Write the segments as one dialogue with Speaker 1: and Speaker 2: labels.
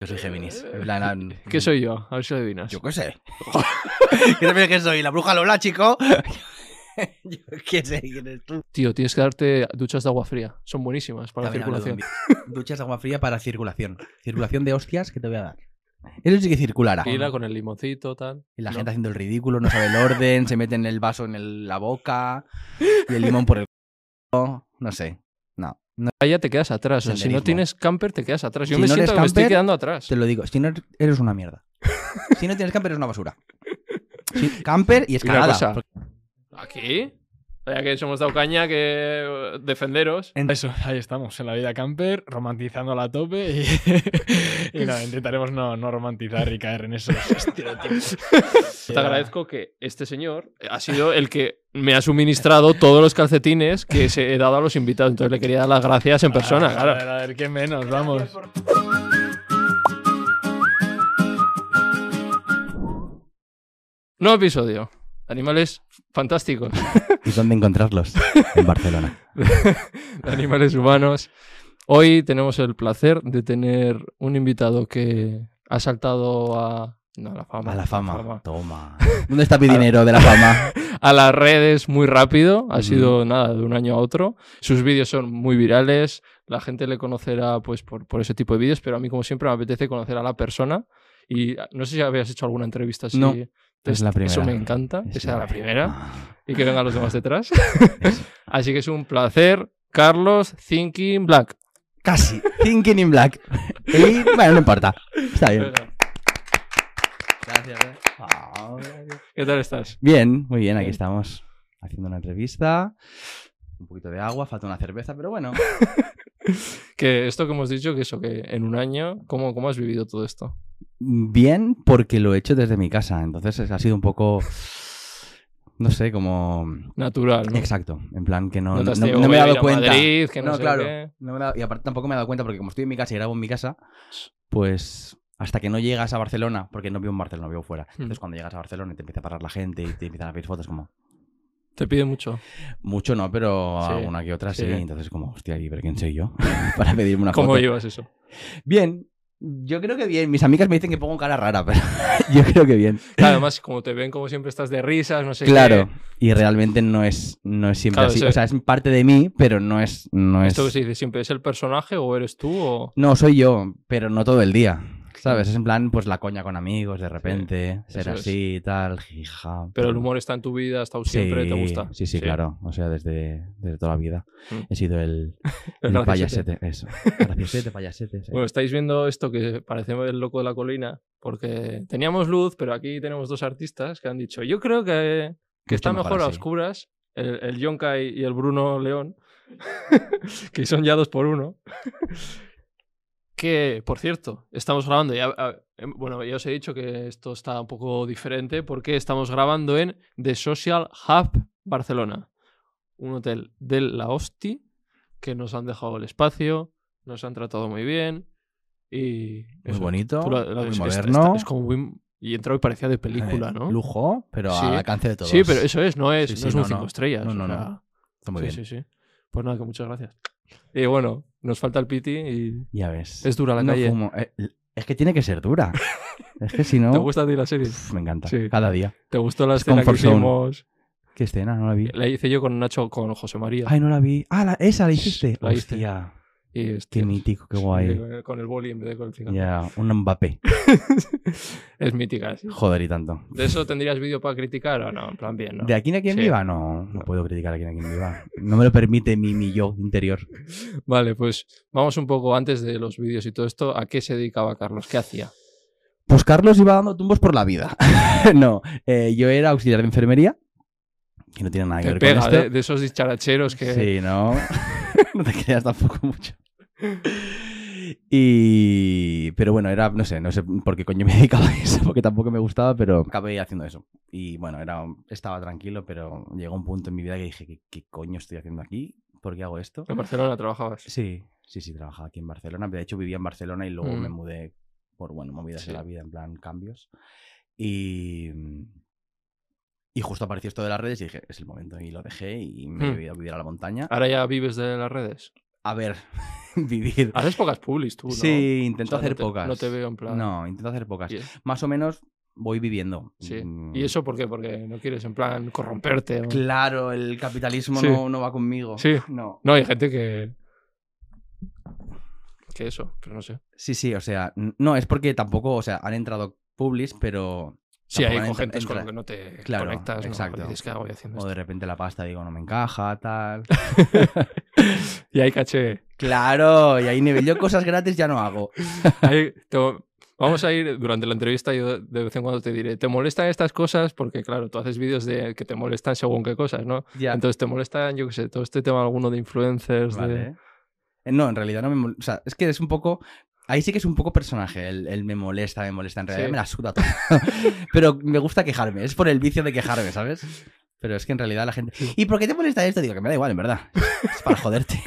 Speaker 1: Yo soy Géminis. En plan,
Speaker 2: Eh, ¿Qué soy yo? A ver si lo adivinas.
Speaker 1: Mm. Yo qué sé. ¿Qué te piensas que soy? ¿La bruja Lola, chico? Yo qué sé quién eres tú.
Speaker 2: Tío, tienes que darte duchas de agua fría. Son buenísimas para
Speaker 1: También
Speaker 2: la
Speaker 1: hablo de un
Speaker 2: circulación.
Speaker 1: bi- Duchas de agua fría para circulación. Circulación de hostias que te voy a dar. Eso sí que circulará.
Speaker 2: Y la con el limoncito, tal.
Speaker 1: Y la
Speaker 2: No.
Speaker 1: gente haciendo el ridículo, no sabe el orden, se mete en el vaso en el- la boca y el limón por el c***o, No sé. No. no
Speaker 2: Ahí ya te quedas atrás. O sea, si no
Speaker 1: Senderismo.
Speaker 2: tienes camper, te quedas atrás. Yo
Speaker 1: Si
Speaker 2: me
Speaker 1: no eres
Speaker 2: siento que me estoy
Speaker 1: camper,
Speaker 2: quedando atrás.
Speaker 1: te lo digo. Si no eres- eres una mierda. Si no tienes camper, eres una basura. Sí, camper y
Speaker 2: Y una
Speaker 1: escalada.
Speaker 2: cosa, ¿Aquí? Ya que somos dado caña, que eh, defenderos.
Speaker 1: En-
Speaker 3: Eso, ahí estamos, en la vida camper, romantizando a tope y, y nada, intentaremos no, no romantizar y caer en esos estereotipos.
Speaker 2: Te agradezco que este señor ha sido el que me ha suministrado todos los calcetines que se he dado a los invitados. Entonces le quería dar las gracias en persona,
Speaker 1: Ah.
Speaker 3: A
Speaker 2: claro.
Speaker 3: ver, a ver, qué menos, vamos.
Speaker 2: Nuevo episodio. Animales fantásticos.
Speaker 1: ¿Y dónde encontrarlos? En Barcelona.
Speaker 2: de animales humanos. Hoy tenemos el placer de tener un invitado que ha saltado a. No, a la fama.
Speaker 1: A la fama. Toma. ¿Dónde está mi dinero de la fama?
Speaker 2: A las redes muy rápido. Ha
Speaker 1: Ujú.
Speaker 2: sido nada, de un año a otro. Sus vídeos son muy virales. La gente le conocerá pues por, por ese tipo de vídeos, pero a mí, como siempre, me apetece conocer a la persona. Y ah, no sé si habías hecho alguna entrevista así.
Speaker 1: No,
Speaker 2: Entonces,
Speaker 1: es la
Speaker 2: Eso
Speaker 1: primera.
Speaker 2: me encanta, que sea la primera
Speaker 1: Ah,
Speaker 2: y que vengan los demás detrás.
Speaker 1: eso.
Speaker 2: Así que es un placer, Carlos Thinking Black.
Speaker 1: Casi. Thinking in black. Y, bueno, no importa. Está bien. Gracias.
Speaker 2: ¿Qué tal estás?
Speaker 1: Ah, Bien, muy bien, aquí estamos haciendo una entrevista. Un poquito de agua, falta una cerveza, pero bueno.
Speaker 2: Que esto que hemos dicho, que eso, que en un año, ¿cómo, cómo has vivido todo esto?
Speaker 1: Bien, porque lo he hecho desde mi casa, entonces es- ha sido un poco. No sé, como.
Speaker 2: Natural, ¿no?
Speaker 1: Exacto, en plan que no,
Speaker 2: No, te has
Speaker 1: no-
Speaker 2: tenido
Speaker 1: no
Speaker 2: que
Speaker 1: me he
Speaker 2: ir
Speaker 1: dado
Speaker 2: a
Speaker 1: cuenta.
Speaker 2: Madrid, que no,
Speaker 1: No,
Speaker 2: sé
Speaker 1: claro.
Speaker 2: qué.
Speaker 1: No me he dado- y aparte tampoco me he dado cuenta porque como estoy en mi casa y grabo en mi casa, pues hasta que no llegas a Barcelona, porque no vivo en Barcelona, vivo fuera. Entonces
Speaker 2: Mm.
Speaker 1: cuando llegas a Barcelona y te empieza a parar la gente y te empiezan a pedir fotos, como.
Speaker 2: Te pide mucho.
Speaker 1: Mucho no, pero
Speaker 2: Sí,
Speaker 1: alguna que otra sí.
Speaker 2: sí.
Speaker 1: Entonces, como, hostia, ¿y pero quién soy yo? Para pedirme una
Speaker 2: ¿Cómo
Speaker 1: foto.
Speaker 2: llevas eso?
Speaker 1: Bien. Yo creo que bien. Mis amigas me dicen que pongo cara rara, pero yo creo que bien.
Speaker 2: Claro, además, como te ven, como siempre estás de risas, no sé
Speaker 1: Claro.
Speaker 2: qué.
Speaker 1: Y realmente no es, no es siempre
Speaker 2: Claro,
Speaker 1: así.
Speaker 2: sí.
Speaker 1: O sea, es parte de mí, pero no es. No, es...
Speaker 2: Esto que se dice siempre, ¿es el personaje o eres tú? O...
Speaker 1: no soy yo, pero no todo el día. ¿Sabes? Es en plan, pues la coña con amigos, de repente, ser
Speaker 2: Mm. eso es.
Speaker 1: así y tal, jija.
Speaker 2: Pero el humor está en tu vida, ha estado siempre, te gusta.
Speaker 1: Sí, sí, claro. O sea, desde, desde toda la vida.
Speaker 2: Mm.
Speaker 1: He sido el,
Speaker 2: El
Speaker 1: el
Speaker 2: graciosete.
Speaker 1: payasete. Eso. Graciosete, payasete. sí.
Speaker 2: Bueno, estáis viendo esto que parece el loco de la colina, porque teníamos luz, pero aquí tenemos dos artistas que han dicho, yo creo que,
Speaker 1: Mucho
Speaker 2: que está mejor,
Speaker 1: mejor
Speaker 2: a
Speaker 1: así".
Speaker 2: oscuras, el, el Yonka y, y el Bruno León, que son ya dos por uno. que, por cierto, estamos grabando, ya, a- em, bueno, ya os he dicho que esto está un poco diferente, porque estamos grabando en The Social Hub Barcelona, un hotel de la Hosti, que nos han dejado el espacio, nos han tratado muy bien y...
Speaker 1: Muy
Speaker 2: eso,
Speaker 1: bonito,
Speaker 2: tú lo- lo-
Speaker 1: muy
Speaker 2: es- es-
Speaker 1: moderno. Eh,
Speaker 2: está- es como muy... Y entró y parecía de película, ¿no?
Speaker 1: Lujo, pero
Speaker 2: Sí.
Speaker 1: al alcance de todos.
Speaker 2: Sí, pero eso es, no es,
Speaker 1: Sí, sí,
Speaker 2: no es un
Speaker 1: no, no.
Speaker 2: cinco estrellas.
Speaker 1: No, no,
Speaker 2: o
Speaker 1: no.
Speaker 2: sea,
Speaker 1: Está muy
Speaker 2: sí,
Speaker 1: bien.
Speaker 2: sí, sí. Pues nada, que muchas gracias. Y bueno, nos falta el piti y...
Speaker 1: Ya ves.
Speaker 2: Es dura la
Speaker 1: No
Speaker 2: calle.
Speaker 1: fumo. Eh, Es que tiene que ser dura. es que si no.
Speaker 2: ¿Te gusta a ti la serie?
Speaker 1: Uf, me encanta.
Speaker 2: Sí.
Speaker 1: Cada día.
Speaker 2: ¿Te gustó la
Speaker 1: Es
Speaker 2: escena que
Speaker 1: comfort zone.
Speaker 2: hicimos?
Speaker 1: ¿Qué escena? No la vi.
Speaker 2: La hice yo con Nacho, con José María.
Speaker 1: Ay, no la vi. Ah, la- esa la hiciste.
Speaker 2: La hice.
Speaker 1: Hostia.
Speaker 2: y este,
Speaker 1: Qué mítico, qué guay.
Speaker 2: eh, Con el boli en vez de con el
Speaker 1: Ya,
Speaker 2: cigarro.
Speaker 1: un Mbappé.
Speaker 2: Es mítica. sí.
Speaker 1: Joder, y tanto.
Speaker 2: ¿De eso tendrías vídeo para criticar o no? En plan, bien, ¿no?
Speaker 1: ¿De aquí a quien
Speaker 2: Sí.
Speaker 1: viva? No, no puedo criticar a quien a quien viva. No me lo permite mi, mi yo interior.
Speaker 2: Vale, pues vamos un poco antes de los vídeos y todo esto. ¿A qué se dedicaba Carlos? ¿Qué hacía?
Speaker 1: Pues Carlos iba dando tumbos por la vida. no, eh, yo era auxiliar de enfermería. Que no tiene nada que
Speaker 2: Te
Speaker 1: ver
Speaker 2: pega ¿eh?
Speaker 1: con esto.
Speaker 2: de, de esos dicharacheros que.
Speaker 1: Sí, no. no te creas tampoco mucho. Y. Pero bueno, era. No sé, no sé por qué coño me dedicaba a eso, porque tampoco me gustaba, pero acabé haciendo eso. Y bueno, era, un- estaba tranquilo, pero llegó un punto en mi vida que dije: ¿qué, qué coño estoy haciendo aquí? ¿Por qué hago esto?
Speaker 2: En Barcelona trabajabas.
Speaker 1: Sí, sí, sí, trabajaba aquí en Barcelona. De hecho, vivía en Barcelona y luego
Speaker 2: Mm.
Speaker 1: me mudé por, bueno, movidas
Speaker 2: Sí.
Speaker 1: de la vida, en plan cambios. Y. Y justo apareció esto de las redes y dije, es el momento. Y lo dejé y me
Speaker 2: Mm.
Speaker 1: he ido a vivir a la montaña.
Speaker 2: ¿Ahora ya vives de las redes?
Speaker 1: a ver, vivir.
Speaker 2: Haces pocas publis Ah, tú, ¿no?
Speaker 1: Sí,
Speaker 2: O
Speaker 1: intento
Speaker 2: sea, no
Speaker 1: hacer
Speaker 2: te-
Speaker 1: pocas.
Speaker 2: No te veo en plan.
Speaker 1: No, intento hacer pocas.
Speaker 2: Y-
Speaker 1: Más o menos voy viviendo.
Speaker 2: Sí.
Speaker 1: Mm,
Speaker 2: ¿Y eso por qué? Porque no quieres en plan corromperte. o-
Speaker 1: Claro, el capitalismo
Speaker 2: Sí.
Speaker 1: no, no va conmigo.
Speaker 2: Sí.
Speaker 1: No.
Speaker 2: No, hay gente que. Que eso, pero no sé.
Speaker 1: Sí, sí, o sea, n- no, es porque tampoco, o sea, han entrado publis, pero
Speaker 2: Sí, hay
Speaker 1: Tampoco entra-
Speaker 2: gente con
Speaker 1: entra-
Speaker 2: la que no te
Speaker 1: Claro,
Speaker 2: conectas. ¿no?
Speaker 1: exacto.
Speaker 2: Dices, "¿Qué hago yo haciendo
Speaker 1: o
Speaker 2: esto?".
Speaker 1: de repente la pasta digo, no me encaja, tal.
Speaker 2: Y hay caché.
Speaker 1: claro, y ahí nivel, yo cosas gratis ya no hago.
Speaker 2: Ahí te- vamos a ir durante la entrevista. Yo de vez en cuando te diré, ¿te molestan estas cosas? Porque, claro, tú haces vídeos de que te molestan según qué cosas, ¿no?
Speaker 1: Ya.
Speaker 2: Entonces te molestan, yo qué sé, todo este tema alguno de influencers.
Speaker 1: Vale.
Speaker 2: Pues De...
Speaker 1: Eh, No, en realidad no me molesta. O sea, es que es un poco. Ahí sí que es un poco personaje. El, el me molesta, me molesta. En realidad
Speaker 2: Sí.
Speaker 1: me la suda todo. Pero me gusta quejarme. Es por el vicio de quejarme, ¿sabes? Pero es que en realidad la gente. ¿Y por qué te molesta esto? Digo que me da igual, en verdad. Es para joderte.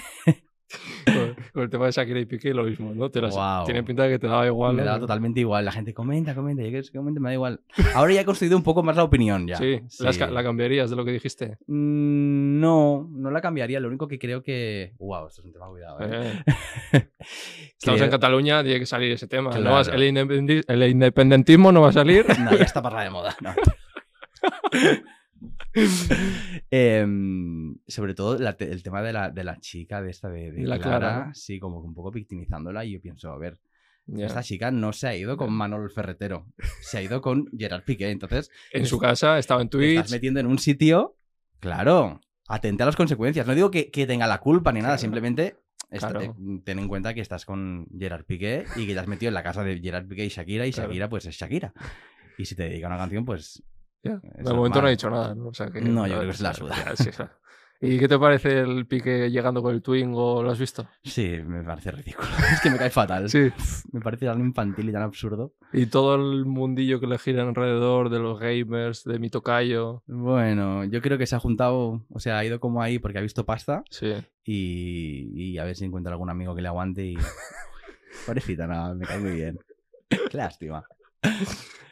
Speaker 2: Con, con el tema de Shakira y Piqué, lo mismo, ¿no? Te las-
Speaker 1: Guau.
Speaker 2: Tiene pinta de que te daba igual.
Speaker 1: me
Speaker 2: ¿no?
Speaker 1: da totalmente igual. La gente comenta, comenta. Yo que sé, comenta, me da igual. Ahora ya he construido un poco más la opinión. Ya.
Speaker 2: Sí, las ca- la cambiarías de lo que dijiste.
Speaker 1: Mm, No, no la cambiaría. Lo único que creo que. Wow, esto es un tema cuidado. ¿eh?
Speaker 2: Eh, Estamos en
Speaker 1: Que-
Speaker 2: Cataluña, tiene que salir ese tema. No
Speaker 1: Claro.
Speaker 2: vas- el, independi- el independentismo no va a salir.
Speaker 1: No, ya está parada de moda. no. Em, sobre todo la te- el tema de la, de la chica de esta de, de
Speaker 2: La
Speaker 1: Clara,
Speaker 2: Clara, ¿no?
Speaker 1: sí, como que un poco victimizándola y yo pienso, a ver,
Speaker 2: Ya.
Speaker 1: esta chica no se ha ido con Manolo el Ferretero, se ha ido con Gerard Piqué, entonces
Speaker 2: En su casa, estaba en
Speaker 1: te estás
Speaker 2: Twitch.
Speaker 1: metiendo en un sitio, claro, atente a las consecuencias, no digo que, que tenga la culpa ni nada,
Speaker 2: Claro.
Speaker 1: simplemente esta-
Speaker 2: Claro.
Speaker 1: eh, ten en cuenta que estás con Gerard Piqué y que te has metido en la casa de Gerard Piqué y Shakira y
Speaker 2: Claro.
Speaker 1: Shakira pues es Shakira. Y si te dedica una canción, pues
Speaker 2: Ya.
Speaker 1: es
Speaker 2: De momento no
Speaker 1: normal.
Speaker 2: ha dicho nada. No, O sea que-
Speaker 1: No, yo
Speaker 2: a
Speaker 1: creo
Speaker 2: ver,
Speaker 1: que se la
Speaker 2: o sea,
Speaker 1: suda.
Speaker 2: ya, sí, claro. ¿Y qué te parece el pique llegando con el Twingo? ¿Lo has visto?
Speaker 1: Sí, me parece ridículo. Es que me cae fatal.
Speaker 2: Sí.
Speaker 1: Me parece tan infantil y tan absurdo.
Speaker 2: Y todo el mundillo que le gira alrededor de los gamers, de mi tocayo.
Speaker 1: Bueno, yo creo que se ha juntado, o sea, ha ido como ahí porque ha visto pasta
Speaker 2: Sí.
Speaker 1: y, y a ver si encuentra algún amigo que le aguante y... Pobrecita, no, me cae muy bien. Qué lástima.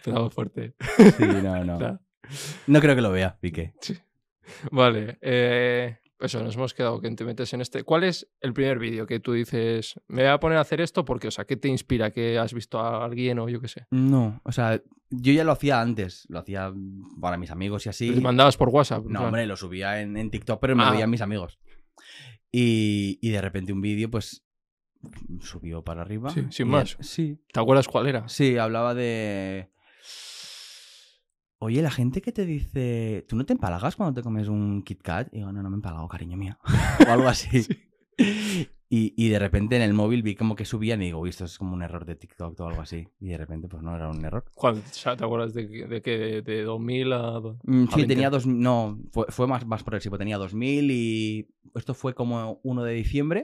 Speaker 2: Te la hago fuerte.
Speaker 1: Sí, no, no.
Speaker 2: Claro.
Speaker 1: No creo que lo vea, Piqué.
Speaker 2: Vale. eh, eso, nos hemos quedado que te metes en este. ¿Cuál es el primer vídeo que tú dices, me voy a poner a hacer esto porque, o sea, ¿qué te inspira? ¿Que has visto a alguien o yo qué sé?
Speaker 1: No, o sea, yo ya lo hacía antes. Lo hacía para mis amigos y así.
Speaker 2: ¿Les mandabas por WhatsApp? en
Speaker 1: No,
Speaker 2: plan?
Speaker 1: hombre, lo subía en, en TikTok, pero me
Speaker 2: Ah.
Speaker 1: lo veían mis amigos. Y, y de repente un vídeo, pues, subió para arriba.
Speaker 2: Sí, sin
Speaker 1: Y
Speaker 2: más.
Speaker 1: de- sí,
Speaker 2: ¿Te acuerdas cuál era?
Speaker 1: sí, hablaba de... Oye, la gente que te dice, ¿tú no te empalagas cuando te comes un Kit Kat? Y digo, no, no me he empalagado, cariño mío. O algo así. Y, y de repente en el móvil vi como que subían y digo, uy, esto es como un error de TikTok o algo así. Y de repente, pues no era un error.
Speaker 2: ¿Cuál? O sea, ¿Te acuerdas de, que- de que de, 2000 a...
Speaker 1: Mm,
Speaker 2: A
Speaker 1: Sí,
Speaker 2: 20.
Speaker 1: tenía dos. No, fue, fue más, más progresivo. Tenía 2000 y. Esto fue como 1 de diciembre.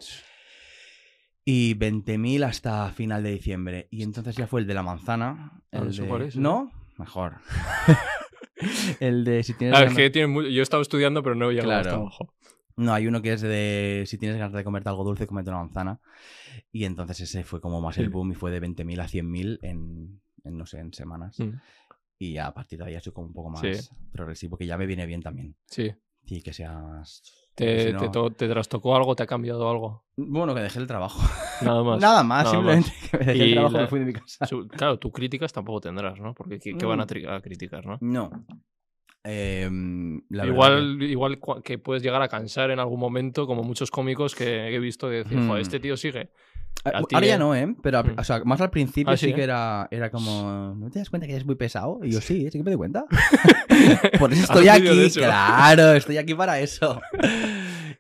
Speaker 1: Y 20.000 hasta final de diciembre. Y entonces ya fue el de la manzana.
Speaker 2: Ah,
Speaker 1: el
Speaker 2: eso
Speaker 1: de-
Speaker 2: cuál es, eh?
Speaker 1: ¿No? Mejor. el de si tienes.
Speaker 2: Ah, es
Speaker 1: ganas-
Speaker 2: que tiene mu- Yo estaba estudiando, pero no he llegado
Speaker 1: Claro.
Speaker 2: hasta abajo.
Speaker 1: No, hay uno que es de si tienes ganas de comerte algo dulce, comete una manzana. Y entonces ese fue como más el
Speaker 2: Sí.
Speaker 1: boom y fue de 20.000 a 100.000 en, en, no sé, en semanas.
Speaker 2: Mm,
Speaker 1: Y ya a partir de ahí ya soy como un poco más
Speaker 2: Sí.
Speaker 1: progresivo, que ya me viene bien también.
Speaker 2: Sí.
Speaker 1: Y que sea más.
Speaker 2: ¿Te,
Speaker 1: porque si no-
Speaker 2: te to- te trastocó algo? ¿Te ha cambiado algo?
Speaker 1: Bueno, que dejé el trabajo.
Speaker 2: Nada más.
Speaker 1: Nada más,
Speaker 2: nada
Speaker 1: simplemente que me dejé
Speaker 2: Y
Speaker 1: el trabajo
Speaker 2: la-
Speaker 1: me fui de mi casa.
Speaker 2: Su- Claro, tú críticas tampoco tendrás, ¿no? Porque ¿qué, qué van a,
Speaker 1: Mm.
Speaker 2: tri- a criticar, no?
Speaker 1: No. Eh, la verdad
Speaker 2: igual igual cua- que puedes llegar a cansar en algún momento, como muchos cómicos que he visto de decir,
Speaker 1: Mm.
Speaker 2: "Joder, este tío sigue.
Speaker 1: que-
Speaker 2: a ti,
Speaker 1: Ahora
Speaker 2: eh.
Speaker 1: ya no, ¿eh? Pero
Speaker 2: Mm.
Speaker 1: o sea, más al principio
Speaker 2: Ah,
Speaker 1: sí,
Speaker 2: sí,
Speaker 1: que
Speaker 2: ¿eh?
Speaker 1: era, era como... ¿No te das cuenta que eres muy pesado? Y yo sí, sí que me doy cuenta. Por eso estoy
Speaker 2: Haz vídeo de
Speaker 1: aquí,
Speaker 2: eso.
Speaker 1: claro, estoy aquí para eso.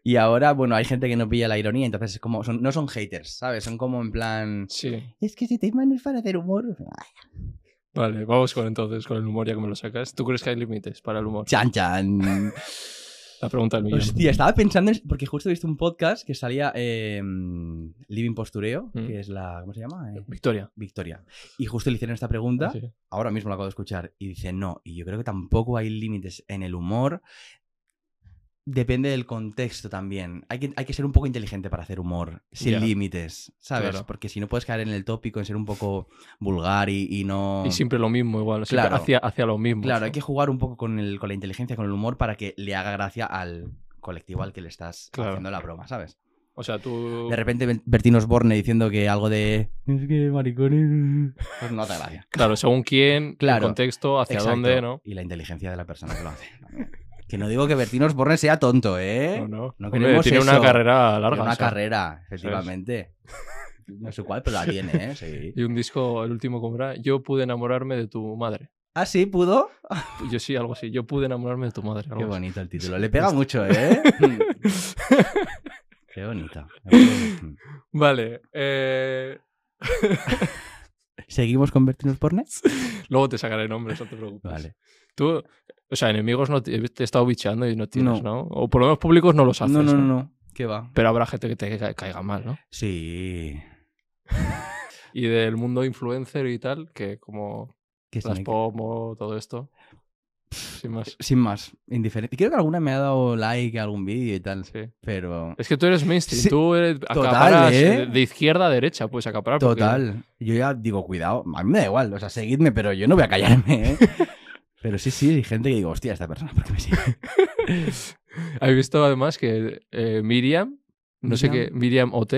Speaker 1: Y ahora, bueno, hay gente que no pilla la ironía, entonces es como... son- no son haters, ¿sabes? Son como en plan...
Speaker 2: Sí.
Speaker 1: Es que si te manes para hacer humor... ay,
Speaker 2: Vale, vamos con entonces, con el humor ya que me lo sacas. ¿Tú crees que hay límites para el humor?
Speaker 1: Chan, chan.
Speaker 2: La pregunta del millón.
Speaker 1: Hostia, estaba pensando, en, porque justo he visto un podcast que salía eh, Living Postureo,
Speaker 2: Mm.
Speaker 1: que es la, ¿cómo se llama? Eh,
Speaker 2: Victoria.
Speaker 1: Victoria. Y justo le hicieron esta pregunta,
Speaker 2: Ah, Sí.
Speaker 1: ahora mismo la acabo de escuchar, y dice, no, y yo creo que tampoco hay límites en el humor. Depende del contexto también. Hay que, hay que ser un poco inteligente para hacer humor, sin
Speaker 2: Ya.
Speaker 1: límites, ¿sabes?
Speaker 2: Claro.
Speaker 1: Porque si no puedes caer en el tópico, en ser un poco vulgar y, y no...
Speaker 2: Y siempre lo mismo, igual. siempre
Speaker 1: Ah. Claro.
Speaker 2: hacia, hacia lo mismo.
Speaker 1: Claro,
Speaker 2: ¿no?
Speaker 1: hay que jugar un poco con, el, con la inteligencia, con el humor, para que le haga gracia al colectivo al que le estás
Speaker 2: Claro.
Speaker 1: haciendo la broma, ¿sabes?
Speaker 2: O sea, tú.
Speaker 1: De repente Ber- Bertín Osborne diciendo que algo de... Es que maricones... Pues no te gracia.
Speaker 2: Claro, según quién,
Speaker 1: Claro.
Speaker 2: el contexto, hacia
Speaker 1: Exacto.
Speaker 2: dónde, ¿no?
Speaker 1: Y la inteligencia de la persona que lo hace. que no digo que Bertín Osborne sea tonto, ¿eh?
Speaker 2: No, no.
Speaker 1: No
Speaker 2: Hombre,
Speaker 1: queremos
Speaker 2: tiene una
Speaker 1: eso.
Speaker 2: carrera larga.
Speaker 1: Tiene una
Speaker 2: o sea.
Speaker 1: carrera, efectivamente. No sé cuál, pero la tiene, ¿eh? Sí.
Speaker 2: Y un disco, el último como era, Yo pude enamorarme de tu madre.
Speaker 1: Ah, sí, pudo.
Speaker 2: Yo sí, algo así. Yo pude enamorarme de tu madre. algo
Speaker 1: Qué
Speaker 2: así.
Speaker 1: bonito el título. Le pega mucho, ¿eh? Qué bonito. Mm.
Speaker 2: Vale. eh,
Speaker 1: ¿Seguimos con Bertín Osborne?
Speaker 2: Luego te sacaré nombres, no te preocupes.
Speaker 1: Vale.
Speaker 2: Tú, o sea, enemigos no te, te he estado bicheando y no tienes,
Speaker 1: No.
Speaker 2: ¿no? O por lo menos públicos no los haces.
Speaker 1: No, no, no, no. ¿Qué va?
Speaker 2: Pero habrá gente que te ca- caiga mal, ¿no?
Speaker 1: Sí.
Speaker 2: Y del mundo influencer y tal, que como
Speaker 1: Pues Que sí,
Speaker 2: las
Speaker 1: me-
Speaker 2: pomo, todo esto. Sin más.
Speaker 1: Sin más, indiferente. Creo que alguna me ha dado like a algún vídeo y tal,
Speaker 2: Sí.
Speaker 1: pero...
Speaker 2: Es que tú eres mainstream,
Speaker 1: Sí.
Speaker 2: tú eres,
Speaker 1: Total,
Speaker 2: acaparas
Speaker 1: ¿eh?
Speaker 2: de- de izquierda a derecha, puedes acaparar. porque-
Speaker 1: Total. Yo ya digo, cuidado, a mí me da igual, o sea, seguidme, pero yo no voy a callarme, ¿eh? Pero sí, sí, hay gente que digo, hostia, esta persona, ¿por qué me sigue?
Speaker 2: He visto además que eh, Miriam, no sé qué, Miriam OT,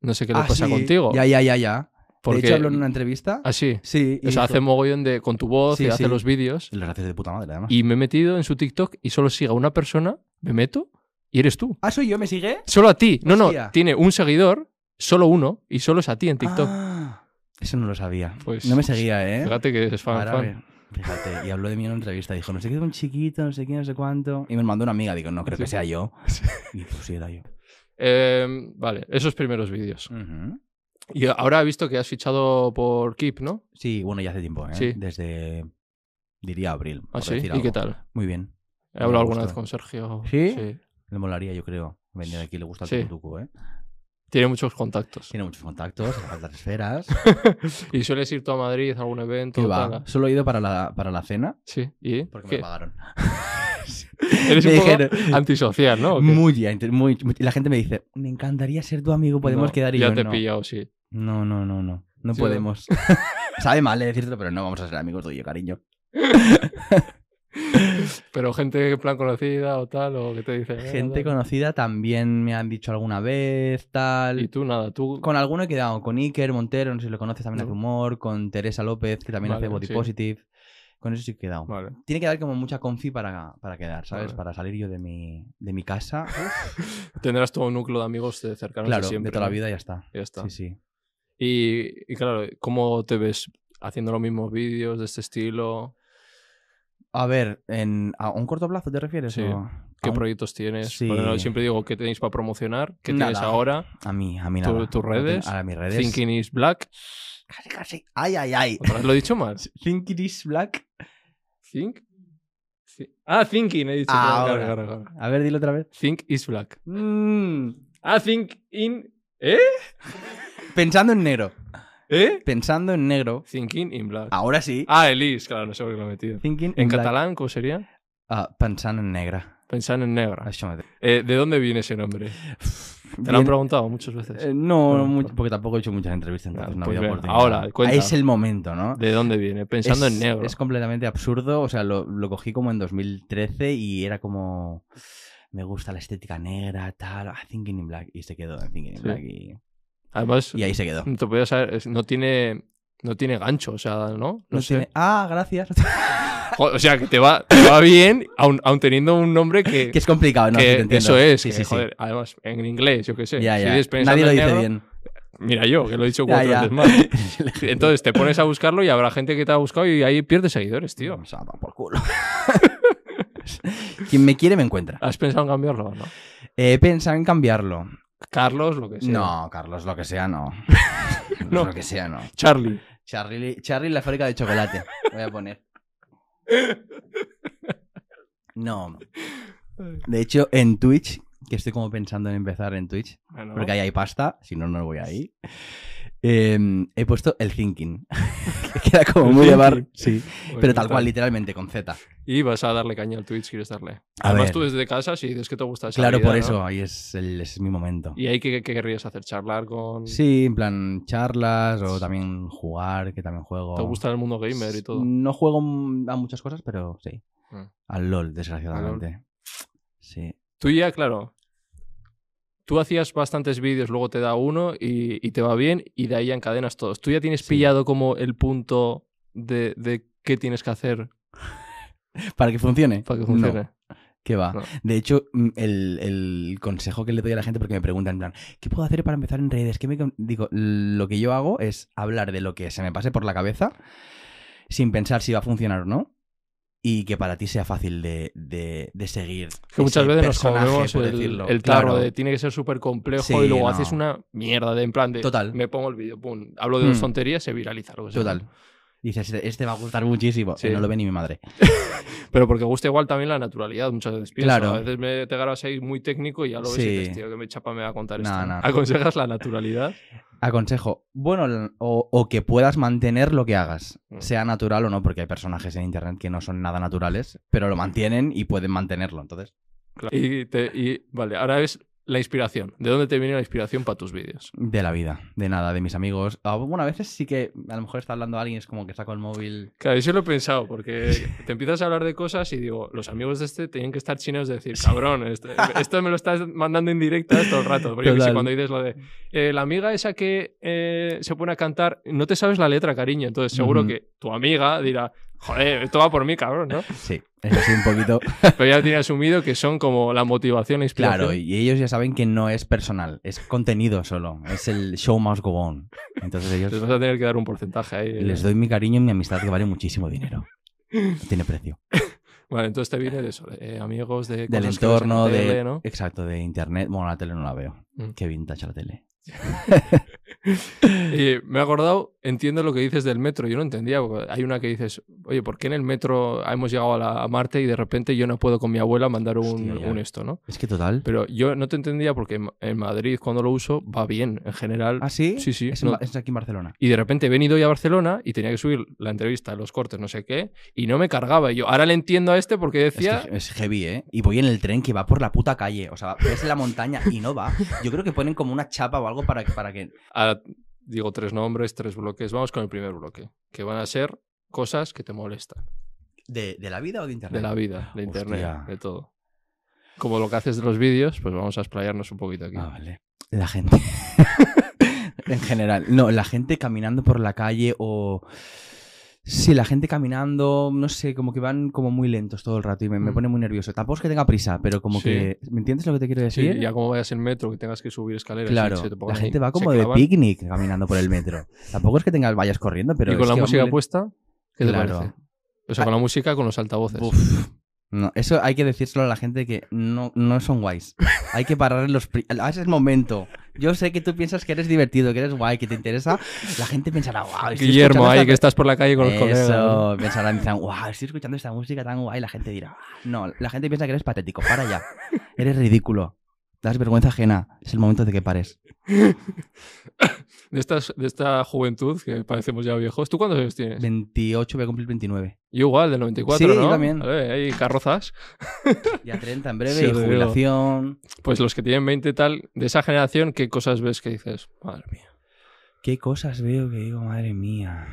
Speaker 2: no sé qué le
Speaker 1: Ah,
Speaker 2: pasa
Speaker 1: sí.
Speaker 2: contigo.
Speaker 1: Ya, ya, ya, ya.
Speaker 2: porque,
Speaker 1: De hecho, habló en una entrevista.
Speaker 2: Así.
Speaker 1: Sí. y
Speaker 2: O sea, hace
Speaker 1: dijo-
Speaker 2: mogollón de, con tu voz
Speaker 1: Sí,
Speaker 2: y hace
Speaker 1: sí.
Speaker 2: los vídeos.
Speaker 1: Los haces de puta madre, además.
Speaker 2: Y me he metido en su TikTok y solo sigue a una persona, me meto y eres tú.
Speaker 1: Ah, ¿soy yo? ¿Me sigue?
Speaker 2: Solo a ti. No,
Speaker 1: Hostia.
Speaker 2: no, tiene un seguidor, solo uno, y solo es a ti en TikTok.
Speaker 1: Ah, eso no lo sabía.
Speaker 2: Pues-
Speaker 1: no me seguía, ¿eh?
Speaker 2: Fíjate que es fan,
Speaker 1: Ahora
Speaker 2: fan.
Speaker 1: ve- Fíjate, y habló de mí en una entrevista. Dijo, no sé qué, un chiquito, no sé qué, no sé cuánto. Y me mandó una amiga. Digo, no creo que
Speaker 2: Sí.
Speaker 1: sea yo. Y pues sí, era yo.
Speaker 2: Eh, vale, esos primeros vídeos.
Speaker 1: Ujú.
Speaker 2: Y ahora he visto que has fichado por Keep, ¿no?
Speaker 1: Sí, bueno, ya hace tiempo, ¿eh?
Speaker 2: Sí.
Speaker 1: Desde, diría, abril.
Speaker 2: Ah,
Speaker 1: por
Speaker 2: sí.
Speaker 1: decir
Speaker 2: ¿Y
Speaker 1: algo.
Speaker 2: qué tal?
Speaker 1: Muy bien.
Speaker 2: He hablado
Speaker 1: Me
Speaker 2: alguna
Speaker 1: gusta.
Speaker 2: vez con Sergio.
Speaker 1: ¿Sí? Le molaría, yo creo, venir aquí. Le gusta el
Speaker 2: Sí.
Speaker 1: tucutucu, ¿eh?
Speaker 2: Tiene muchos contactos.
Speaker 1: Tiene muchos contactos, hace falta esferas.
Speaker 2: ¿Y sueles ir tú a Madrid a algún evento?
Speaker 1: ¿Qué
Speaker 2: tal?
Speaker 1: va? Solo he ido para la, para la cena.
Speaker 2: Sí. ¿Y?
Speaker 1: Porque
Speaker 2: ¿Qué?
Speaker 1: me pagaron.
Speaker 2: Eres un
Speaker 1: Me
Speaker 2: poco
Speaker 1: dijeron-
Speaker 2: antisocial, ¿no? ¿O qué?
Speaker 1: Muy, int- muy, muy- y La gente me dice, me encantaría ser tu amigo, podemos
Speaker 2: No,
Speaker 1: quedar y
Speaker 2: Ya
Speaker 1: yo,
Speaker 2: te he
Speaker 1: no.
Speaker 2: pillado, sí.
Speaker 1: No, no, no, no. No
Speaker 2: Sí,
Speaker 1: podemos. Sabe mal eh, decírtelo, pero no vamos a ser amigos tú y yo, cariño.
Speaker 2: Pero gente en plan conocida o tal, o que te dice. "Eh,
Speaker 1: Gente
Speaker 2: tal".
Speaker 1: conocida también me han dicho alguna vez,
Speaker 2: Y
Speaker 1: tal.
Speaker 2: tú nada, tú.
Speaker 1: Con alguno he quedado, con Iker Montero, no sé si lo conoces, también
Speaker 2: No.
Speaker 1: hace humor, con Teresa López, que también hace
Speaker 2: Vale,
Speaker 1: Body
Speaker 2: sí.
Speaker 1: Positive. Con eso sí que he quedado.
Speaker 2: Vale.
Speaker 1: Tiene que dar como mucha confi para, para quedar, ¿sabes?
Speaker 2: Vale.
Speaker 1: Para salir yo de mi, de mi casa.
Speaker 2: Tendrás tu núcleo de amigos de cercanos
Speaker 1: claro,
Speaker 2: de siempre.
Speaker 1: de toda la
Speaker 2: ¿no?
Speaker 1: vida y ya está.
Speaker 2: Ya está.
Speaker 1: Sí, sí.
Speaker 2: Y, y claro, ¿cómo te ves haciendo los mismos vídeos de este estilo?
Speaker 1: A ver, en, ¿a un corto plazo te refieres?
Speaker 2: Sí.
Speaker 1: o-
Speaker 2: ¿Qué
Speaker 1: a un-
Speaker 2: proyectos tienes?
Speaker 1: Sí.
Speaker 2: Porque no, siempre digo, ¿qué tenéis para promocionar? ¿Qué tienes
Speaker 1: Nada.
Speaker 2: ahora?
Speaker 1: A mí, a mí
Speaker 2: ¿Tu-
Speaker 1: nada.
Speaker 2: tus
Speaker 1: No tengo-
Speaker 2: redes?
Speaker 1: A mis redes.
Speaker 2: Thinking is Black.
Speaker 1: Casi, casi. Ay, ay, ay.
Speaker 2: ¿Otra vez lo he dicho mal?
Speaker 1: Think it is black.
Speaker 2: Think. Thi- Ah, Thinking, he dicho. Claro,
Speaker 1: Ahora.
Speaker 2: claro, claro, claro.
Speaker 1: A ver, dilo otra vez.
Speaker 2: Think is Black.
Speaker 1: Mm,
Speaker 2: Ah, Think in. ¿Eh?
Speaker 1: Pensando en negro.
Speaker 2: ¿Eh?
Speaker 1: Pensando en negro.
Speaker 2: Thinking in Black.
Speaker 1: Ahora sí.
Speaker 2: Ah, el is, claro, no sé por qué lo he metido.
Speaker 1: Thinking
Speaker 2: ¿En
Speaker 1: in black.
Speaker 2: catalán cómo sería?
Speaker 1: Ah, pensando en negra.
Speaker 2: Pensar en negra.
Speaker 1: Això mateix.
Speaker 2: Eh, ¿De dónde viene ese nombre? Te lo han
Speaker 1: Bien.
Speaker 2: preguntado muchas veces.
Speaker 1: Eh, no,
Speaker 2: Bueno,
Speaker 1: mucho- Ah,
Speaker 2: pues-
Speaker 1: porque tampoco he hecho muchas entrevistas, entonces
Speaker 2: Claro,
Speaker 1: no
Speaker 2: pues
Speaker 1: había
Speaker 2: bien.
Speaker 1: oportunidad.
Speaker 2: Ahora, cuenta.
Speaker 1: Es el momento, ¿no?
Speaker 2: ¿De dónde viene? Pensando
Speaker 1: es,
Speaker 2: en negro.
Speaker 1: Es completamente absurdo. O sea, lo, lo cogí como en 2013 y era como. Me gusta la estética negra, tal. ah, Thinking in Black. Y se quedó en Thinking in
Speaker 2: Sí.
Speaker 1: Black. Y,
Speaker 2: Además,
Speaker 1: y ahí se quedó.
Speaker 2: no te podías saber, es- no tiene, no tiene gancho, o sea, ¿no? No,
Speaker 1: No
Speaker 2: sé.
Speaker 1: tiene- Ah, gracias.
Speaker 2: Jo- O sea, que te va, te va bien, aun, aun teniendo un nombre que,
Speaker 1: que es complicado, ¿no?
Speaker 2: que
Speaker 1: Sí, te entiendo.
Speaker 2: eso es.
Speaker 1: Sí,
Speaker 2: que,
Speaker 1: sí, sí.
Speaker 2: joder, Además, en inglés, yo qué sé.
Speaker 1: Ya,
Speaker 2: si
Speaker 1: ya.
Speaker 2: dices pensando
Speaker 1: Nadie lo
Speaker 2: en
Speaker 1: dice
Speaker 2: negro,
Speaker 1: bien.
Speaker 2: Mira yo, que lo he dicho
Speaker 1: Ya,
Speaker 2: cuatro
Speaker 1: ya.
Speaker 2: veces más. Entonces te pones a buscarlo y habrá gente que te ha buscado y ahí pierdes seguidores, tío.
Speaker 1: O sea, va por culo. Quien me quiere me encuentra.
Speaker 2: ¿Has pensado en cambiarlo o no?
Speaker 1: He pensado en cambiarlo.
Speaker 2: Carlos, lo que sea.
Speaker 1: No, Carlos, lo que sea, no.
Speaker 2: No.
Speaker 1: Lo que sea, no.
Speaker 2: Charlie.
Speaker 1: Charlie, Charlie la fábrica de chocolate. Voy a poner. No. De hecho, en Twitch, que estoy como pensando en empezar en Twitch,
Speaker 2: Bueno,
Speaker 1: porque ahí hay pasta, si no, no voy ahí. em, he puesto el thinking. que queda como
Speaker 2: El
Speaker 1: muy de bar.
Speaker 2: thinking.
Speaker 1: Sí.
Speaker 2: pues
Speaker 1: Pero
Speaker 2: ya
Speaker 1: tal
Speaker 2: está.
Speaker 1: cual, literalmente, con Z.
Speaker 2: Y vas a darle caña al Twitch, quieres darle.
Speaker 1: A
Speaker 2: Además,
Speaker 1: ver.
Speaker 2: tú desde casa, si dices que te gusta esa
Speaker 1: Claro,
Speaker 2: vida,
Speaker 1: por
Speaker 2: ¿no?
Speaker 1: eso, ahí es, el- es mi momento.
Speaker 2: ¿Y ahí qué, qué querrías hacer? ¿Charlar con.?
Speaker 1: Sí, en plan charlas o también jugar, que también juego.
Speaker 2: ¿Te gusta el mundo gamer y todo?
Speaker 1: No juego m- a muchas cosas, pero sí.
Speaker 2: Ah.
Speaker 1: Al LOL, desgraciadamente. Sí.
Speaker 2: Tú ya, claro. Tú hacías bastantes vídeos, luego te da uno y, y te va bien y de ahí encadenas todos. ¿Tú ya tienes
Speaker 1: Sí.
Speaker 2: pillado como el punto de, de qué tienes que hacer
Speaker 1: Para que funcione.
Speaker 2: para
Speaker 1: No,
Speaker 2: que funcione?
Speaker 1: que va.
Speaker 2: No.
Speaker 1: De hecho, mm, el, el consejo que le doy a la gente, porque me preguntan, en plan, ¿qué puedo hacer para empezar en redes? ¿Qué me con-?" Digo, lo que yo hago es hablar de lo que se me pase por la cabeza sin pensar si va a funcionar o no. Y que para ti sea fácil de, de- de seguir.
Speaker 2: Que muchas
Speaker 1: ese
Speaker 2: veces nos
Speaker 1: personaje,
Speaker 2: comemos
Speaker 1: por
Speaker 2: el,
Speaker 1: decirlo.
Speaker 2: el tarro
Speaker 1: Claro.
Speaker 2: de tiene que ser súper complejo
Speaker 1: Sí,
Speaker 2: y luego
Speaker 1: no.
Speaker 2: haces una mierda de en plan de
Speaker 1: Total.
Speaker 2: me pongo el vídeo, pum, hablo de dos
Speaker 1: Mm.
Speaker 2: tonterías, se viraliza. lo que sea.
Speaker 1: Total. Dices, este, este va a gustar muchísimo.
Speaker 2: Sí.
Speaker 1: Eh, no lo ve ni mi madre.
Speaker 2: Pero porque gusta igual también la naturalidad, muchas veces pienso.
Speaker 1: Claro.
Speaker 2: A veces me te grabas ahí muy técnico y ya lo ves
Speaker 1: Sí.
Speaker 2: y dices, tío, que me chapa me va a contar
Speaker 1: No,
Speaker 2: esto.
Speaker 1: no.
Speaker 2: ¿Aconsejas la naturalidad?
Speaker 1: Aconsejo, bueno, l- o, o que puedas mantener lo que hagas,
Speaker 2: Mm.
Speaker 1: sea natural o no, porque hay personajes en internet que no son nada naturales, pero lo mantienen y pueden mantenerlo. Entonces,
Speaker 2: Claro. Y, te- y, vale, ahora es la inspiración. ¿De dónde te viene la inspiración para tus vídeos?
Speaker 1: de la vida, de nada, de mis amigos. Algunas veces sí que a lo mejor está hablando alguien, es como que saco el móvil.
Speaker 2: Claro, eso lo he pensado, porque te empiezas a hablar de cosas y digo, los amigos de este tienen que estar chinos de decir, cabrón, esto, esto me lo estás mandando en directo todo el rato. Porque yo qué sé,
Speaker 1: Total.
Speaker 2: cuando dices lo de, eh, la amiga esa que eh, se pone a cantar, no te sabes la letra, cariño, entonces seguro
Speaker 1: Ujú.
Speaker 2: que tu amiga dirá, joder, esto va por mí, cabrón, ¿no?
Speaker 1: Sí, es así un poquito.
Speaker 2: Pero ya tiene asumido que son como la motivación, la inspiración.
Speaker 1: claro, y ellos ya saben que no es personal, es contenido solo, es el show must go on. Entonces
Speaker 2: Les
Speaker 1: ellos
Speaker 2: vas a tener que dar un porcentaje ahí. eh.
Speaker 1: les doy mi cariño y mi amistad que vale muchísimo dinero. No tiene precio.
Speaker 2: Vale, entonces te viene de eso, de, eh, amigos
Speaker 1: del
Speaker 2: de cosas que ves en la
Speaker 1: entorno, de,
Speaker 2: tele, ¿no?
Speaker 1: exacto, de internet. Bueno, la tele no la veo.
Speaker 2: Mm.
Speaker 1: Qué vintage la tele.
Speaker 2: Y me he acordado, entiendo lo que dices del metro, yo no entendía, porque hay una que dices, oye, ¿por qué en el metro hemos llegado a, la, a Marte y de repente yo no puedo con mi abuela mandar un,
Speaker 1: Hostia, ya.
Speaker 2: un esto, ¿no?
Speaker 1: Es que total.
Speaker 2: Pero yo no te entendía porque en, en Madrid cuando lo uso va bien, en general.
Speaker 1: ¿Ah, sí?
Speaker 2: Sí, sí,
Speaker 1: Es, en
Speaker 2: no.
Speaker 1: Ba- es aquí en Barcelona.
Speaker 2: Y de repente he venido hoy a Barcelona y tenía que subir la entrevista, los cortes, no sé qué, y no me cargaba. Y yo, ahora le entiendo a este porque
Speaker 1: Es, que
Speaker 2: decía...
Speaker 1: es heavy, ¿eh? Y voy en el tren que va por la puta calle. O sea, ves la montaña y no va. Yo creo que ponen como una chapa o algo para, para que.
Speaker 2: a- digo tres nombres, tres bloques. Vamos con el primer bloque, que van a ser cosas que te molestan
Speaker 1: ¿De, de la vida o de internet?
Speaker 2: de la vida, de internet,
Speaker 1: Hostia.
Speaker 2: de todo. Como lo que haces de los vídeos, pues vamos a explayarnos un poquito aquí.
Speaker 1: Ah, vale. La gente. en general. No, la gente caminando por la calle o. Sí, la gente caminando, no sé, como que van como muy lentos todo el rato y me, me
Speaker 2: Mm.
Speaker 1: pone muy nervioso. Tampoco es que tenga prisa, pero como
Speaker 2: Sí.
Speaker 1: que. ¿Me entiendes lo que te quiero
Speaker 2: Sí,
Speaker 1: decir?
Speaker 2: ya como vayas en metro, que tengas que subir escaleras. y
Speaker 1: Claro,
Speaker 2: se te pongan
Speaker 1: la
Speaker 2: ahí,
Speaker 1: gente va
Speaker 2: se
Speaker 1: como de
Speaker 2: clavan.
Speaker 1: picnic caminando por el metro. Tampoco es que tengas vayas corriendo, pero.
Speaker 2: Y con
Speaker 1: es
Speaker 2: la
Speaker 1: que va
Speaker 2: música
Speaker 1: muy
Speaker 2: puesta, ¿qué te
Speaker 1: Claro.
Speaker 2: parece? O sea,
Speaker 1: Ah.
Speaker 2: con la música, con los altavoces.
Speaker 1: lento. Uf. No, eso hay que decírselo a la gente que no, no son guays. Hay que parar en los. pri- Ah, ese es el momento. Yo sé que tú piensas que eres divertido, que eres guay, que te interesa. La gente pensará, wow.
Speaker 2: Guillermo, Ah, ahí que estás por la calle con los colegas.
Speaker 1: Eso, pensarán, dirán, wow, estoy escuchando esta música tan guay. La gente dirá, "Ah". no, la gente piensa que eres patético. Para ya. Eres ridículo. Das vergüenza ajena. Es el momento de que pares.
Speaker 2: De, estas, de esta juventud, que parecemos ya viejos. ¿Tú cuántos años tienes?
Speaker 1: 28, voy a cumplir 29.
Speaker 2: Yo igual, del 94,
Speaker 1: Sí,
Speaker 2: ¿no?
Speaker 1: yo también.
Speaker 2: A ver, hay carrozas.
Speaker 1: Ya 30 en breve
Speaker 2: Sí,
Speaker 1: y
Speaker 2: te digo.
Speaker 1: jubilación.
Speaker 2: Pues los que tienen 20 y tal, de esa generación, ¿qué cosas ves que dices? Madre mía.
Speaker 1: Qué cosas veo que digo, madre mía.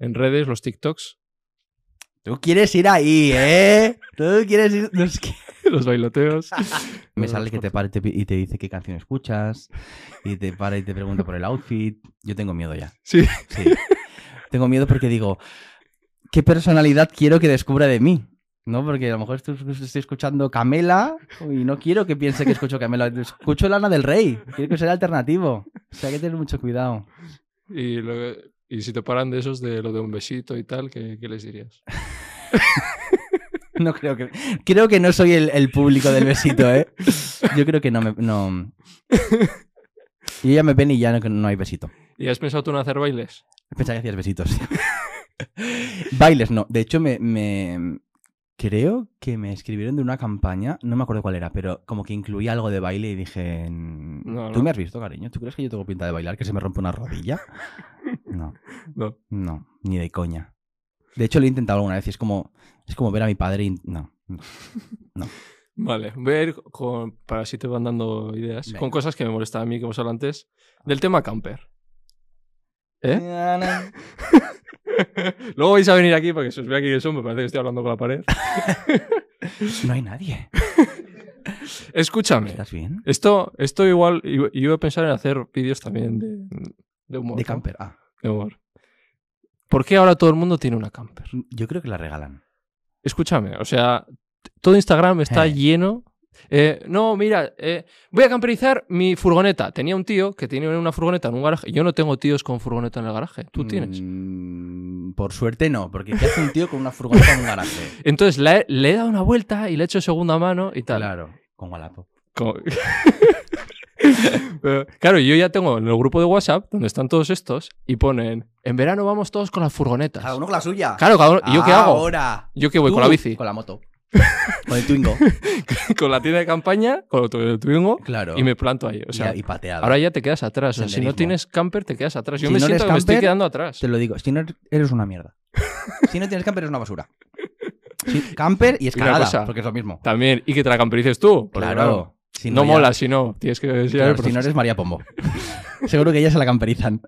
Speaker 2: En redes, los TikToks,
Speaker 1: Tú quieres ir ahí, ¿eh? Tú quieres ir. No, es que-
Speaker 2: los bailoteos.
Speaker 1: Me sale que te para y te, pi- y te dice qué canción escuchas. Y te para y te pregunta por el outfit. Yo tengo miedo ya.
Speaker 2: Sí.
Speaker 1: Sí. Tengo miedo porque digo, ¿qué personalidad quiero que descubra de mí? ¿No? Porque a lo mejor estoy, estoy escuchando Camela y no quiero que piense que escucho Camela. Escucho Lana del Rey. Quiero que sea alternativo. O sea, hay que tener mucho cuidado.
Speaker 2: Y, lo- y si te paran de esos de lo de un besito y tal, ¿qué, qué les dirías?
Speaker 1: No creo que. Creo que no soy el, el público del besito, ¿eh? Yo creo que no me. No. Yo ya me ven y ya no, no hay besito.
Speaker 2: ¿Y has pensado tú en hacer bailes?
Speaker 1: Pensaba que hacías besitos. Bailes, no. De hecho, me, me- Creo que me escribieron de una campaña, no me acuerdo cuál era, pero como que incluía algo de baile y dije. "Mm,
Speaker 2: No,
Speaker 1: ¿Tú
Speaker 2: no.
Speaker 1: me has visto, cariño? ¿Tú crees que yo tengo pinta de bailar, que se me rompe una rodilla? No.
Speaker 2: No.
Speaker 1: No, ni de coña. De hecho, lo he intentado alguna vez y es como. Es como ver a mi padre y. No. no.
Speaker 2: Vale, voy a ir con, para si te van dando ideas,
Speaker 1: Venga.
Speaker 2: con cosas que me molestaban a mí, que hemos hablado antes, del tema camper. ¿Eh? Luego vais a venir aquí porque si os veo aquí que son, me parece que estoy hablando con la pared.
Speaker 1: No hay nadie.
Speaker 2: Escúchame.
Speaker 1: ¿Estás bien?
Speaker 2: Esto, esto igual, yo yo iba a pensar en hacer vídeos también de, de humor.
Speaker 1: De
Speaker 2: ¿no?
Speaker 1: camper. Ah,
Speaker 2: De humor. ¿Por qué ahora todo el mundo tiene una camper?
Speaker 1: yo creo que la regalan.
Speaker 2: Escúchame, o sea, t- todo Instagram está
Speaker 1: Eh.
Speaker 2: lleno. eh, no, mira, eh, voy a camperizar mi furgoneta. Tenía un tío que tenía una furgoneta en un garaje. Yo no tengo tíos con furgoneta en el garaje. Tú tienes.
Speaker 1: Mm, por suerte no, porque ¿qué hace un tío con una furgoneta en un garaje?
Speaker 2: Entonces la he- le he dado una vuelta y le he hecho segunda mano y tal.
Speaker 1: Claro, con Wallapop.
Speaker 2: Como- Pero, claro, yo ya tengo en el grupo de WhatsApp donde están todos estos y ponen, en verano vamos todos con las furgonetas.
Speaker 1: Cada uno con la suya.
Speaker 2: Claro, cada uno- ¿y yo qué hago?
Speaker 1: Ahora.
Speaker 2: Yo que voy
Speaker 1: Tú,
Speaker 2: con la bici,
Speaker 1: Con la moto. con el Twingo.
Speaker 2: con la tienda de campaña, con el tu- el Twingo
Speaker 1: Claro.
Speaker 2: y me planto ahí. O sea,
Speaker 1: y, y pateado.
Speaker 2: ahora ya te quedas atrás. O sea, si no
Speaker 1: Senderismo.
Speaker 2: tienes camper, te quedas atrás. Yo
Speaker 1: Si
Speaker 2: me
Speaker 1: no
Speaker 2: siento
Speaker 1: eres
Speaker 2: que me estoy
Speaker 1: camper,
Speaker 2: quedando atrás.
Speaker 1: Te lo digo, si no er-, eres una mierda. Si no tienes camper, eres una basura. Sí, camper y escalada,
Speaker 2: cosa.
Speaker 1: porque es lo mismo.
Speaker 2: También, y que te la camperices tú. porque,
Speaker 1: Claro. Si
Speaker 2: no
Speaker 1: ya-
Speaker 2: mola, si no. Tienes que decir
Speaker 1: claro,
Speaker 2: al
Speaker 1: si no
Speaker 2: profesor.
Speaker 1: eres María Pombo. Seguro que ella se la camperizan.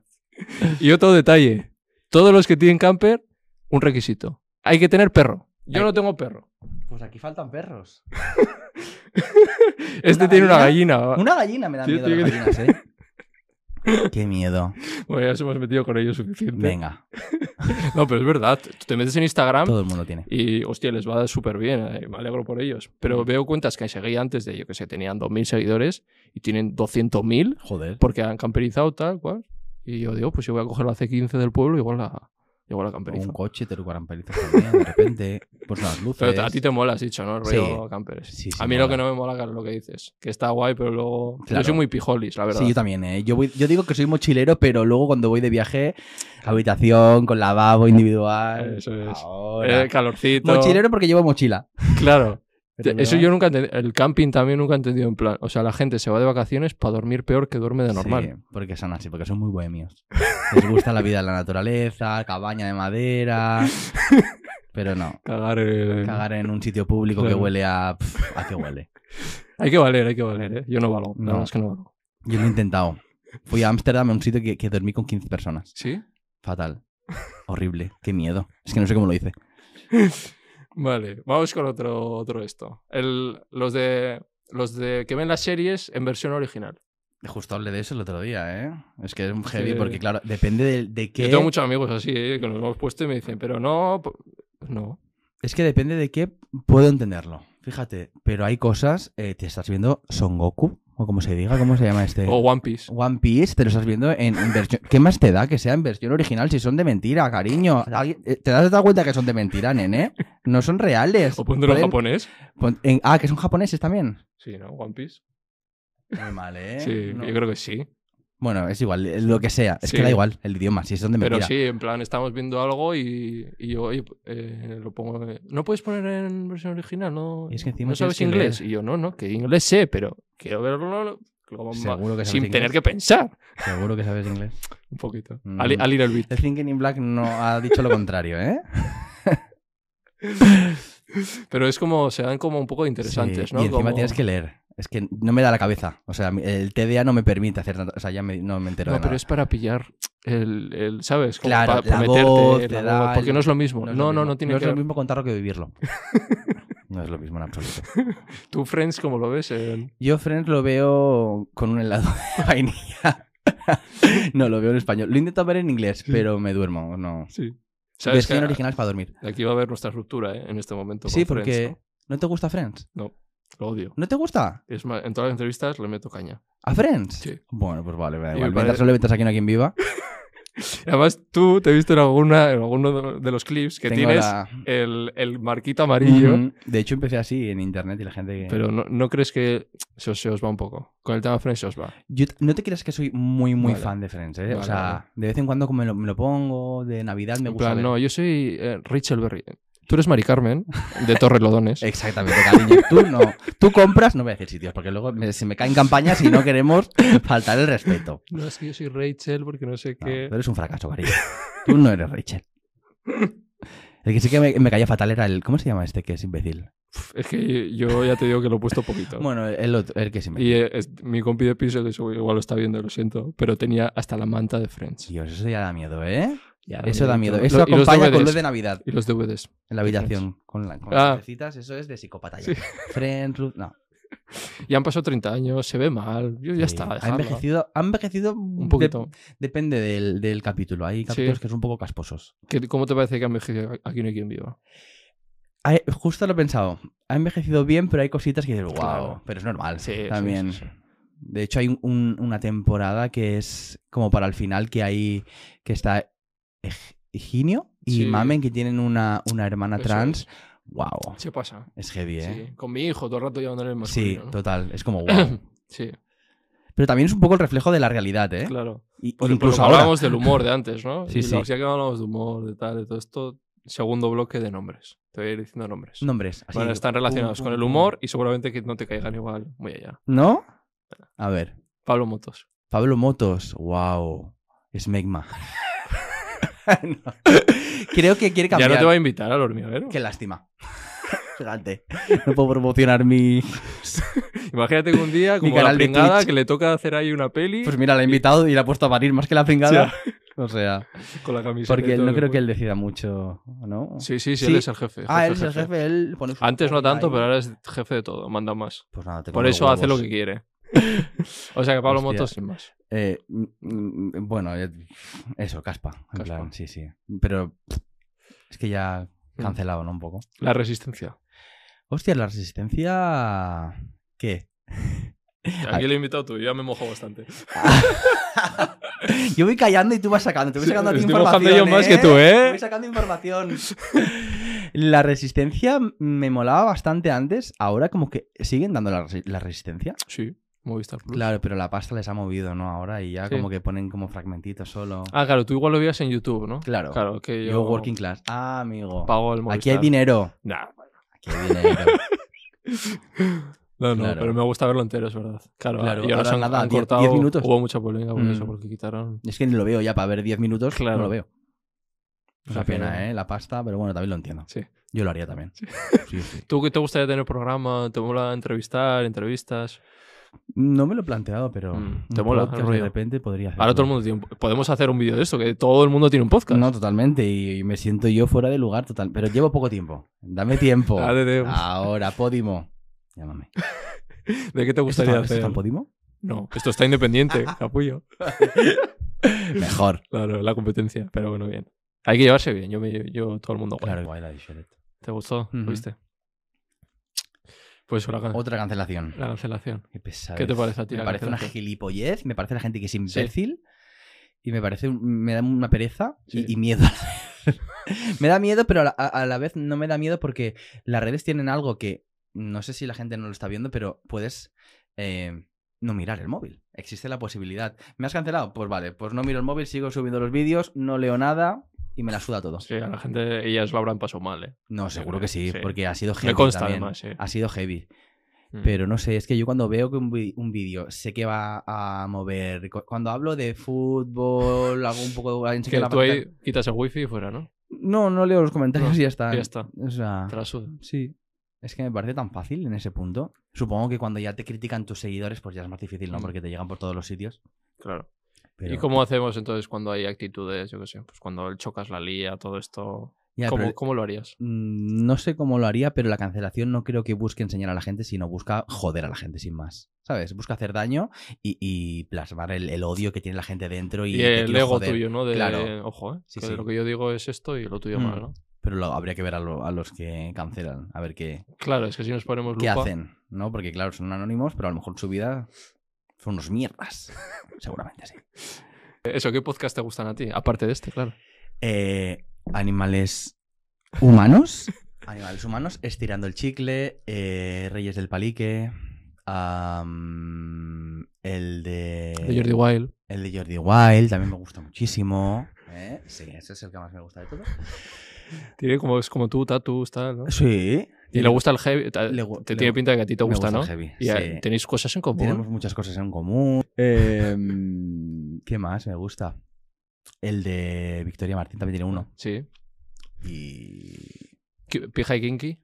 Speaker 2: Y otro detalle. Todos los que tienen camper, un requisito. Hay que tener perro. Yo
Speaker 1: Hay-
Speaker 2: no tengo perro.
Speaker 1: Pues aquí faltan perros.
Speaker 2: Este
Speaker 1: ¿Una
Speaker 2: tiene una
Speaker 1: gallina?
Speaker 2: gallina.
Speaker 1: Una gallina me da
Speaker 2: Ah. Sí,
Speaker 1: miedo
Speaker 2: tío,
Speaker 1: las
Speaker 2: que-
Speaker 1: gallinas, ¿eh? Qué miedo.
Speaker 2: Bueno, ya nos hemos metido con ellos suficiente.
Speaker 1: Venga,
Speaker 2: No, pero es verdad. Tú te metes en Instagram
Speaker 1: todo el mundo tiene.
Speaker 2: y, hostia, les va súper bien. eh, Me alegro por ellos. Pero veo cuentas que seguía antes de, yo que sé, tenían 2.000 seguidores y tienen 200.000
Speaker 1: Joder.
Speaker 2: porque han camperizado tal cual. Y yo digo, pues yo voy a coger la C15 del pueblo igual la, igual la
Speaker 1: O un
Speaker 2: camperizo.
Speaker 1: coche, te lo camperizo también, de repente. Pues las luces.
Speaker 2: Pero a ti te mola, has dicho, ¿no? El
Speaker 1: Sí.
Speaker 2: rollo camperes.
Speaker 1: Sí, sí,
Speaker 2: a mí lo
Speaker 1: mola.
Speaker 2: que no me mola claro, es lo que dices. Que está guay, pero luego...
Speaker 1: Claro.
Speaker 2: Yo soy muy pijolis, la verdad.
Speaker 1: Sí, yo también, ¿eh? Yo, voy- yo digo que soy mochilero, pero luego cuando voy de viaje, habitación, con lavabo individual.
Speaker 2: Ah, Eso es.
Speaker 1: Ahora.
Speaker 2: Eh, calorcito.
Speaker 1: mochilero porque llevo mochila.
Speaker 2: Claro.
Speaker 1: Pero
Speaker 2: Te- Eso
Speaker 1: luego-
Speaker 2: yo nunca entendí. El camping también nunca he entendido en plan. O sea, la gente se va de vacaciones para dormir peor que duerme de normal.
Speaker 1: Sí, porque son así, porque son muy bohemios. Les gusta la vida en la naturaleza, cabaña de madera. Pero no.
Speaker 2: Cagar, eh,
Speaker 1: Cagar en un sitio público
Speaker 2: Claro.
Speaker 1: que huele a. pf, ¿A qué huele?
Speaker 2: Hay que valer, hay que valer, ¿eh? Yo no valgo. La
Speaker 1: No.
Speaker 2: verdad es que no valgo.
Speaker 1: Yo lo he intentado. Fui a Ámsterdam a un sitio que, que dormí con 15 personas.
Speaker 2: ¿Sí?
Speaker 1: Fatal. Horrible. Qué miedo. Es que no sé cómo lo hice.
Speaker 2: Vale, vamos con otro, otro esto. El- los, de, los de que ven las series en versión original.
Speaker 1: Justo hablé de eso el otro día, ¿eh? Es que es un
Speaker 2: Es
Speaker 1: heavy
Speaker 2: que-
Speaker 1: porque, claro, depende de, de qué.
Speaker 2: Yo tengo muchos amigos así, ¿eh? Que nos hemos puesto y me dicen, pero no. po- No.
Speaker 1: Es que depende de qué puedo entenderlo. Fíjate, pero hay cosas. eh, te estás viendo Son Goku, o como se diga, ¿cómo se llama este?
Speaker 2: O One Piece.
Speaker 1: One Piece, te lo estás viendo en, en versión. ¿Qué más te da que sea en versión original si son de mentira, cariño? Alguien- eh, ¿Te das dado cuenta que son de mentira, nene? No son reales.
Speaker 2: O póntelo
Speaker 1: Pueden-
Speaker 2: en japonés.
Speaker 1: pon- en- ah, que son japoneses también.
Speaker 2: Sí, ¿no? One Piece.
Speaker 1: Muy mal, ¿eh?
Speaker 2: Sí,
Speaker 1: No.
Speaker 2: yo creo que sí.
Speaker 1: Bueno, es igual, eh, lo que sea. Es
Speaker 2: Sí.
Speaker 1: que da igual el idioma, si son de
Speaker 2: Pero
Speaker 1: mentira.
Speaker 2: sí, en plan, estamos viendo algo y, y yo oye, eh, lo pongo. eh, No puedes poner en versión original, no,
Speaker 1: Y es que encima
Speaker 2: no sabes
Speaker 1: tienes que
Speaker 2: inglés.
Speaker 1: leer.
Speaker 2: Y yo, no, no, que inglés sé, pero quiero verlo como ma-
Speaker 1: Seguro que sabes
Speaker 2: sin tener
Speaker 1: inglés.
Speaker 2: que pensar
Speaker 1: Seguro que sabes inglés.
Speaker 2: un poquito.
Speaker 1: Mm.
Speaker 2: Al, al ir al beat.
Speaker 1: El Thinking in Black no ha dicho lo contrario, ¿eh?
Speaker 2: Pero es como, se dan como un poco interesantes,
Speaker 1: Sí,
Speaker 2: ¿no?
Speaker 1: Y encima
Speaker 2: Como-
Speaker 1: tienes que leer. Es que no me da la cabeza. O sea, mi- el TDA no me permite hacer tanto. O sea, ya me- no me entero
Speaker 2: No,
Speaker 1: de
Speaker 2: pero
Speaker 1: nada.
Speaker 2: es para pillar el, el- ¿sabes? Como
Speaker 1: Claro,
Speaker 2: para, para
Speaker 1: la
Speaker 2: meterte
Speaker 1: voz,
Speaker 2: la
Speaker 1: te
Speaker 2: voz,
Speaker 1: da el-
Speaker 2: porque no es lo mismo. No,
Speaker 1: es
Speaker 2: no,
Speaker 1: lo
Speaker 2: no,
Speaker 1: mismo.
Speaker 2: tiene
Speaker 1: No
Speaker 2: que
Speaker 1: es lo
Speaker 2: ver.
Speaker 1: mismo contarlo que vivirlo. No es lo mismo en absoluto.
Speaker 2: Tú, Friends, como lo ves, En-
Speaker 1: Yo Friends lo veo con un helado de vainilla. no, lo veo en español. Lo intento ver en inglés, pero me duermo. No.
Speaker 2: sí. ¿Sabes
Speaker 1: Versión
Speaker 2: que
Speaker 1: original es para dormir.
Speaker 2: aquí va a haber nuestra ruptura ¿eh? en este momento.
Speaker 1: Sí,
Speaker 2: con
Speaker 1: porque
Speaker 2: Friends,
Speaker 1: ¿no? te gusta Friends?
Speaker 2: ¿no? Lo odio.
Speaker 1: ¿No te gusta?
Speaker 2: Es más, en todas las entrevistas le meto caña.
Speaker 1: ¿A Friends?
Speaker 2: Sí.
Speaker 1: Bueno, pues vale, me da
Speaker 2: Y me
Speaker 1: igual.
Speaker 2: parece-
Speaker 1: Mientras solo metas aquí en a quien viva,
Speaker 2: Además, tú te he visto en, alguna, en alguno de los clips que
Speaker 1: tengo
Speaker 2: tienes
Speaker 1: la-
Speaker 2: el, el marquito amarillo.
Speaker 1: Ujú. De hecho, empecé así en internet y la gente.
Speaker 2: Pero no, no crees que se os, se os va un poco. Con el tema Friends se os va.
Speaker 1: Yo t- no te creas que soy muy, muy
Speaker 2: Vale.
Speaker 1: fan de Friends, ¿eh? o
Speaker 2: Vale,
Speaker 1: sea,
Speaker 2: vale.
Speaker 1: de vez en cuando como me lo, me lo pongo, de Navidad me
Speaker 2: En
Speaker 1: gusta.
Speaker 2: plan,
Speaker 1: ver.
Speaker 2: no, yo soy eh, Rachel Berry. Tú eres Mari Carmen, de Torrelodones.
Speaker 1: Eh, Exactamente, cariño. Tú no. Tú compras, no voy a decir sitios, porque luego me- se me caen campañas y no queremos faltar el respeto.
Speaker 2: no, es que yo soy Rachel porque no sé
Speaker 1: No,
Speaker 2: qué.
Speaker 1: tú eres un fracaso, cariño. Tú no eres Rachel. El que sí que me, me caía fatal era el. ¿Cómo se llama este que es imbécil?
Speaker 2: Pf, Es que yo ya te digo que lo he puesto poquito.
Speaker 1: Bueno, el otro, el que es imbécil.
Speaker 2: y eh, es- mi compi de piso, que eso igual lo está viendo, lo siento, pero tenía hasta la manta de Friends.
Speaker 1: Dios, eso ya da miedo, ¿eh?
Speaker 2: Ya,
Speaker 1: Eso da miedo. Eso
Speaker 2: Lo- y los
Speaker 1: acompaña con
Speaker 2: DVDs.
Speaker 1: luz de Navidad.
Speaker 2: Y los DVDs.
Speaker 1: En la habitación, con, la, con
Speaker 2: Ah.
Speaker 1: las lucecitas, eso es de psicópata ya. Friends, luz- no.
Speaker 2: Ya han pasado 30 años, se ve mal. Yo ya
Speaker 1: Sí.
Speaker 2: está.
Speaker 1: Ha
Speaker 2: dejadlo.
Speaker 1: envejecido, ha envejecido
Speaker 2: Un poquito.
Speaker 1: depende del, del capítulo. Hay capítulos que son un poco casposos.
Speaker 2: ¿Qué- ¿Cómo te parece que ha envejecido Aquí no hay quien viva?
Speaker 1: Ah, eh, Justo lo he pensado. Ha envejecido bien, pero hay cositas que dices, wow,
Speaker 2: Claro.
Speaker 1: pero es normal.
Speaker 2: Sí, sí,
Speaker 1: también.
Speaker 2: sí, sí.
Speaker 1: De hecho, hay un- un- una temporada que es como para el final que hay que está Eg- Higinio y
Speaker 2: Sí.
Speaker 1: Mamen que tienen una, una hermana
Speaker 2: Eso
Speaker 1: trans. Wow,
Speaker 2: Se pasa.
Speaker 1: es heavy, ¿eh?
Speaker 2: Sí, Con mi hijo todo el rato llevándole el
Speaker 1: Oh. Sí, ¿Eh?
Speaker 2: masculino. ¿no?
Speaker 1: total, es como wow.
Speaker 2: Sí,
Speaker 1: Pero también es un poco el reflejo de la realidad, ¿eh?
Speaker 2: claro.
Speaker 1: Y-
Speaker 2: Por
Speaker 1: incluso
Speaker 2: ejemplo,
Speaker 1: ahora.
Speaker 2: Pues hablábamos del humor de antes, ¿no?
Speaker 1: Sí,
Speaker 2: Y
Speaker 1: sí.
Speaker 2: la- Ya que hablábamos de humor, de tal, de todo esto, segundo bloque de nombres. Te voy a ir diciendo nombres.
Speaker 1: Nombres. así,
Speaker 2: bueno, están relacionados
Speaker 1: pum,
Speaker 2: con
Speaker 1: pum,
Speaker 2: el
Speaker 1: pum.
Speaker 2: humor y seguramente que no te caigan igual muy allá.
Speaker 1: ¿No? A ver.
Speaker 2: Pablo Motos.
Speaker 1: Pablo Motos, wow. Es Megma. No. Creo que quiere
Speaker 2: Ya
Speaker 1: cambiar.
Speaker 2: no te va a invitar al hormiguero.
Speaker 1: Qué lástima. Fíjate. No puedo promocionar mi.
Speaker 2: Imagínate que un día, como la
Speaker 1: canal de
Speaker 2: pringada,
Speaker 1: Twitch.
Speaker 2: que le toca hacer ahí una peli
Speaker 1: Pues mira, la he invitado y la he puesto a parir más que la pringada. O sea,
Speaker 2: con la camiseta.
Speaker 1: porque
Speaker 2: y
Speaker 1: él,
Speaker 2: todo
Speaker 1: no creo que él
Speaker 2: rollo.
Speaker 1: decida mucho, ¿no?
Speaker 2: Sí, sí, sí,
Speaker 1: Sí.
Speaker 2: él es el jefe.
Speaker 1: ah, él es el jefe, él pone su-
Speaker 2: Antes no tanto,
Speaker 1: ahí.
Speaker 2: pero ahora es jefe de todo, manda más.
Speaker 1: Pues nada, te
Speaker 2: Por
Speaker 1: como
Speaker 2: eso
Speaker 1: los
Speaker 2: hace lo
Speaker 1: huevos.
Speaker 2: que quiere. O sea que Pablo
Speaker 1: Hostia.
Speaker 2: Motos sin más.
Speaker 1: Eh, mm, mm, bueno, eh, eso, caspa. En
Speaker 2: Caspa.
Speaker 1: plan, sí, sí. Pero es que ya
Speaker 2: Hmm.
Speaker 1: cancelado, ¿no? Un poco.
Speaker 2: La resistencia.
Speaker 1: Hostia, la resistencia. ¿Qué?
Speaker 2: Aquí le he invitado tú, yo ya me mojo bastante.
Speaker 1: Yo voy callando y tú vas sacando. Te voy
Speaker 2: Sí,
Speaker 1: sacando a ti
Speaker 2: estoy
Speaker 1: información.
Speaker 2: mojando yo más que tú, ¿eh?
Speaker 1: Te voy sacando información. La resistencia me molaba bastante antes. Ahora, como que siguen dando la, resi- la resistencia.
Speaker 2: Sí, Movistar Plus.
Speaker 1: Claro, pero la pasta les ha movido, ¿no? Ahora y ya
Speaker 2: Sí.
Speaker 1: como que ponen como fragmentitos solo.
Speaker 2: Ah, claro, tú igual lo veías en YouTube, ¿no?
Speaker 1: Claro.
Speaker 2: Claro, que yo,
Speaker 1: yo, working class. Ah, amigo.
Speaker 2: pago el Movistar.
Speaker 1: Aquí hay dinero.
Speaker 2: Nah,
Speaker 1: Aquí hay dinero.
Speaker 2: No, no,
Speaker 1: Claro.
Speaker 2: pero me gusta verlo entero, es verdad. Claro,
Speaker 1: Claro,
Speaker 2: y ahora,
Speaker 1: ahora
Speaker 2: se han,
Speaker 1: nada,
Speaker 2: han
Speaker 1: diez-
Speaker 2: cortado.
Speaker 1: diez minutos.
Speaker 2: Hubo mucha polémica por
Speaker 1: Mm.
Speaker 2: eso, porque quitaron.
Speaker 1: es que ni lo veo ya para ver 10 minutos.
Speaker 2: Claro.
Speaker 1: No lo veo. Es una
Speaker 2: que-
Speaker 1: pena, ¿eh? La pasta, pero bueno, también lo entiendo.
Speaker 2: Sí.
Speaker 1: Yo lo haría también. Sí, sí.
Speaker 2: ¿Tú qué te gustaría tener programa? ¿Te mola entrevistar, entrevistas?
Speaker 1: No me lo he planteado, pero.
Speaker 2: Mm,
Speaker 1: un
Speaker 2: te mola,
Speaker 1: podcast
Speaker 2: ¿no,
Speaker 1: De
Speaker 2: rollo?
Speaker 1: repente podría hacer.
Speaker 2: Ahora todo el mundo tiene un... Podemos hacer un vídeo de esto, que todo el mundo tiene un podcast.
Speaker 1: No, totalmente. Y, y me siento yo fuera de lugar total. Pero llevo poco tiempo. Dame tiempo.
Speaker 2: Ah, de, de-
Speaker 1: Ahora, Podimo. Llámame.
Speaker 2: ¿de qué te
Speaker 1: ¿Esto
Speaker 2: gustaría
Speaker 1: está- esto
Speaker 2: hacer?
Speaker 1: está en Podimo?
Speaker 2: No, esto está independiente, capullo.
Speaker 1: Mejor.
Speaker 2: Claro, la competencia, pero bueno, bien. Hay que llevarse bien, yo, me, yo todo el mundo guay.
Speaker 1: Claro, guay la de Sheret.
Speaker 2: ¿Te gustó? ¿Lo
Speaker 1: Ujú.
Speaker 2: viste? Pues la, can-
Speaker 1: Otra cancelación.
Speaker 2: la cancelación.
Speaker 1: Qué pesadez.
Speaker 2: ¿Qué te parece a ti
Speaker 1: Me
Speaker 2: la
Speaker 1: parece una
Speaker 2: cancelación?
Speaker 1: gilipollez. Me parece la gente que es imbécil. Y me parece. un- Me da una pereza y-
Speaker 2: Sí.
Speaker 1: y, miedo. me da miedo, pero a la, a la vez no me da miedo porque las redes tienen algo que. No sé si la gente no lo está viendo, pero puedes. eh, no mirar el móvil. Existe la posibilidad. ¿Me has cancelado? Pues vale, pues no miro el móvil, sigo subiendo los vídeos, no leo nada y me la suda todo.
Speaker 2: Sí, a la gente, ellas lo habrán pasado mal, ¿eh?
Speaker 1: No, seguro que sí,
Speaker 2: Sí.
Speaker 1: porque ha sido heavy.
Speaker 2: Me consta
Speaker 1: también. Ah,
Speaker 2: además, ¿eh?
Speaker 1: Ha sido heavy.
Speaker 2: Mm.
Speaker 1: Pero no sé, es que yo cuando veo que un, vi- un vídeo sé que va a mover. cu- Cuando hablo de fútbol, hago un poco. enseño
Speaker 2: Que
Speaker 1: la
Speaker 2: tú
Speaker 1: pantalla- Ah,
Speaker 2: ahí quitas el wifi y fuera, ¿no?
Speaker 1: No, no leo los comentarios
Speaker 2: No,
Speaker 1: y ya está.
Speaker 2: ya está.
Speaker 1: O sea,
Speaker 2: Te la suda.
Speaker 1: sí. Es que me parece tan fácil en ese punto. Supongo que cuando ya te critican tus seguidores, pues ya es más difícil, ¿no?
Speaker 2: Mm.
Speaker 1: Porque te llegan por todos los sitios.
Speaker 2: Claro.
Speaker 1: Pero-
Speaker 2: ¿Y cómo hacemos entonces cuando hay actitudes, yo qué sé, pues cuando el chocas la lía, todo esto?
Speaker 1: Ya,
Speaker 2: ¿Cómo,
Speaker 1: pero-
Speaker 2: cómo lo harías?
Speaker 1: Mm, No sé cómo lo haría, pero la cancelación no creo que busque enseñar a la gente, sino busca joder a la gente sin más. ¿Sabes? Busca hacer daño y, y plasmar el, el odio que tiene la gente dentro y,
Speaker 2: Y,
Speaker 1: te
Speaker 2: el
Speaker 1: quiero
Speaker 2: ego
Speaker 1: joder.
Speaker 2: tuyo, ¿no? De,
Speaker 1: claro.
Speaker 2: ojo, ¿eh?
Speaker 1: Sí,
Speaker 2: que
Speaker 1: sí.
Speaker 2: lo que yo digo es esto y lo tuyo
Speaker 1: Mm.
Speaker 2: mal, ¿no?
Speaker 1: Pero lo- habría que ver a, lo- a los que cancelan, a ver qué,
Speaker 2: Claro, es que si nos ponemos
Speaker 1: qué
Speaker 2: lupa...
Speaker 1: hacen, ¿no? Porque claro, son anónimos, pero a lo mejor su vida son unos mierdas. Seguramente sí.
Speaker 2: Eso, ¿qué podcast te gustan a ti? Aparte de este, claro.
Speaker 1: Eh, animales humanos. Animales humanos, estirando el chicle, eh, Reyes del Palique, am, el de...
Speaker 2: De Jordi Wild.
Speaker 1: El de Jordi Wild, también me gusta muchísimo. ¿eh? Sí, ese es el que más me gusta de todos.
Speaker 2: Tiene como, es como tú, tatus, tal, ¿no?
Speaker 1: Sí.
Speaker 2: Y le gusta el heavy. ta-
Speaker 1: le gu-
Speaker 2: te
Speaker 1: le
Speaker 2: tiene
Speaker 1: gu-
Speaker 2: pinta de que a ti te
Speaker 1: me
Speaker 2: gusta,
Speaker 1: gusta
Speaker 2: ¿no?
Speaker 1: el heavy,
Speaker 2: Y a-
Speaker 1: sí.
Speaker 2: tenéis cosas en común.
Speaker 1: Tenemos muchas cosas en común.
Speaker 3: eh,
Speaker 1: Em, ¿Qué más me gusta? El de Victoria Martín también tiene uno.
Speaker 2: Sí.
Speaker 1: Y.
Speaker 2: Ki- Pija y Kinky.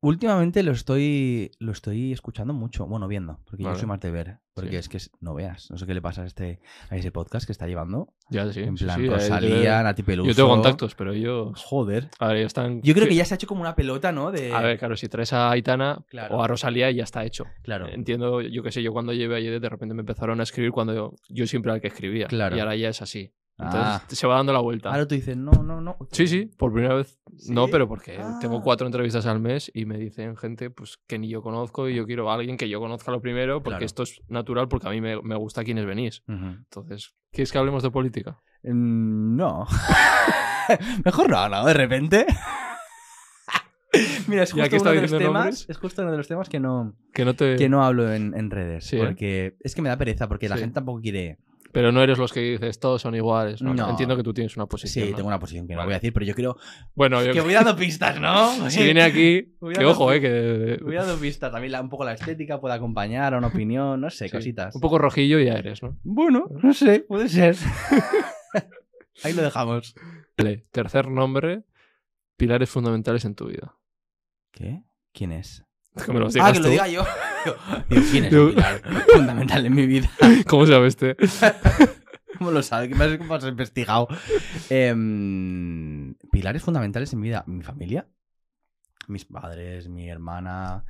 Speaker 1: Últimamente lo estoy, lo estoy escuchando mucho, bueno, viendo, porque
Speaker 2: Vale.
Speaker 1: yo soy más de ver, porque
Speaker 2: Sí.
Speaker 1: es que es- no veas, no sé qué le pasa a, este, a ese podcast que está llevando,
Speaker 2: Ya, sí.
Speaker 1: en
Speaker 2: sí,
Speaker 1: plan
Speaker 2: sí, ya, ya,
Speaker 1: Rosalía,
Speaker 2: ya.
Speaker 1: Nati Peluso...
Speaker 2: Yo tengo contactos, pero ellos.
Speaker 1: Joder.
Speaker 2: A ver, ellos están.
Speaker 1: Yo creo que ya se ha hecho como una pelota, ¿no? De...
Speaker 2: A ver, claro, si traes a Aitana
Speaker 1: Claro.
Speaker 2: o a Rosalía ya está hecho.
Speaker 1: claro.
Speaker 2: Entiendo, yo qué sé, yo cuando llevé ayer de repente me empezaron a escribir cuando yo, yo siempre era el que escribía.
Speaker 1: Claro.
Speaker 2: Y ahora ya es así. Entonces
Speaker 1: Ah.
Speaker 2: se va dando la vuelta.
Speaker 1: Ahora tú dices, no, no, no.
Speaker 2: Sí, sí, por primera vez. No,
Speaker 1: ¿Sí?
Speaker 2: pero porque
Speaker 1: Ah.
Speaker 2: tengo cuatro entrevistas al mes y me dicen gente pues, que ni yo conozco y yo quiero a alguien que yo conozca lo primero porque
Speaker 1: Claro.
Speaker 2: esto es natural porque a mí me, me gusta quienes venís.
Speaker 1: Ujú.
Speaker 2: Entonces, ¿quieres que hablemos de política?
Speaker 1: Mm, No. Mejor no, no, de repente. Mira, es
Speaker 2: Ya
Speaker 1: justo,
Speaker 2: que
Speaker 1: uno
Speaker 2: está
Speaker 1: de los
Speaker 2: diciendo
Speaker 1: temas,
Speaker 2: nombres.
Speaker 1: es justo uno de los temas que no,
Speaker 2: Que no te...
Speaker 1: que no hablo en, en redes.
Speaker 2: Sí, ¿eh?
Speaker 1: porque es que me da pereza, porque la
Speaker 2: Sí.
Speaker 1: gente tampoco quiere.
Speaker 2: Pero no eres los que dices todos son iguales. ¿no?
Speaker 1: No.
Speaker 2: Entiendo que tú tienes una
Speaker 1: Sí,
Speaker 2: posición. ¿no?
Speaker 1: tengo una posición que no
Speaker 2: Vale.
Speaker 1: voy a decir, pero yo creo
Speaker 2: Bueno, yo-
Speaker 1: que voy dando pistas, ¿no?
Speaker 2: si viene aquí...
Speaker 1: Voy
Speaker 2: que
Speaker 1: dando-
Speaker 2: ojo, eh, que...
Speaker 1: Voy dando pistas. También la- un poco la estética puede acompañar a una opinión, no sé,
Speaker 2: Sí,
Speaker 1: cositas.
Speaker 2: Un poco rojillo ya eres, ¿no?
Speaker 1: Bueno, no sé, puede ser. Ahí lo dejamos.
Speaker 2: Vale, tercer nombre, pilares fundamentales en tu vida.
Speaker 1: ¿Qué? ¿Quién es?
Speaker 2: Que me los digas
Speaker 1: Ah, que lo
Speaker 2: tú.
Speaker 1: diga yo. Digo, ¿quién es
Speaker 2: Yo-
Speaker 1: un pilar fundamental en mi vida?
Speaker 2: ¿Cómo sabes este?
Speaker 1: ¿Cómo lo sabes? ¿Qué me has, cómo has investigado? Em, pilares fundamentales en mi vida. Mi familia, mis padres, mi hermana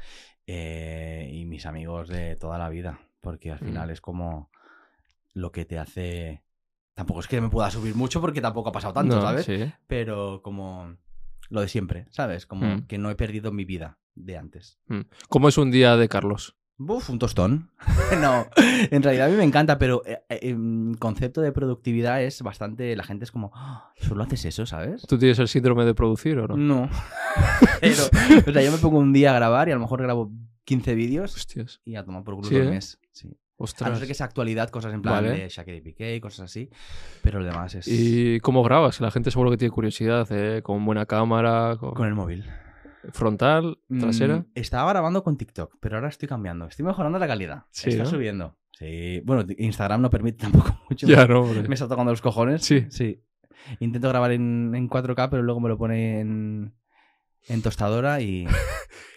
Speaker 1: eh, y mis amigos de toda la vida. Porque al
Speaker 2: Mm.
Speaker 1: final es como lo que te hace... Tampoco es que me pueda subir mucho porque tampoco ha pasado tanto,
Speaker 2: No,
Speaker 1: ¿sabes?
Speaker 2: sí.
Speaker 1: Pero como lo de siempre, ¿sabes? Como
Speaker 2: Mm.
Speaker 1: que no he perdido mi vida de antes.
Speaker 2: ¿Cómo es un día de Carlos?
Speaker 1: Buf, un tostón. no, en realidad a mí me encanta, pero eh, eh, el concepto de productividad es bastante. La gente es como, "Ah, solo haces eso, ¿sabes?
Speaker 2: ¿Tú tienes el síndrome de producir o no?
Speaker 1: No. pero, o sea, yo me pongo un día a grabar y a lo mejor grabo 15 vídeos
Speaker 2: Hostias.
Speaker 1: y a tomar por culo
Speaker 2: Sí,
Speaker 1: todo el
Speaker 2: ¿eh?
Speaker 1: mes. Sí. A
Speaker 2: Ostras.
Speaker 1: no ser que sea actualidad, cosas en plan
Speaker 2: Vale.
Speaker 1: de Shakira y Piqué y cosas así. Pero lo demás es
Speaker 2: ¿Y cómo grabas? La gente seguro que tiene curiosidad, ¿eh? Con buena cámara, con-
Speaker 1: con el móvil.
Speaker 2: frontal, trasera.
Speaker 1: Mm, estaba grabando con TikTok, pero ahora estoy cambiando. Estoy mejorando la calidad.
Speaker 2: Sí,
Speaker 1: Está
Speaker 2: ¿no?
Speaker 1: subiendo. Sí. Bueno, Instagram no permite tampoco mucho.
Speaker 2: Ya, no, hombre.
Speaker 1: Me está tocando los cojones.
Speaker 2: Sí.
Speaker 1: Sí. Intento grabar en, en 4K, pero luego me lo pone en, en tostadora y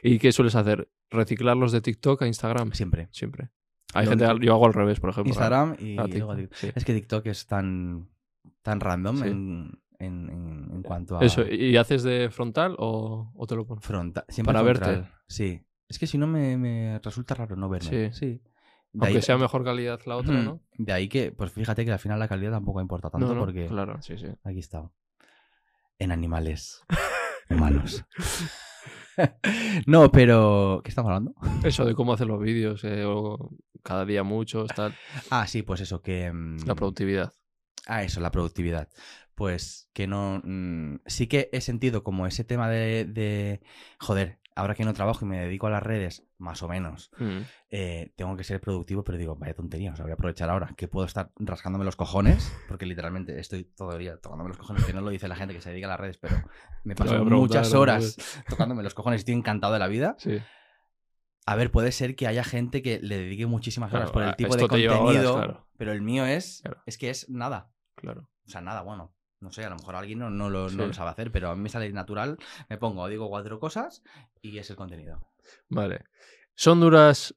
Speaker 2: ¿Y qué sueles hacer? ¿Reciclarlos de TikTok a Instagram?
Speaker 1: siempre.
Speaker 2: Siempre. Hay
Speaker 1: Yo-
Speaker 2: gente, yo hago al revés, por ejemplo.
Speaker 1: Instagram y
Speaker 2: Ah,
Speaker 1: luego
Speaker 2: TikTok,
Speaker 1: TikTok.
Speaker 2: sí.
Speaker 1: Es que TikTok es tan, tan random
Speaker 2: Sí.
Speaker 1: en, en- en- en cuanto a
Speaker 2: Eso, ¿y haces de frontal o, o te lo pones?
Speaker 1: frontal. Siempre
Speaker 2: para verte.
Speaker 1: frontal. Sí. Es que si no me, me resulta raro no verme.
Speaker 2: Sí.
Speaker 1: Sí. De
Speaker 2: Aunque
Speaker 1: ahí- Hmm.
Speaker 2: sea mejor calidad la otra, ¿no?
Speaker 1: De ahí que, pues fíjate que al final la calidad tampoco importa tanto
Speaker 2: No, no,
Speaker 1: porque
Speaker 2: Claro, sí, sí.
Speaker 1: aquí está. En animales humanos. no, pero. ¿Qué estamos hablando?
Speaker 2: Eso de cómo hacer los vídeos, eh, o cada día muchos, tal.
Speaker 1: Ah, sí, pues eso, que. mm,
Speaker 2: La productividad.
Speaker 1: Ah, eso, la productividad. Pues que no. mm, sí que he sentido como ese tema de, de, Joder, ahora que no trabajo y me dedico a las redes, más o menos,
Speaker 2: Mm.
Speaker 1: eh, tengo que ser productivo, pero digo, vaya tontería, o sea, voy a aprovechar ahora que puedo estar rascándome los cojones, porque literalmente estoy todo el día tocándome los cojones, que no lo dice la gente que se dedica a las redes, pero me
Speaker 2: Te lo
Speaker 1: paso
Speaker 2: voy a preguntar
Speaker 1: muchas
Speaker 2: ahora,
Speaker 1: horas tocándome los cojones, estoy encantado de la vida.
Speaker 2: Sí.
Speaker 1: A ver, puede ser que haya gente que le dedique muchísimas horas
Speaker 2: Claro,
Speaker 1: por el
Speaker 2: a-
Speaker 1: tipo de
Speaker 2: esto te lleva
Speaker 1: contenido,
Speaker 2: horas, claro.
Speaker 1: pero el mío es,
Speaker 2: Claro.
Speaker 1: es que es nada.
Speaker 2: Claro.
Speaker 1: O sea, nada, bueno. No sé, a lo mejor alguien no, no lo, no
Speaker 2: Sí.
Speaker 1: lo sabe hacer, pero a mí me sale natural. Me pongo, digo cuatro cosas y es el contenido.
Speaker 2: Vale. ¿Son duras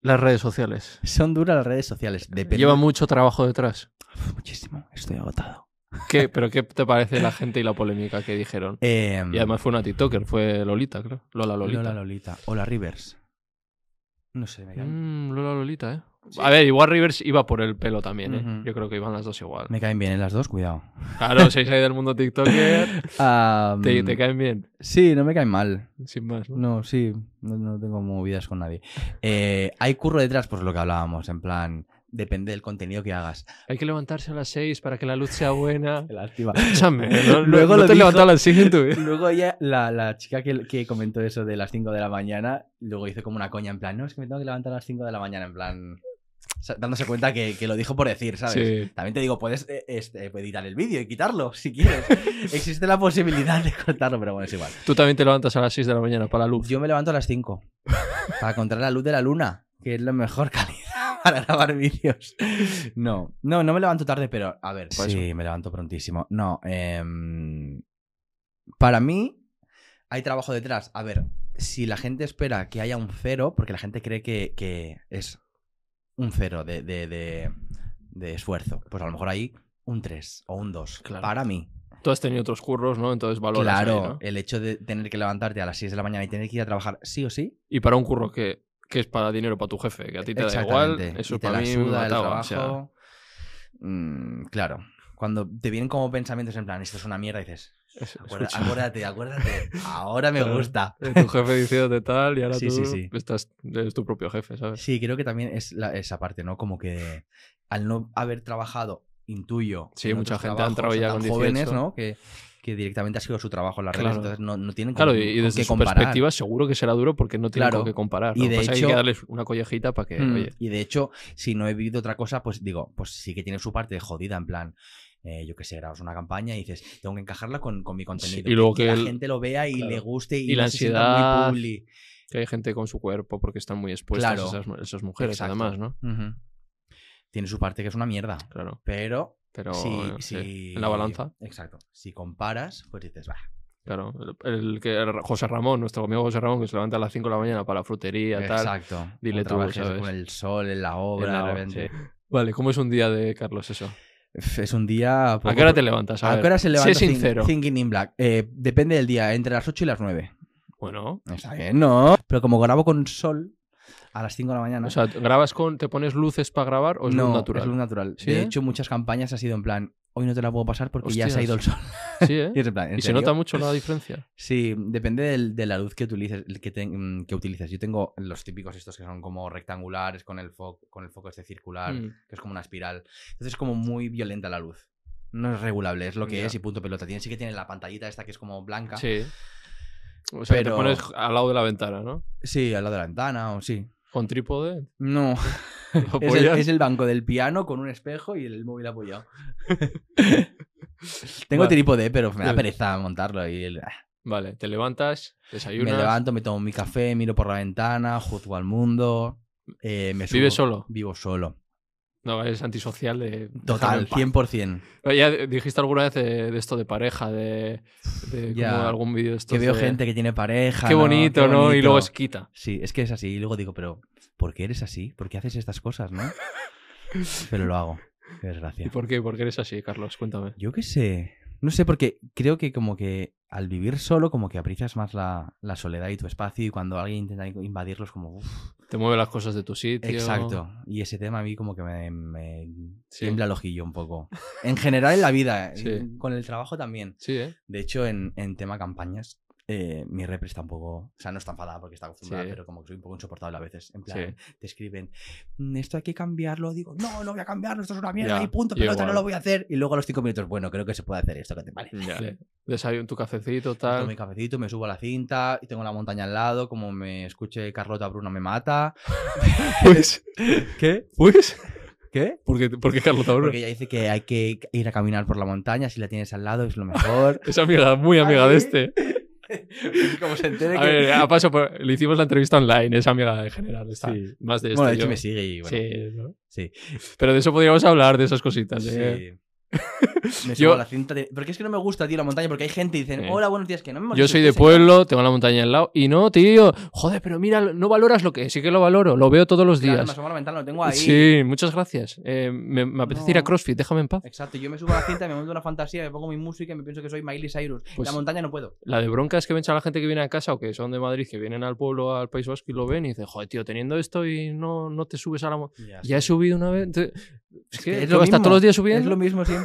Speaker 2: las redes sociales?
Speaker 1: Son duras las redes sociales. Depende
Speaker 2: Lleva mucho trabajo detrás.
Speaker 1: muchísimo. Estoy agotado.
Speaker 2: ¿Qué? ¿Pero qué te parece la gente y la polémica que dijeron? Y además fue una TikToker, fue Lolita, creo. Lola Lolita.
Speaker 1: Em, Lola Lolita. Hola Rivers. No sé, me caen,
Speaker 2: Mm, Lola Lolita, ¿eh?
Speaker 1: Sí.
Speaker 2: A ver, igual Rivers iba por el pelo también, ¿eh?
Speaker 1: Ujú.
Speaker 2: Yo creo que iban las dos igual.
Speaker 1: me caen bien ¿eh? las dos, cuidado.
Speaker 2: Claro, seis ahí del mundo TikToker,
Speaker 1: Am,
Speaker 2: te, te caen bien,
Speaker 1: Sí, no me caen mal.
Speaker 2: sin más. ¿no?
Speaker 1: No, sí, no, no tengo movidas con nadie. Eh, hay curro detrás, pues lo que hablábamos, en plan, depende del contenido que hagas.
Speaker 2: Hay que levantarse a las seis para que la luz sea buena.
Speaker 1: Qué lástima.
Speaker 2: Escúchame, no,
Speaker 1: Luego
Speaker 2: Luego no
Speaker 1: lo
Speaker 2: te
Speaker 1: dijo-
Speaker 2: levantas a las seis en tu vida.
Speaker 1: Luego ella, la, la chica que, que comentó eso de las 5 de la mañana, luego hizo como una coña en plan, no, es que me tengo que levantar a las 5 de la mañana, en plan, sa- dándose cuenta que, que lo dijo por decir, ¿sabes?
Speaker 2: Sí.
Speaker 1: También te digo, puedes eh, este, editar el vídeo y quitarlo si quieres. Existe la posibilidad de cortarlo, pero bueno, es igual.
Speaker 2: Tú también te levantas a las 6 de la mañana para la luz.
Speaker 1: Yo me levanto a las 5 para encontrar la luz de la luna, que es la mejor calidad para grabar vídeos. No, no, no me levanto tarde, pero a ver,
Speaker 2: Por
Speaker 1: sí, me levanto prontísimo. No, em, para mí hay trabajo detrás. A ver, si la gente espera que haya un cero, porque la gente cree que, que es un cero de, de- de- de esfuerzo, pues a lo mejor hay un 3 o un 2.
Speaker 2: Claro.
Speaker 1: Para mí.
Speaker 2: Tú has tenido otros curros, ¿no? Entonces valoras. ahí,
Speaker 1: Claro,
Speaker 2: ¿no?
Speaker 1: el hecho de tener que levantarte a las 6 de la mañana y tener que ir a trabajar sí o sí,
Speaker 2: Y para un curro que, que es para dinero para tu jefe, que a ti te da igual,
Speaker 1: Exactamente.
Speaker 2: eso
Speaker 1: Y te
Speaker 2: para
Speaker 1: la
Speaker 2: mí me
Speaker 1: suda el
Speaker 2: mataba, o sea,
Speaker 1: trabajo. Mm, claro. Cuando te vienen como pensamientos en plan, esto es una mierda, dices,
Speaker 2: es-
Speaker 1: "Acuerda-
Speaker 2: escucha,
Speaker 1: acuérdate, acuérdate. Ahora me
Speaker 2: Claro.
Speaker 1: gusta.
Speaker 2: tu jefe diciéndote tal y ahora
Speaker 1: ah. Sí,
Speaker 2: tú
Speaker 1: sí, sí.
Speaker 2: Estás, eres tu propio jefe, ¿sabes?
Speaker 1: Sí, creo que también es la- esa parte, ¿no? Como que al no haber trabajado, intuyo.
Speaker 2: Sí,
Speaker 1: en
Speaker 2: mucha
Speaker 1: otros
Speaker 2: gente ha entrado
Speaker 1: trabajos
Speaker 2: ya
Speaker 1: tan
Speaker 2: con 18.
Speaker 1: jóvenes, ¿no? Que, que directamente ha sido su trabajo en las redes,
Speaker 2: Claro.
Speaker 1: entonces no, no tienen con-
Speaker 2: Claro, y, y
Speaker 1: con
Speaker 2: desde
Speaker 1: qué
Speaker 2: su
Speaker 1: comparar.
Speaker 2: perspectiva seguro que será duro porque no tiene
Speaker 1: Claro.
Speaker 2: que comparar. ¿no?
Speaker 1: Y de
Speaker 2: Pasa que hay
Speaker 1: hecho-
Speaker 2: que darles una collejita para que,
Speaker 1: Mm,
Speaker 2: oye,
Speaker 1: Y de hecho, si no he vivido otra cosa, pues digo, pues sí que tiene su parte jodida, en plan, eh, yo que sé, grabas una campaña y dices, tengo que encajarla con, con mi contenido.
Speaker 2: y luego que
Speaker 1: la
Speaker 2: el-
Speaker 1: gente lo vea y
Speaker 2: claro.
Speaker 1: le guste y,
Speaker 2: Y la
Speaker 1: no se sienta
Speaker 2: ansiedad.
Speaker 1: muy publi.
Speaker 2: que hay gente con su cuerpo porque están muy expuestas
Speaker 1: Claro.
Speaker 2: esas, esas mujeres,
Speaker 1: Exacto.
Speaker 2: además, ¿no?
Speaker 1: Ujú. Tiene su parte que es una mierda.
Speaker 2: Claro.
Speaker 1: Pero,
Speaker 2: Pero
Speaker 1: si,
Speaker 2: eh,
Speaker 1: si-
Speaker 2: en la balanza.
Speaker 1: Exacto. Si comparas, pues dices, va.
Speaker 2: Claro, el, el que José Ramón, nuestro amigo José Ramón, que se levanta a las 5 de la mañana para la frutería, tal.
Speaker 1: Exacto.
Speaker 2: Dile
Speaker 1: No
Speaker 2: tú,
Speaker 1: trabajes
Speaker 2: ¿sabes?
Speaker 1: con el sol, en la obra,
Speaker 2: En la
Speaker 1: de
Speaker 2: obra,
Speaker 1: repente.
Speaker 2: Vale, ¿cómo es un día de Carlos eso?
Speaker 1: Es un día.
Speaker 2: ¿A
Speaker 1: poco
Speaker 2: qué hora te levantas? A
Speaker 1: Pues ¿A
Speaker 2: ver,
Speaker 1: qué hora se levanta?
Speaker 2: Sé
Speaker 1: Think-
Speaker 2: sincero.
Speaker 1: Thinking in Black. Eh, depende del día, entre las 8 y las 9.
Speaker 2: Bueno,
Speaker 1: Está bien, ¿no? Pero como grabo con sol a las 5 de la mañana.
Speaker 2: o sea, ¿grabas con, te pones luces para grabar o es
Speaker 1: no,
Speaker 2: luz natural?
Speaker 1: es luz natural.
Speaker 2: ¿Sí,
Speaker 1: de
Speaker 2: eh?
Speaker 1: hecho, muchas campañas ha sido en plan, hoy no te la puedo pasar porque ya se ha
Speaker 2: Hostias.
Speaker 1: ido el sol.
Speaker 2: Sí, ¿eh?
Speaker 1: Y es en plan, ¿en
Speaker 2: Y se
Speaker 1: serio?
Speaker 2: nota mucho la diferencia.
Speaker 1: Sí, depende del- de la luz que utilices, el que, te- mm, que utilices. Yo tengo los típicos estos que son como rectangulares con el, foco con el foco este circular,
Speaker 2: Mm.
Speaker 1: que es como una espiral. Entonces es como muy violenta la luz. No es regulable, es lo que
Speaker 2: Ya.
Speaker 1: es y punto pelota. Tiene, sí que tiene la pantallita esta que es como blanca.
Speaker 2: Sí. O sea, que te
Speaker 1: Pero-
Speaker 2: pones al lado de la ventana, ¿no?
Speaker 1: Sí, al lado de la ventana o sí.
Speaker 2: Con trípode. pues
Speaker 1: No,
Speaker 2: lo
Speaker 1: es el,
Speaker 2: apoyas.
Speaker 1: es el banco del piano con un espejo y el móvil apoyado. Tengo
Speaker 2: Vale.
Speaker 1: trípode, pero me da
Speaker 2: Sí.
Speaker 1: pereza montarlo. Y el-
Speaker 2: Vale, te levantas, desayunas.
Speaker 1: me levanto, me tomo mi café, miro por la ventana, juzgo al mundo. eh, me
Speaker 2: ¿Vives
Speaker 1: subo-
Speaker 2: solo?
Speaker 1: Vivo solo.
Speaker 2: No, eres antisocial de.
Speaker 1: Total,
Speaker 2: déjame en
Speaker 1: 100%.
Speaker 2: paz. Eh, Ya dijiste alguna vez eh, de, de esto de pareja, de. de
Speaker 1: Ya.
Speaker 2: como algún vídeo de estos
Speaker 1: Que veo
Speaker 2: de-
Speaker 1: gente que tiene pareja.
Speaker 2: Qué bonito, ¿no? Y
Speaker 1: bonito.
Speaker 2: luego es quita.
Speaker 1: Sí, es que es así. Y luego digo, pero ¿por qué eres así? ¿Por qué haces estas cosas, no? pero lo hago. Qué desgracia.
Speaker 2: ¿Y por qué? ¿Por qué eres así, Carlos? Cuéntame.
Speaker 1: Yo qué sé. No sé, porque creo que como que al vivir solo, como que aprecias más la, la soledad y tu espacio. Y cuando alguien intenta invadirlos, como. "Uf,
Speaker 2: Te mueve las cosas de tu sitio.
Speaker 1: exacto. Y ese tema a mí como que me, me
Speaker 2: Sí.
Speaker 1: tiembla el ojillo un poco. En general en la vida, eh,
Speaker 2: Sí.
Speaker 1: en- con el trabajo también.
Speaker 2: Sí, ¿eh?
Speaker 1: De hecho, en, en tema campañas, eh, mi repre está un poco. O sea, no está enfadada porque está acostumbrada,
Speaker 2: Sí.
Speaker 1: pero como que soy un poco insoportable a veces. En plan, te escriben, "Mm, esto hay que cambiarlo. Digo, no, no voy a cambiarlo, esto es una mierda
Speaker 2: Ya,
Speaker 1: y punto,
Speaker 2: yo
Speaker 1: pero no
Speaker 2: igual.
Speaker 1: lo voy a hacer. Y luego a los cinco minutos, bueno, creo que se puede hacer esto, que te vale.
Speaker 2: Ya. Desayuno tu cafecito,
Speaker 1: Me Tomo mi
Speaker 2: tal.
Speaker 1: cafecito, me subo a la cinta y tengo la montaña al lado. Como me escuche Carlota Bruna me mata.
Speaker 2: Pues,
Speaker 1: ¿Qué?
Speaker 2: pues.
Speaker 1: ¿Qué?
Speaker 2: ¿Por qué, por qué Carlos Tauro?
Speaker 1: Porque ella dice que hay que ir a caminar por la montaña. Si la tienes al lado es lo mejor.
Speaker 2: Es amiga, muy amiga de
Speaker 1: Ahí.
Speaker 2: este.
Speaker 1: Y como se entere
Speaker 2: A
Speaker 1: que...
Speaker 2: ver, a paso, por- le hicimos la entrevista online, es amiga en general, está
Speaker 1: Sí.
Speaker 2: más de este.
Speaker 1: bueno, de hecho
Speaker 2: yo.
Speaker 1: me sigue y bueno.
Speaker 2: Sí, ¿no?
Speaker 1: Sí.
Speaker 2: Pero de eso podríamos hablar, de esas cositas. ¿eh?
Speaker 1: sí. Me subo
Speaker 2: Yo-
Speaker 1: a la cinta. de- Porque es que no me gusta, tío, la montaña. Porque hay gente que dicen,
Speaker 2: Sí.
Speaker 1: hola, buenos días, que no me hemos
Speaker 2: Yo
Speaker 1: dicho
Speaker 2: soy
Speaker 1: que
Speaker 2: de
Speaker 1: se-
Speaker 2: pueblo, tengo la montaña al lado, y no, tío, joder, pero mira, no valoras lo que sí que lo valoro, lo veo todos los
Speaker 1: Claro,
Speaker 2: días.
Speaker 1: me asomo a la ventana, lo tengo ahí.
Speaker 2: Sí, muchas gracias. Eh, me, me apetece ir a
Speaker 1: No.
Speaker 2: CrossFit, déjame en paz.
Speaker 1: Exacto, yo me subo a la cinta, me monto una fantasía, me pongo mi música y me pienso que soy Miley Cyrus.
Speaker 2: Pues-
Speaker 1: la montaña no puedo.
Speaker 2: La de bronca es que ven a la gente que viene a casa o que son de Madrid, que vienen al pueblo, al País Vasco y lo ven y dicen, joder, tío, teniendo esto y no, no te subes a la montaña. Ya he subido una vez. te- Es que,
Speaker 1: es
Speaker 2: tengo
Speaker 1: lo
Speaker 2: que estar
Speaker 1: mismo,
Speaker 2: todos los días
Speaker 1: Es
Speaker 2: subiendo.
Speaker 1: lo mismo siempre.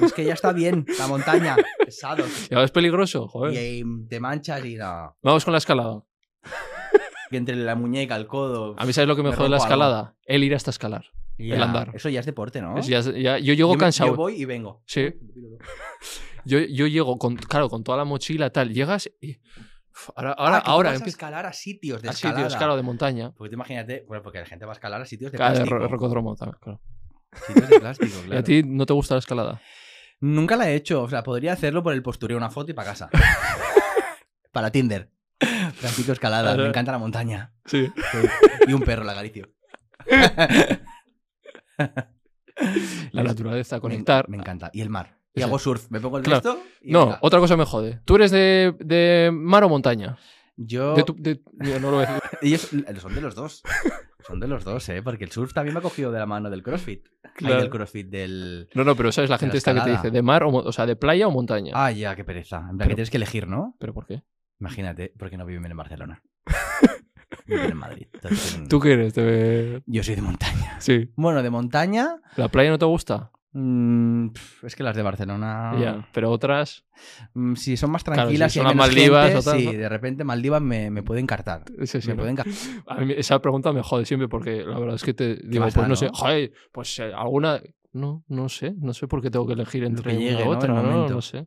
Speaker 1: Es que ya está bien, la montaña, pesados.
Speaker 2: Ya es peligroso,
Speaker 1: Y
Speaker 2: joder.
Speaker 1: ahí te manchas y no.
Speaker 2: Vamos con la escalada.
Speaker 1: Que entre la muñeca, el codo.
Speaker 2: A mí, ¿sabes lo que me,
Speaker 1: Me
Speaker 2: jode la
Speaker 1: rompo algo.
Speaker 2: escalada? El ir hasta escalar.
Speaker 1: ya,
Speaker 2: el andar.
Speaker 1: Eso ya es deporte, ¿no?
Speaker 2: Es- ya- ya- yo llego
Speaker 1: Yo me-
Speaker 2: cansado.
Speaker 1: Yo voy y vengo.
Speaker 2: Sí. Yo, yo llego, con, claro, con toda la mochila, tal. Llegas y. Uf, Ahora, ahora,
Speaker 1: Ah, que tú
Speaker 2: ahora
Speaker 1: vas a
Speaker 2: empieza.
Speaker 1: escalar a sitios de
Speaker 2: Ah, sí, tío,
Speaker 1: escalada.
Speaker 2: escalado de montaña.
Speaker 1: Porque tú imagínate, bueno, porque la gente va a escalar a sitios de
Speaker 2: Claro, de
Speaker 1: plástico.
Speaker 2: ro- rocódromo también, claro.
Speaker 1: Sitios de plástico,
Speaker 2: ¿Y a
Speaker 1: claro.
Speaker 2: ti no te gusta la escalada?
Speaker 1: Nunca la he hecho. O sea, podría hacerlo por el postureo, una foto y para casa. para Tinder. Practico escalada,
Speaker 2: Claro.
Speaker 1: me encanta la montaña.
Speaker 2: Sí.
Speaker 1: Y un perro, la Galicio.
Speaker 2: La
Speaker 1: Es-
Speaker 2: naturaleza,
Speaker 1: Me-
Speaker 2: conectar.
Speaker 1: Me, encanta. Y el mar. Y
Speaker 2: Sí.
Speaker 1: hago surf. Me pongo el
Speaker 2: Claro.
Speaker 1: resto. y
Speaker 2: No,
Speaker 1: venga.
Speaker 2: otra cosa me jode. ¿Tú eres de, de mar o montaña?
Speaker 1: Yo.
Speaker 2: De tu- de- yo no lo voy a decir.
Speaker 1: Ellos son de los dos. Son de los dos, ¿eh? Porque el surf también me ha cogido de la mano del crossfit. Hay
Speaker 2: Claro.
Speaker 1: del crossfit del.
Speaker 2: No, no, pero sabes la
Speaker 1: De
Speaker 2: gente
Speaker 1: la
Speaker 2: esta que te
Speaker 1: escalada.
Speaker 2: dice de mar o, mo- o sea, de playa o montaña.
Speaker 1: Ah, ya, qué pereza. En plan,
Speaker 2: Pero-
Speaker 1: que tienes que elegir, ¿no?
Speaker 2: ¿Pero por qué?
Speaker 1: Imagínate, porque no viven en Barcelona. viven en Madrid. Entonces tienen-
Speaker 2: ¿Tú qué eres? De-
Speaker 1: Yo soy de montaña.
Speaker 2: Sí.
Speaker 1: Bueno, de montaña.
Speaker 2: ¿La playa no te gusta?
Speaker 1: mm, pf, es que las de Barcelona.
Speaker 2: Ya. Pero otras.
Speaker 1: mm, si son más
Speaker 2: Claro, si
Speaker 1: tranquilas y
Speaker 2: son
Speaker 1: hay
Speaker 2: las
Speaker 1: menos
Speaker 2: Maldivas
Speaker 1: gente,
Speaker 2: o tal,
Speaker 1: sí,
Speaker 2: ¿no?
Speaker 1: de repente Maldivas me, me puede encartar.
Speaker 2: Sí, sí,
Speaker 1: me
Speaker 2: ¿no?
Speaker 1: puede
Speaker 2: Pues
Speaker 1: encartar.
Speaker 2: A mí esa pregunta me jode siempre porque la verdad es que te digo,
Speaker 1: vas a
Speaker 2: pues
Speaker 1: dar,
Speaker 2: no sé,
Speaker 1: no?
Speaker 2: joder, pues eh, alguna. No, no sé, no sé por qué tengo que elegir entre
Speaker 1: que llegue,
Speaker 2: una
Speaker 1: ¿no?
Speaker 2: u
Speaker 1: El
Speaker 2: otra, ¿no? ¿no?
Speaker 1: momento.
Speaker 2: sé.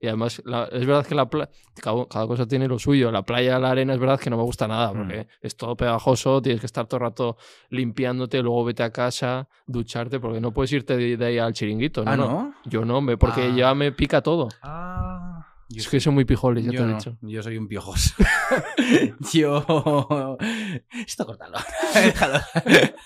Speaker 2: Y además, la- es verdad que la playa. Cada, cada cosa tiene lo suyo. La playa, la arena, es verdad que no me gusta nada
Speaker 1: Mm.
Speaker 2: porque es todo pegajoso, tienes que estar todo el rato limpiándote, luego vete a casa, ducharte, porque no puedes irte de, de ahí al chiringuito, ¿no?
Speaker 1: Ah,
Speaker 2: no.
Speaker 1: ¿no?
Speaker 2: Yo no, me, porque
Speaker 1: Ah.
Speaker 2: ya me pica todo.
Speaker 1: Ah. Yo
Speaker 2: es que soy muy pijoles, ya te
Speaker 1: Yo,
Speaker 2: he
Speaker 1: no,
Speaker 2: dicho.
Speaker 1: yo soy un piojoso. yo. Esto córtalo. Déjalo.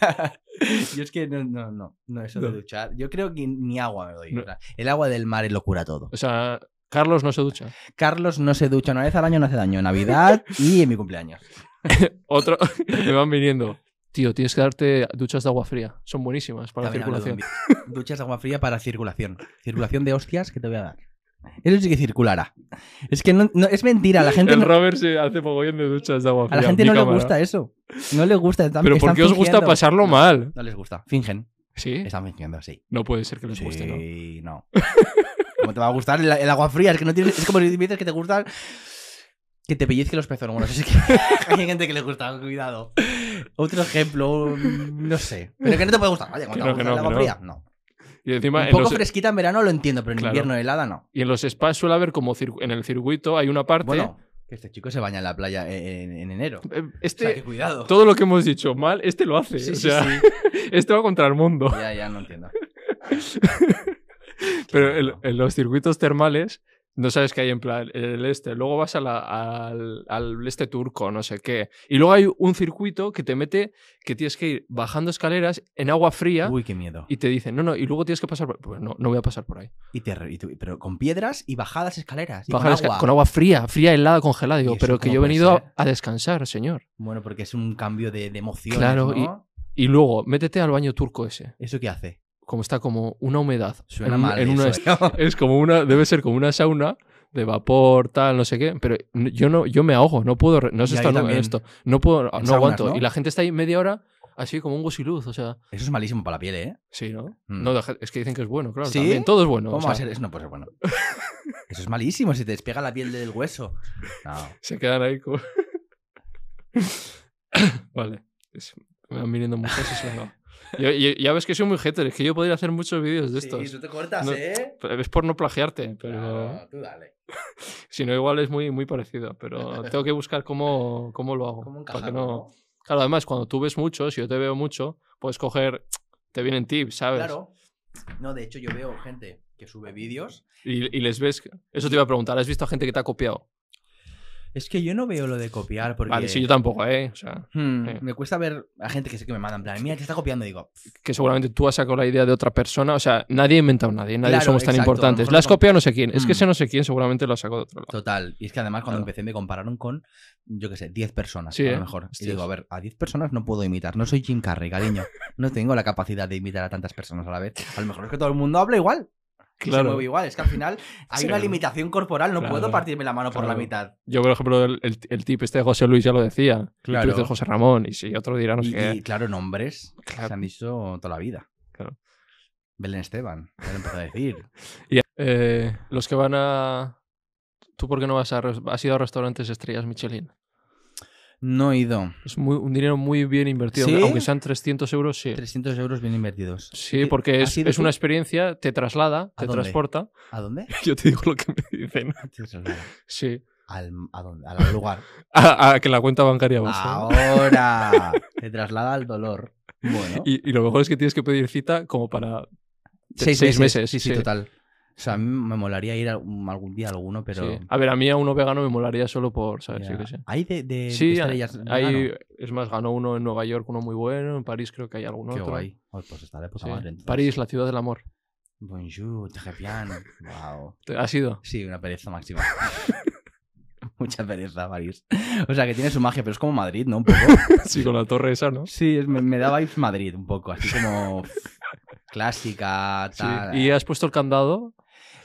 Speaker 1: yo es que no, no, no, no, eso de
Speaker 2: No.
Speaker 1: duchar. Yo creo que ni agua me doy.
Speaker 2: No.
Speaker 1: o sea, el agua del mar es locura todo.
Speaker 2: O sea, Carlos no se ducha.
Speaker 1: Carlos no se ducha una vez al año, no hace daño. En Navidad y en mi cumpleaños.
Speaker 2: Otro, me van viniendo. Tío, tienes que darte duchas de agua fría. Son buenísimas para la
Speaker 1: También hablo de
Speaker 2: circulación.
Speaker 1: un bi- Duchas de agua fría para circulación. Circulación de hostias que te voy a dar. Eso sí que circulará. Es que no, no- es mentira. La gente,
Speaker 2: El
Speaker 1: no-
Speaker 2: Robert se hace mogollón de duchas de agua
Speaker 1: a
Speaker 2: fría.
Speaker 1: la gente
Speaker 2: mi
Speaker 1: no le
Speaker 2: cámara.
Speaker 1: gusta eso. No le gusta. están-
Speaker 2: Pero ¿por
Speaker 1: están
Speaker 2: qué os gusta
Speaker 1: fingiendo.
Speaker 2: pasarlo mal?
Speaker 1: No les gusta. Fingen.
Speaker 2: Sí.
Speaker 1: Están fingiendo, sí.
Speaker 2: No puede ser que les
Speaker 1: Sí,
Speaker 2: guste, ¿no?
Speaker 1: no. ¿Cómo te va a gustar el, el agua fría? Es que no tienes. Es como si dices que te gustan. Que te pellizque los pezones. Bueno, eso sí que hay gente que le gusta, cuidado. Otro ejemplo, mm, no sé. Pero que no te puede gustar, vaya, cuando
Speaker 2: Que no,
Speaker 1: te
Speaker 2: que
Speaker 1: gusta
Speaker 2: no,
Speaker 1: el agua
Speaker 2: que no.
Speaker 1: fría, no.
Speaker 2: Y encima,
Speaker 1: Un
Speaker 2: en
Speaker 1: poco
Speaker 2: los,
Speaker 1: fresquita en verano lo entiendo, pero en
Speaker 2: Claro.
Speaker 1: invierno helada no.
Speaker 2: y en los spas suele haber como circu- en el circuito hay una parte.
Speaker 1: Bueno, que este chico se baña en la playa e, en, en enero. O
Speaker 2: eh,
Speaker 1: sea,
Speaker 2: este,
Speaker 1: que cuidado.
Speaker 2: todo lo que hemos dicho mal, este lo hace. o sea, este va contra el mundo.
Speaker 1: Ya, ya, no entiendo.
Speaker 2: Pero en, en los circuitos termales no sabes qué hay en plan el este. Luego vas a la- al, al este turco, no sé qué. Y luego hay un circuito que te mete que tienes que ir bajando escaleras en agua fría
Speaker 1: Uy, qué miedo.
Speaker 2: y te dicen, no, no, y luego tienes que pasar por... Pues no, no voy a pasar por ahí.
Speaker 1: Y te re- y tú- pero con piedras y bajadas escaleras. Y
Speaker 2: Bajar
Speaker 1: con
Speaker 2: esca-
Speaker 1: agua.
Speaker 2: con agua fría, fría, helada, congelada. Digo,
Speaker 1: ¿Y eso
Speaker 2: pero que
Speaker 1: cómo
Speaker 2: yo he
Speaker 1: puede
Speaker 2: venido
Speaker 1: ser?
Speaker 2: a, a descansar, señor.
Speaker 1: Bueno, porque es un cambio de, de emociones,
Speaker 2: Claro,
Speaker 1: ¿no?
Speaker 2: Y luego, métete al baño turco ese.
Speaker 1: ¿Eso qué hace?
Speaker 2: Como está como una humedad.
Speaker 1: Suena
Speaker 2: en un-
Speaker 1: mal.
Speaker 2: en una
Speaker 1: eso, ¿eh?
Speaker 2: Es como una, debe ser como una sauna de vapor, tal, no sé qué, pero n- yo no, yo me ahogo, no puedo, re- no
Speaker 1: Y
Speaker 2: sé
Speaker 1: ahí
Speaker 2: esto, no,
Speaker 1: también.
Speaker 2: esto, no puedo, no
Speaker 1: saunas,
Speaker 2: aguanto.
Speaker 1: ¿no?
Speaker 2: Y la gente está ahí media hora así como un gusiluz, o sea,
Speaker 1: Eso es malísimo para la piel, ¿eh?
Speaker 2: sí, ¿no?
Speaker 1: Mm.
Speaker 2: No, deja- es que dicen que es bueno, claro,
Speaker 1: ¿Sí?
Speaker 2: también, todo es bueno. o
Speaker 1: ¿Cómo
Speaker 2: sea,
Speaker 1: va a ser eso? No puede ser bueno. Eso es malísimo, si te despega la piel del hueso. No.
Speaker 2: Se quedan ahí como... vale, Es- me van viniendo muchas y se me va. Yo- yo- ya ves que soy muy hater, es que yo podría hacer muchos vídeos de estos.
Speaker 1: tú te cortas,
Speaker 2: No.
Speaker 1: ¿eh?
Speaker 2: Pero Es por no plagiarte, pero...
Speaker 1: tú dale.
Speaker 2: Si no, igual es muy, muy parecido, pero tengo que buscar cómo, cómo lo hago. para que no- Claro, además, cuando tú ves mucho, si yo te veo mucho, puedes coger, te vienen tips, ¿sabes?
Speaker 1: Claro. No, de hecho, yo veo gente que sube vídeos.
Speaker 2: Y, y les ves... que- Eso te iba a preguntar, ¿has visto a gente que te ha copiado?
Speaker 1: Es que yo no veo lo de copiar porque.
Speaker 2: Vale, sí, yo tampoco, ¿eh? O sea,
Speaker 1: Hmm,
Speaker 2: Sí.
Speaker 1: Me cuesta ver a gente que sé que me manda en plan, mira, te está copiando. Digo,
Speaker 2: que seguramente tú has sacado la idea de otra persona, o sea, nadie ha inventado nadie, nadie
Speaker 1: Claro,
Speaker 2: somos tan
Speaker 1: exacto, a lo
Speaker 2: importantes.
Speaker 1: mejor
Speaker 2: La has
Speaker 1: lo com-
Speaker 2: copiado no sé quién, es
Speaker 1: Mm.
Speaker 2: que ese no sé quién seguramente lo ha sacado de otro lado.
Speaker 1: Total. Y es que además cuando
Speaker 2: Claro.
Speaker 1: empecé me compararon con, yo qué sé, 10 personas
Speaker 2: Sí,
Speaker 1: a
Speaker 2: ¿eh?
Speaker 1: lo mejor. Y
Speaker 2: Hostias.
Speaker 1: digo, a ver, a 10 personas no puedo imitar. No soy Jim Carrey, cariño. No tengo la capacidad de imitar a tantas personas a la vez. A lo mejor es que todo el mundo habla igual. Que se
Speaker 2: Claro.
Speaker 1: mueve igual. Es que al final hay
Speaker 2: Sí,
Speaker 1: una
Speaker 2: ¿no?
Speaker 1: limitación corporal. No
Speaker 2: Claro.
Speaker 1: puedo partirme la mano por la
Speaker 2: Claro.
Speaker 1: mitad.
Speaker 2: Yo, por ejemplo, el, el- el tip este de José Luis ya lo decía.
Speaker 1: Claro.
Speaker 2: Y tú dices José Ramón, y si otro dirá no sé
Speaker 1: y,
Speaker 2: qué.
Speaker 1: y, claro, nombres que
Speaker 2: Claro.
Speaker 1: se han dicho toda la vida.
Speaker 2: Claro.
Speaker 1: Belén Esteban, ya lo empezó a decir.
Speaker 2: Y, eh, los que van a. ¿Tú por qué no vas a. res- Has ido a restaurantes estrellas Michelin?
Speaker 1: No he ido.
Speaker 2: Es muy, un dinero muy bien invertido.
Speaker 1: ¿Sí?
Speaker 2: Aunque sean 300 euros, sí.
Speaker 1: 300 euros bien invertidos.
Speaker 2: Sí,
Speaker 1: ¿Qué-
Speaker 2: porque
Speaker 1: has
Speaker 2: es,
Speaker 1: ido
Speaker 2: es
Speaker 1: tú?
Speaker 2: una experiencia, te traslada, te
Speaker 1: dónde?
Speaker 2: transporta.
Speaker 1: ¿A dónde?
Speaker 2: Yo te digo lo que me dicen. Sí.
Speaker 1: Al, ¿A dónde? Al lugar.
Speaker 2: A, a que la cuenta bancaria
Speaker 1: Ah,
Speaker 2: baja.
Speaker 1: Ahora se traslada al dolor. Bueno,
Speaker 2: Y, y lo mejor es que tienes que pedir cita como para.
Speaker 1: seis, meses.
Speaker 2: seis meses,
Speaker 1: Sí, sí,
Speaker 2: sí.
Speaker 1: total. O sea, a mí me molaría ir a un- algún día a alguno, pero.
Speaker 2: Sí. A ver, a mí a uno vegano me molaría solo por. ¿Sabes?
Speaker 1: ya. Eh,
Speaker 2: Yo qué sé.
Speaker 1: Hay de, de
Speaker 2: Sí,
Speaker 1: estrellas. Ah,
Speaker 2: Hay,
Speaker 1: vegano?
Speaker 2: es más, ganó uno en Nueva York, uno muy bueno. En París creo que hay algún
Speaker 1: Qué
Speaker 2: otro.
Speaker 1: guay. Oh, pues está de puta
Speaker 2: Sí.
Speaker 1: madre. entonces.
Speaker 2: París, la ciudad del amor.
Speaker 1: Bonjour, très bien. Wow.
Speaker 2: Te- ¿Has ido?
Speaker 1: Sí, una pereza máxima. Mucha pereza, París. O sea, que tiene su magia, pero es como Madrid, ¿no? Un poco.
Speaker 2: Sí, con la torre esa, ¿no?
Speaker 1: Sí, es- me, me da vibes Madrid un poco, así como clásica,
Speaker 2: Sí.
Speaker 1: tal.
Speaker 2: ¿Y has puesto el candado?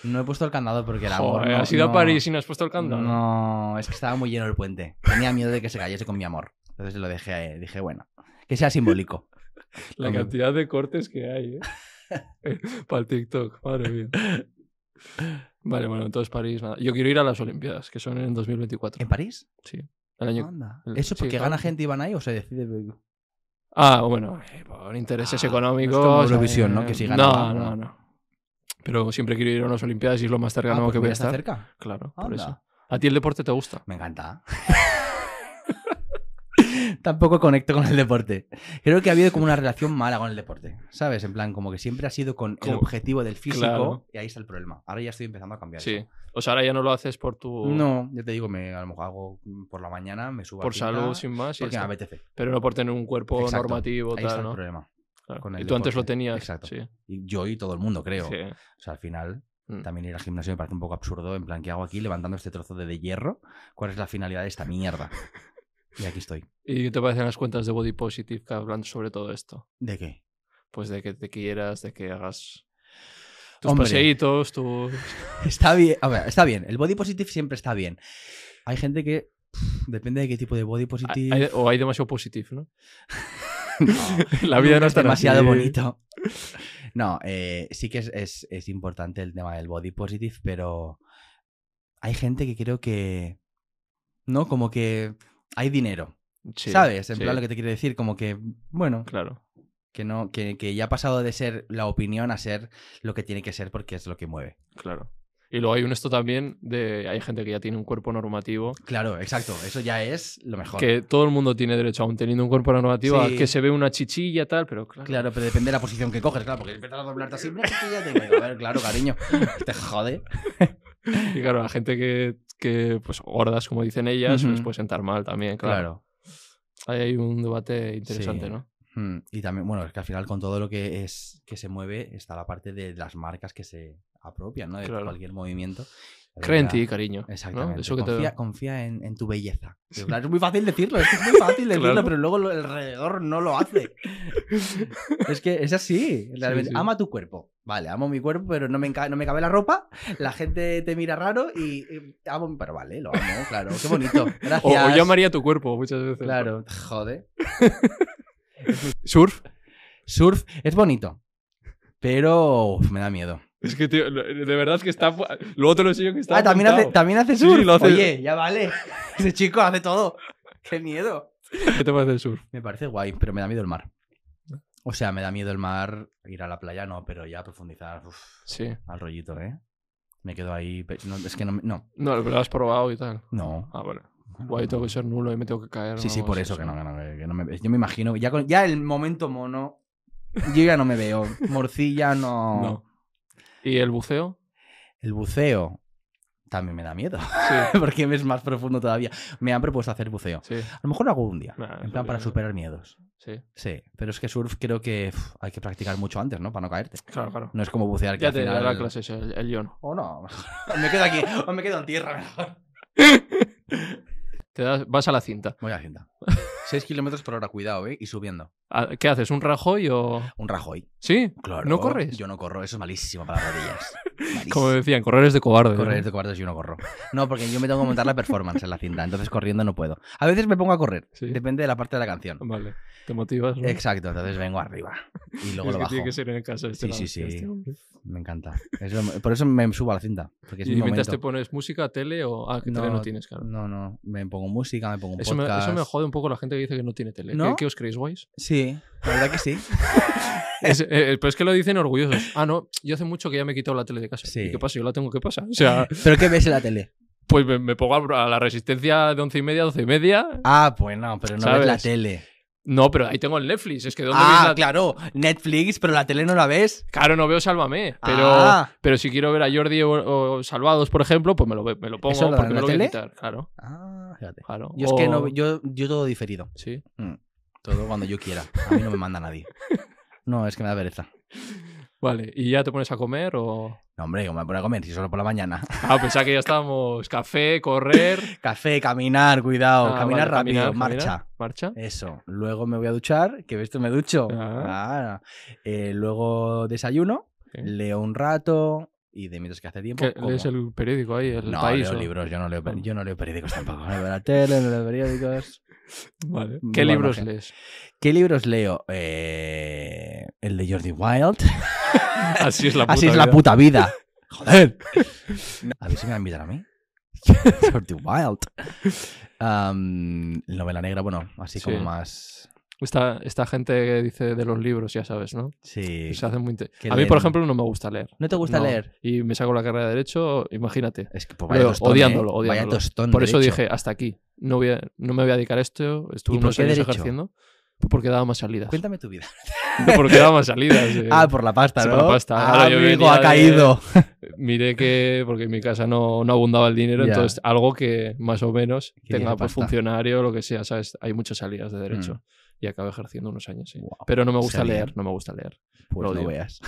Speaker 1: No he puesto el candado porque la
Speaker 2: Joder, has ido a París y no has puesto el candado.
Speaker 1: No, es que estaba muy lleno el puente. Tenía miedo de que se cayese con mi amor. Entonces lo dejé, ahí. dije, bueno, que sea simbólico.
Speaker 2: La
Speaker 1: Hombre.
Speaker 2: cantidad de cortes que hay, ¿eh? Para el TikTok, madre mía. Vale, bueno, entonces París, nada. Yo quiero ir a las Olimpiadas, que son en 2024.
Speaker 1: ¿En París?
Speaker 2: El año...
Speaker 1: Anda.
Speaker 2: el-
Speaker 1: ¿Eso
Speaker 2: mm, sí,
Speaker 1: porque
Speaker 2: claro.
Speaker 1: gana gente y van ahí o se decide?
Speaker 2: Ah, bueno, eh, por intereses
Speaker 1: Ah,
Speaker 2: económicos.
Speaker 1: no es como
Speaker 2: eh,
Speaker 1: Eurovisión, ¿no? Que si gana,
Speaker 2: No,
Speaker 1: va,
Speaker 2: no,
Speaker 1: ¿no?
Speaker 2: no. Pero siempre quiero ir a unas Olimpiadas y es lo más cercano
Speaker 1: Ah, pues
Speaker 2: que voy
Speaker 1: mira,
Speaker 2: a
Speaker 1: está
Speaker 2: estar.
Speaker 1: cerca.
Speaker 2: Claro, por
Speaker 1: Anda.
Speaker 2: eso. ¿A ti el deporte te gusta?
Speaker 1: Me encanta. Tampoco conecto con el deporte. Creo que ha habido como una relación mala con el deporte. ¿Sabes? En plan, como que siempre ha sido con el
Speaker 2: Como-
Speaker 1: objetivo del físico
Speaker 2: Claro.
Speaker 1: y ahí está el problema. Ahora ya estoy empezando a cambiar.
Speaker 2: Sí. Uh.
Speaker 1: eso.
Speaker 2: O sea, ahora ya no lo haces por tu...
Speaker 1: No, ya te digo, me, a lo mejor hago por la mañana, me subo a
Speaker 2: Por
Speaker 1: cinta,
Speaker 2: salud, sin más. y
Speaker 1: Porque
Speaker 2: ya
Speaker 1: me
Speaker 2: está.
Speaker 1: apetece.
Speaker 2: Pero no por tener un cuerpo
Speaker 1: Exacto.
Speaker 2: normativo,
Speaker 1: Ahí está
Speaker 2: tal,
Speaker 1: el
Speaker 2: ¿no?
Speaker 1: problema.
Speaker 2: Claro.
Speaker 1: con el
Speaker 2: y tú antes lo
Speaker 1: deporte.
Speaker 2: tenías.
Speaker 1: Exacto.
Speaker 2: Sí.
Speaker 1: Y yo y todo el mundo, creo.
Speaker 2: Sí.
Speaker 1: O sea, al final,
Speaker 2: Mm.
Speaker 1: también ir al gimnasio me parece un poco absurdo. En plan, ¿qué hago aquí levantando este trozo de, de hierro? ¿Cuál es la finalidad de esta mierda? Y aquí estoy.
Speaker 2: ¿Y qué te parecen las cuentas de Body Positive que hablan sobre todo esto?
Speaker 1: ¿De qué?
Speaker 2: Pues de que te quieras, de que hagas tus
Speaker 1: Hombre.
Speaker 2: paseitos, tus...
Speaker 1: Está bien, a ver, está bien. El body positive siempre está bien. Hay gente que pff, depende de qué tipo de body
Speaker 2: Hay-
Speaker 1: positive.
Speaker 2: hay- o hay demasiado positivo, ¿no?
Speaker 1: No,
Speaker 2: La vida
Speaker 1: nunca
Speaker 2: no
Speaker 1: es
Speaker 2: está
Speaker 1: demasiado bonito. No, eh, sí que es, es- es importante el tema del body positive, pero hay gente que creo que no, como que hay dinero, ¿sabes? En plan lo que te quiero decir, como que bueno,
Speaker 2: Claro.
Speaker 1: que no, que, que ya ha pasado de ser la opinión a ser lo que tiene que ser porque es lo que mueve.
Speaker 2: Claro. Y luego hay un esto también de hay gente que ya tiene un cuerpo normativo.
Speaker 1: Claro, exacto. Eso ya es lo mejor.
Speaker 2: Que todo el mundo tiene derecho, aún teniendo un cuerpo normativo, a
Speaker 1: Sí.
Speaker 2: que se ve una chichilla tal, pero claro.
Speaker 1: Claro, pero depende de la posición que coges, claro, porque empiezas a doblarte así, mira, chico, ya te digo, a ver, claro, cariño, te jode.
Speaker 2: Y claro, la gente que, que, pues gordas, como dicen ellas, pues,
Speaker 1: Ujú.
Speaker 2: les puede sentar mal también, claro. Ahí hay un debate interesante,
Speaker 1: Sí.
Speaker 2: ¿no?
Speaker 1: Mm, Y también, bueno, es que al final con todo lo que es que se mueve está la parte de las marcas que se apropian, ¿no? De
Speaker 2: Claro.
Speaker 1: cualquier movimiento. La
Speaker 2: Cree en
Speaker 1: verdad-
Speaker 2: ti, cariño. ¿no?
Speaker 1: Exactamente.
Speaker 2: Eso que te-
Speaker 1: confía confía en, en tu belleza. Pero claro, es muy fácil decirlo, es que es muy fácil decirlo,
Speaker 2: Claro.
Speaker 1: pero luego lo- el alrededor no lo hace. es que es así. realmente.
Speaker 2: sí.
Speaker 1: Ama tu cuerpo. Vale, amo mi cuerpo, pero no me, enca- no me cabe la ropa. La gente te mira raro y eh, amo, pero vale, lo amo, claro. Qué bonito. Gracias.
Speaker 2: O, o llamaría tu cuerpo muchas veces.
Speaker 1: Claro, jode.
Speaker 2: Surf.
Speaker 1: Surf es bonito, pero uf, me da miedo.
Speaker 2: Es que, tío, lo- de verdad que está. fu- Luego te lo enseño que está.
Speaker 1: ah, también
Speaker 2: apuntado.
Speaker 1: hace, también hace
Speaker 2: Sí,
Speaker 1: surf.
Speaker 2: lo hace-
Speaker 1: Oye, ya vale. Ese chico hace todo. Qué miedo.
Speaker 2: ¿Qué te parece el surf?
Speaker 1: Me parece guay, pero me da miedo el mar. O sea, me da miedo el mar, ir a la playa no, pero ya profundizar uf,
Speaker 2: Sí.
Speaker 1: al rollito, ¿eh? Me quedo ahí. pe- no, es que no. me- No.
Speaker 2: No, pero lo has probado y tal.
Speaker 1: no.
Speaker 2: Ah, vale. Guay, tengo que ser nulo y me tengo que caer.
Speaker 1: Sí,
Speaker 2: ¿no?
Speaker 1: sí, por eso que no, que no, que- que no me- Yo me imagino. que Ya, con- ya el momento mono. Yo ya no me veo. Morcilla no.
Speaker 2: No. ¿Y el buceo?
Speaker 1: El buceo también me da miedo.
Speaker 2: Sí.
Speaker 1: Porque es más profundo todavía. Me han propuesto hacer buceo.
Speaker 2: Sí.
Speaker 1: A lo mejor lo hago un día.
Speaker 2: Nah,
Speaker 1: en plan, para
Speaker 2: sí.
Speaker 1: superar miedos.
Speaker 2: Sí.
Speaker 1: Sí, pero es que surf creo que uf, hay que practicar mucho antes, ¿no? Para no caerte.
Speaker 2: Claro, claro.
Speaker 1: No es como bucear que
Speaker 2: Ya
Speaker 1: al
Speaker 2: te
Speaker 1: final...
Speaker 2: dará clases el, el guión.
Speaker 1: O no. me quedo aquí. O me quedo en tierra mejor.
Speaker 2: Te das- vas a la cinta.
Speaker 1: Voy a la cinta. 6 kilómetros por hora, cuidado, ¿eh? Y subiendo.
Speaker 2: Ah, ¿Qué haces? ¿Un Rajoy o.?
Speaker 1: Un Rajoy.
Speaker 2: Sí.
Speaker 1: Claro.
Speaker 2: ¿No corres?
Speaker 1: Yo no corro. Eso es malísimo para las rodillas. Malísimo.
Speaker 2: Como decían, correr es de cobarde. ¿no?
Speaker 1: Correr de cuartos yo no corro. No, porque yo me tengo que montar la performance en la cinta. Entonces corriendo no puedo. A veces me pongo a correr.
Speaker 2: Sí.
Speaker 1: Depende de la parte de la canción.
Speaker 2: Vale. Te motivas. ¿no?
Speaker 1: Exacto. Entonces vengo arriba. Y luego
Speaker 2: es
Speaker 1: lo
Speaker 2: que
Speaker 1: bajo.
Speaker 2: tiene que ser en el caso. este
Speaker 1: Sí, sí,
Speaker 2: lado,
Speaker 1: sí.
Speaker 2: este hombre.
Speaker 1: Me encanta. Es lo- Por eso me subo a la cinta. Porque es
Speaker 2: y
Speaker 1: mi
Speaker 2: mientras
Speaker 1: momento.
Speaker 2: te pones música, tele o. Ah, que tele no tienes, claro.
Speaker 1: No, no. Me pongo música, me pongo un
Speaker 2: Eso me,
Speaker 1: podcast.
Speaker 2: eso me jode un poco la gente que dice que no tiene tele. ¿Qué-
Speaker 1: ¿No?
Speaker 2: ¿Qué, os creéis, guays?
Speaker 1: Sí, la verdad que sí.
Speaker 2: Es- eh, eh, pero es que lo dicen orgullosos. Ah, no, yo hace mucho que ya me he quitado la tele de casa.
Speaker 1: Sí.
Speaker 2: ¿Y qué pasa? Yo la tengo que pasar. O sea,
Speaker 1: ¿Pero qué ves en la tele?
Speaker 2: pues me, me pongo a a la resistencia de once y media, doce y media.
Speaker 1: Ah, pues no, pero no
Speaker 2: ¿Sabes?
Speaker 1: ves la tele.
Speaker 2: No, pero ahí tengo el Netflix. Es que ¿dónde
Speaker 1: Ah,
Speaker 2: veis la
Speaker 1: claro, Netflix, pero la tele no la ves.
Speaker 2: Claro, no veo Sálvame, pero,
Speaker 1: Ah.
Speaker 2: pero si quiero ver a Jordi o, o Salvados, por ejemplo, pues me lo, ve- me lo pongo
Speaker 1: ¿Eso lo dan
Speaker 2: porque
Speaker 1: en
Speaker 2: me
Speaker 1: la
Speaker 2: lo voy a
Speaker 1: tele?
Speaker 2: quitar. Claro,
Speaker 1: Ah, fíjate.
Speaker 2: claro.
Speaker 1: Yo es que
Speaker 2: O-
Speaker 1: no, yo, yo todo diferido.
Speaker 2: Sí.
Speaker 1: Mm, Todo cuando yo quiera. A mí no me manda nadie. No, es que me da pereza.
Speaker 2: Vale, ¿y ya te pones a comer o...?
Speaker 1: No, hombre, yo me voy a poner a comer, si solo por la mañana.
Speaker 2: Ah, pensaba que ya estábamos. Café, correr...
Speaker 1: Café, caminar, cuidado,
Speaker 2: Ah,
Speaker 1: caminar
Speaker 2: vale,
Speaker 1: rápido,
Speaker 2: caminar,
Speaker 1: marcha. Eh,
Speaker 2: caminar, Marcha.
Speaker 1: Eso. Luego me voy a duchar, que esto me ducho.
Speaker 2: Ah.
Speaker 1: Ah. Eh, luego desayuno,
Speaker 2: Sí.
Speaker 1: leo un rato y de mientras que hace tiempo.
Speaker 2: ¿Qué-
Speaker 1: como.
Speaker 2: lees el periódico ahí, el
Speaker 1: no,
Speaker 2: país.
Speaker 1: leo
Speaker 2: o-
Speaker 1: libros, yo no leo,
Speaker 2: Ah.
Speaker 1: yo no leo periódicos tampoco. No veo la tele, no leo periódicos.
Speaker 2: Vale.
Speaker 1: Muy
Speaker 2: ¿Qué
Speaker 1: mal
Speaker 2: libros
Speaker 1: margen.
Speaker 2: lees?
Speaker 1: ¿Qué libros leo? Eh, el de Jordi Wild.
Speaker 2: Así es la puta.
Speaker 1: Así es la
Speaker 2: vida.
Speaker 1: puta vida. Joder. No, A ver si me van a invitar a mí. Jordi Wild. Am, novela negra, bueno, así
Speaker 2: Sí.
Speaker 1: como más.
Speaker 2: Esta, esta gente que dice de los libros, ya sabes, ¿no?
Speaker 1: Sí.
Speaker 2: Se hace muy inte-
Speaker 1: que
Speaker 2: A mí, por
Speaker 1: leen-
Speaker 2: ejemplo, no me gusta leer.
Speaker 1: ¿No te gusta
Speaker 2: No.
Speaker 1: leer?
Speaker 2: Y me saco la carrera de Derecho, imagínate.
Speaker 1: Es que pues, vaya
Speaker 2: Leo,
Speaker 1: tostón, ¿eh?
Speaker 2: odiándolo, odiándolo.
Speaker 1: Vaya tostón,
Speaker 2: Por eso
Speaker 1: derecho.
Speaker 2: dije, hasta aquí. No, voy a- no me voy a dedicar a esto. Estuve
Speaker 1: ¿Y por
Speaker 2: unos
Speaker 1: qué
Speaker 2: años
Speaker 1: derecho?
Speaker 2: ejerciendo. Porque daba más salidas.
Speaker 1: Cuéntame tu vida.
Speaker 2: No, porque daba más salidas. eh.
Speaker 1: Ah, por la pasta,
Speaker 2: sí,
Speaker 1: ¿no?
Speaker 2: por la pasta.
Speaker 1: Ah,
Speaker 2: Claro, yo
Speaker 1: amigo,
Speaker 2: venía
Speaker 1: ha
Speaker 2: de-
Speaker 1: caído.
Speaker 2: Miré que, porque en mi casa no, no abundaba el dinero,
Speaker 1: Ya.
Speaker 2: entonces algo que más o menos
Speaker 1: Querías
Speaker 2: tenga pues
Speaker 1: pasta.
Speaker 2: funcionario, lo que sea, ¿sabes? Hay muchas salidas de derecho.
Speaker 1: Mm.
Speaker 2: Y acabo ejerciendo unos años, sí.
Speaker 1: Guau,
Speaker 2: Pero no me gusta
Speaker 1: sería.
Speaker 2: leer, no me gusta leer.
Speaker 1: Pues
Speaker 2: lo
Speaker 1: no
Speaker 2: odio.
Speaker 1: veas.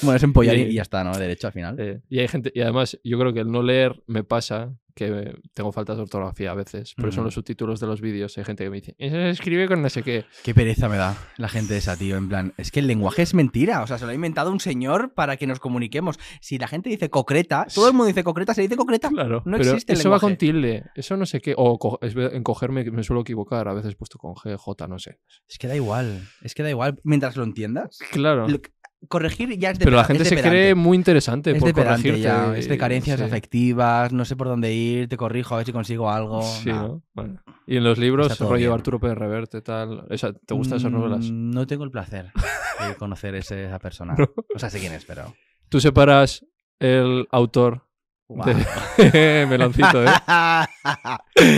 Speaker 1: bueno, es empollar y,
Speaker 2: Y-
Speaker 1: y ya está, ¿no? Derecho al final.
Speaker 2: Eh, y hay gente, y además yo creo que el no leer me pasa que tengo faltas de ortografía a veces. Por eso en
Speaker 1: Ujú.
Speaker 2: los subtítulos de los vídeos hay gente que me dice, eso se escribe con no sé qué.
Speaker 1: Qué pereza me da la gente esa, tío. En plan, es que el lenguaje es mentira. O sea, se lo ha inventado un señor para que nos comuniquemos. Si la gente dice concreta, todo el mundo dice concreta, se dice concreta.
Speaker 2: Claro,
Speaker 1: No
Speaker 2: pero
Speaker 1: existe el
Speaker 2: eso va con
Speaker 1: lenguaje.
Speaker 2: tilde, eso no sé qué. O co- es ver- en cogerme me suelo equivocar, a veces puesto con G, J, no sé.
Speaker 1: Es que da igual. Es que da igual. Mientras lo entiendas,
Speaker 2: Claro.
Speaker 1: lo- corregir ya es de
Speaker 2: Pero la
Speaker 1: peda-
Speaker 2: gente
Speaker 1: es de
Speaker 2: se cree
Speaker 1: pedante.
Speaker 2: muy interesante
Speaker 1: Es
Speaker 2: por
Speaker 1: de pedante
Speaker 2: corregirte,
Speaker 1: ya, es
Speaker 2: y-
Speaker 1: de carencias
Speaker 2: sí.
Speaker 1: afectivas, no sé por dónde ir, te corrijo a ver si consigo algo.
Speaker 2: Sí,
Speaker 1: nah.
Speaker 2: ¿no? Bueno. Y en los libros,
Speaker 1: Está todo
Speaker 2: rollo
Speaker 1: bien.
Speaker 2: Arturo Pérez Reverte, tal. Esa- ¿Te gustan esas
Speaker 1: Mm,
Speaker 2: novelas?
Speaker 1: No tengo el placer de conocer ese- esa persona.
Speaker 2: No.
Speaker 1: O sea, sé quién es, pero.
Speaker 2: Tú separas el autor
Speaker 1: Guau.
Speaker 2: de Meloncito, ¿eh?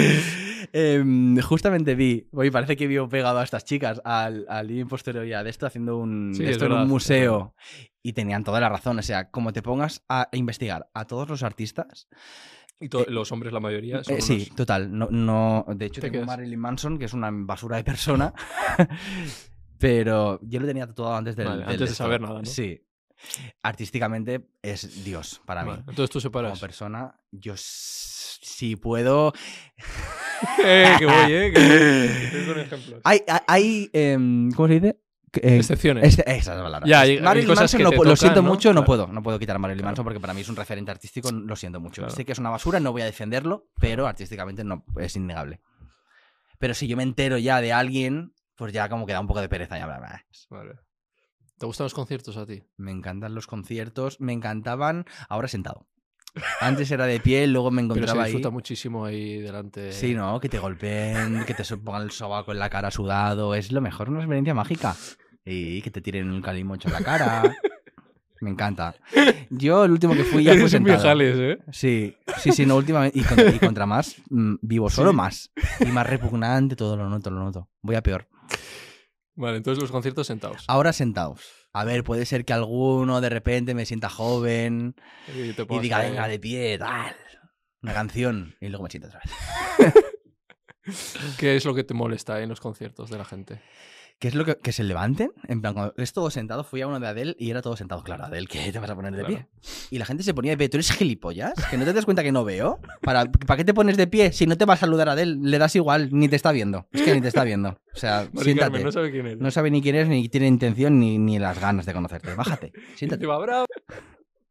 Speaker 1: Em, justamente vi, hoy parece que vio pegado a estas chicas, al, al Living Posterior y a de esto haciendo un,
Speaker 2: Sí,
Speaker 1: de
Speaker 2: es
Speaker 1: esto en
Speaker 2: verdad,
Speaker 1: un
Speaker 2: es
Speaker 1: museo. Y tenían toda la razón. O sea, como te pongas a investigar a todos los artistas,
Speaker 2: Y to- los hombres, la mayoría, son
Speaker 1: Eh, sí,
Speaker 2: unos-
Speaker 1: total. No, no, de hecho,
Speaker 2: Te
Speaker 1: tengo
Speaker 2: quedas.
Speaker 1: Marilyn Manson, que es una basura de persona. pero yo lo tenía tatuado antes del.
Speaker 2: Vale,
Speaker 1: del
Speaker 2: antes de
Speaker 1: esto.
Speaker 2: saber nada, ¿no?
Speaker 1: Sí. Artísticamente es Dios para
Speaker 2: Vale,
Speaker 1: mí.
Speaker 2: Entonces tú
Speaker 1: Como
Speaker 2: separas.
Speaker 1: persona, yo s- si puedo.
Speaker 2: Eh, que voy, eh, que voy. Estoy con ejemplos.
Speaker 1: Hay. hay- hay, em, ¿Cómo se dice? Eh,
Speaker 2: Excepciones.
Speaker 1: este- esa es la palabra.
Speaker 2: Ya, hay- hay
Speaker 1: Marilyn
Speaker 2: cosas
Speaker 1: Manson
Speaker 2: que
Speaker 1: no
Speaker 2: te
Speaker 1: pu- lo
Speaker 2: tocan,
Speaker 1: siento
Speaker 2: ¿no?
Speaker 1: mucho, no
Speaker 2: Claro.
Speaker 1: puedo, no puedo quitar a Marilyn
Speaker 2: Claro.
Speaker 1: Manson porque para mí es un referente artístico, lo siento mucho.
Speaker 2: Claro.
Speaker 1: Sé que es una basura, no voy a defenderlo, pero artísticamente no es innegable. Pero si yo me entero ya de alguien, pues ya como que da un poco de pereza ya bla, bla, bla.
Speaker 2: Vale. ¿Te gustan los conciertos a ti?
Speaker 1: Me encantan los conciertos, me encantaban ahora sentado. Antes era de pie, luego me
Speaker 2: Pero se
Speaker 1: encontraba ahí.
Speaker 2: disfruta muchísimo ahí delante.
Speaker 1: Sí, ¿no? Que te golpeen, que te so- pongan el sobaco en la cara sudado. Es lo mejor, una experiencia mágica. Y que te tiren un calimocho en la cara. Me encanta. Yo, el último que fui ya fue
Speaker 2: Eres un
Speaker 1: sentado.
Speaker 2: viajales, ¿eh?
Speaker 1: Sí, sí, sí, no, últimamente. Y contra, y contra más, mm, vivo solo
Speaker 2: Sí.
Speaker 1: más. Y más repugnante, todo lo noto, lo noto. Voy a peor.
Speaker 2: Vale, entonces los conciertos sentados.
Speaker 1: Ahora sentados. A ver, puede ser que alguno de repente me sienta joven
Speaker 2: Y, te
Speaker 1: Ah, y
Speaker 2: pongas
Speaker 1: diga,
Speaker 2: ahí.
Speaker 1: venga, de pie, tal. Una canción. Y luego me siento otra vez.
Speaker 2: ¿Qué es lo que te molesta en los conciertos de la gente?
Speaker 1: ¿Qué es lo que, que se levanten? En plan, cuando es todo sentado, fui a uno de Adel y era todo sentado. Claro, Adel, ¿qué te vas a poner de
Speaker 2: Claro.
Speaker 1: pie? Y la gente se ponía de pie. ¿Tú eres gilipollas? ¿Que no te das cuenta que no veo? ¿Para, ¿para qué te pones de pie? Si no te va a saludar Adel, le das igual, ni te está viendo. Es que ni te está viendo. O sea,
Speaker 2: Mari
Speaker 1: siéntate.
Speaker 2: Carmen, no sabe quién eres.
Speaker 1: No sabe ni quién eres, ni tiene intención, ni, ni las ganas de conocerte. Bájate,
Speaker 2: Y te
Speaker 1: siéntate.
Speaker 2: va, "Bravo".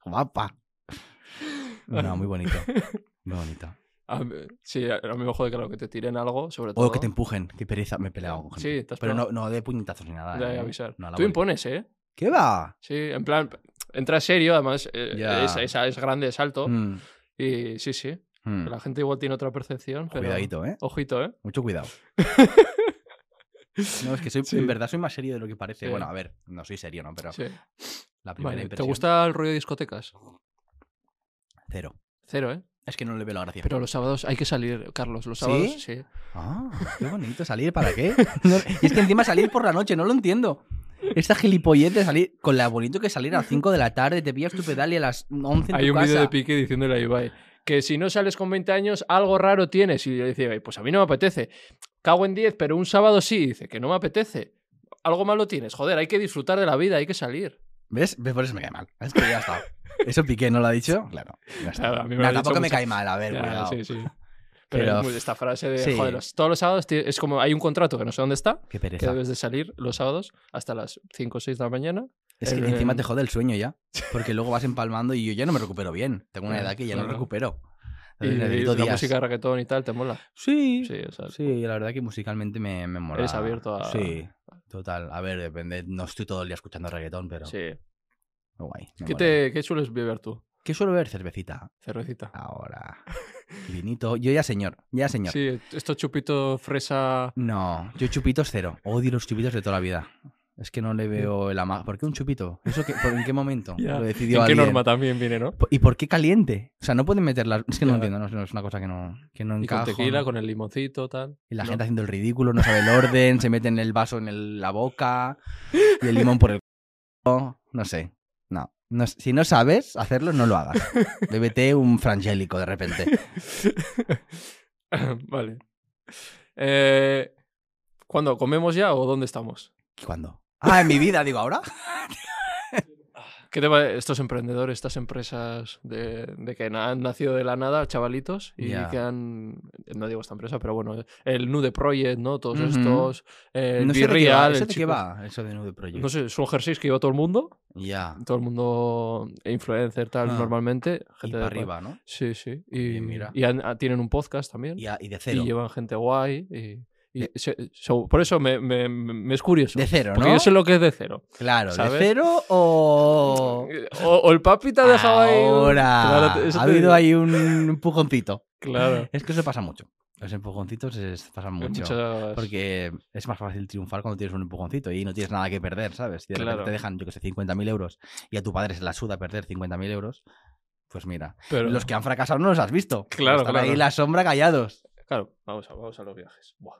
Speaker 1: Guapa. No, muy bonito. Muy bonito.
Speaker 2: A mí- sí, a a mí me jode claro que te tiren algo, sobre todo.
Speaker 1: O que te empujen. Qué pereza. Me he peleado con gente.
Speaker 2: Sí, te has
Speaker 1: Pero
Speaker 2: probado.
Speaker 1: no, no de puñetazos ni nada.
Speaker 2: Ya,
Speaker 1: ¿eh?
Speaker 2: ya, avisar.
Speaker 1: No, a la
Speaker 2: Tú
Speaker 1: boli-
Speaker 2: impones, ¿eh?
Speaker 1: ¿Qué va?
Speaker 2: Sí, en plan, entra serio, además, eh,
Speaker 1: Ya.
Speaker 2: es, es- es grande, es alto.
Speaker 1: Mm,
Speaker 2: Y sí, sí,
Speaker 1: mm.
Speaker 2: la gente igual tiene otra percepción. pero-
Speaker 1: Cuidadito, ¿eh?
Speaker 2: Ojito, ¿eh?
Speaker 1: Mucho cuidado. No, es que soy,
Speaker 2: Sí.
Speaker 1: en verdad soy más serio de lo que parece.
Speaker 2: Sí.
Speaker 1: Bueno, a ver, no soy serio, ¿no? Pero
Speaker 2: Sí.
Speaker 1: la primera
Speaker 2: Vale, ¿Te
Speaker 1: impresión.
Speaker 2: gusta el rollo de discotecas?
Speaker 1: Cero.
Speaker 2: Cero, ¿eh?
Speaker 1: Es que no le veo la gracia.
Speaker 2: Pero los sábados hay que salir, Carlos. Los sábados, sí.
Speaker 1: ¿Sí? Ah, qué bonito. ¿Salir para qué? No- y es que encima salir por la noche, no lo entiendo. Esta gilipollez de salir con la bonito que es salir a las 5 de la tarde, te pillas tu pedal y a las 11 en
Speaker 2: Hay
Speaker 1: tu
Speaker 2: un vídeo
Speaker 1: casa.
Speaker 2: de Piqué diciéndole a Ibai que si no sales con 20 años, algo raro tienes. Y le dice Ibai, pues a mí no me apetece. Cago en 10, pero un sábado sí. Y dice que no me apetece. Algo malo tienes. Joder, hay que disfrutar de la vida, hay que salir.
Speaker 1: ¿Ves? ¿Ves? Por eso me cae mal. Es que ya está. Eso Piqué no lo ha dicho. Claro. Ya está.
Speaker 2: Claro, a mí me
Speaker 1: No,
Speaker 2: lo ha
Speaker 1: tampoco
Speaker 2: dicho
Speaker 1: me
Speaker 2: mucha-
Speaker 1: cae mal, a ver,
Speaker 2: Ya,
Speaker 1: cuidado.
Speaker 2: sí, sí. Pero,
Speaker 1: Pero-
Speaker 2: es muy de esta frase de,
Speaker 1: sí.
Speaker 2: joder, los- todos los sábados ti- es como hay un contrato que no sé dónde está,
Speaker 1: Qué
Speaker 2: que
Speaker 1: pereza.
Speaker 2: debes de salir los sábados hasta las 5 o 6 de la mañana.
Speaker 1: Es que
Speaker 2: el- em,
Speaker 1: encima te jode el sueño ya. Porque luego vas empalmando y yo ya no me recupero bien. Tengo una
Speaker 2: Claro,
Speaker 1: edad que ya no
Speaker 2: claro.
Speaker 1: recupero.
Speaker 2: Y,
Speaker 1: Entonces
Speaker 2: y
Speaker 1: necesito
Speaker 2: la
Speaker 1: días.
Speaker 2: música de reggaetón y tal, ¿te mola?
Speaker 1: Sí.
Speaker 2: Sí, o sea,
Speaker 1: Sí, la verdad que musicalmente me, me mola.
Speaker 2: Eres abierto a-
Speaker 1: Sí, total. A ver, depende. No estoy todo el día escuchando reggaetón, pero.
Speaker 2: sí.
Speaker 1: Guay. me
Speaker 2: ¿Qué,
Speaker 1: mola.
Speaker 2: te, ¿Qué sueles beber tú?
Speaker 1: ¿Qué suelo beber? Cervecita.
Speaker 2: Cervecita.
Speaker 1: Ahora. Vinito. Yo ya, señor. Ya, señor.
Speaker 2: Sí, esto chupito fresa.
Speaker 1: No, yo chupitos cero. Odio los chupitos de toda la vida. Es que no le veo el amago. ¿Por qué un chupito? ¿Eso qué- por- ¿En qué momento
Speaker 2: Ya.
Speaker 1: lo
Speaker 2: ¿En qué
Speaker 1: decidió alguien?
Speaker 2: norma también viene, no?
Speaker 1: ¿Y por qué caliente? O sea, no pueden meterla. Es que no
Speaker 2: Ya.
Speaker 1: lo entiendo, no, no, es una cosa que no, que no
Speaker 2: Y con
Speaker 1: encaja.
Speaker 2: tequila, con el limoncito, tal.
Speaker 1: Y la
Speaker 2: No.
Speaker 1: gente haciendo el ridículo, no sabe el orden, se meten el vaso en el- la boca y el limón por el c... No sé. No. No- Si no sabes hacerlo, no lo hagas. Bébete un frangélico de repente.
Speaker 2: vale. Eh, ¿Cuándo? ¿Comemos ya o dónde estamos?
Speaker 1: ¿Cuándo? Ah, en mi vida, digo, ¿ahora?
Speaker 2: ¿Qué te va estos emprendedores, estas empresas de, de que na- han nacido de la nada, chavalitos, y
Speaker 1: Ya.
Speaker 2: que han, no digo esta empresa, pero bueno, el Nude Project, ¿no? Todos
Speaker 1: Ujú.
Speaker 2: estos, el
Speaker 1: no sé de qué va,
Speaker 2: Virreal,
Speaker 1: ¿eso de
Speaker 2: el
Speaker 1: qué
Speaker 2: chico- Pues,
Speaker 1: va? Eso de Nude Project.
Speaker 2: No sé, es un ejercicio que iba todo el mundo,
Speaker 1: Ya.
Speaker 2: todo el mundo influencer, tal,
Speaker 1: Ah.
Speaker 2: normalmente. Gente
Speaker 1: y
Speaker 2: de-
Speaker 1: para arriba, ¿no?
Speaker 2: Sí, sí. Y,
Speaker 1: Bien, mira.
Speaker 2: y han- ah, tienen un podcast también.
Speaker 1: Y,
Speaker 2: Y,
Speaker 1: a- y de cero.
Speaker 2: llevan gente guay. y- y se- so- por eso me, me- me es curioso.
Speaker 1: De cero,
Speaker 2: porque
Speaker 1: ¿no?
Speaker 2: yo sé lo que es de cero.
Speaker 1: Claro,
Speaker 2: ¿sabes?
Speaker 1: de cero o...
Speaker 2: O, o el papi te ha dejado ahí. un-
Speaker 1: Ahora,
Speaker 2: Claro, eso
Speaker 1: ha
Speaker 2: te
Speaker 1: habido
Speaker 2: digo.
Speaker 1: ahí un empujoncito.
Speaker 2: Claro.
Speaker 1: Es que eso pasa mucho. Los empujoncitos es- pasan
Speaker 2: Hay
Speaker 1: mucho.
Speaker 2: muchas-
Speaker 1: Porque es más fácil triunfar cuando tienes un empujoncito y no tienes nada que perder, ¿sabes? Si de
Speaker 2: Claro.
Speaker 1: repente te dejan, yo que sé, 50.000 euros y a tu padre se la suda perder 50.000 euros, pues mira.
Speaker 2: pero-
Speaker 1: Los que han fracasado no los has visto.
Speaker 2: Claro,
Speaker 1: Están
Speaker 2: claro.
Speaker 1: ahí la sombra callados.
Speaker 2: Claro, vamos a, vamos a los viajes. Buah.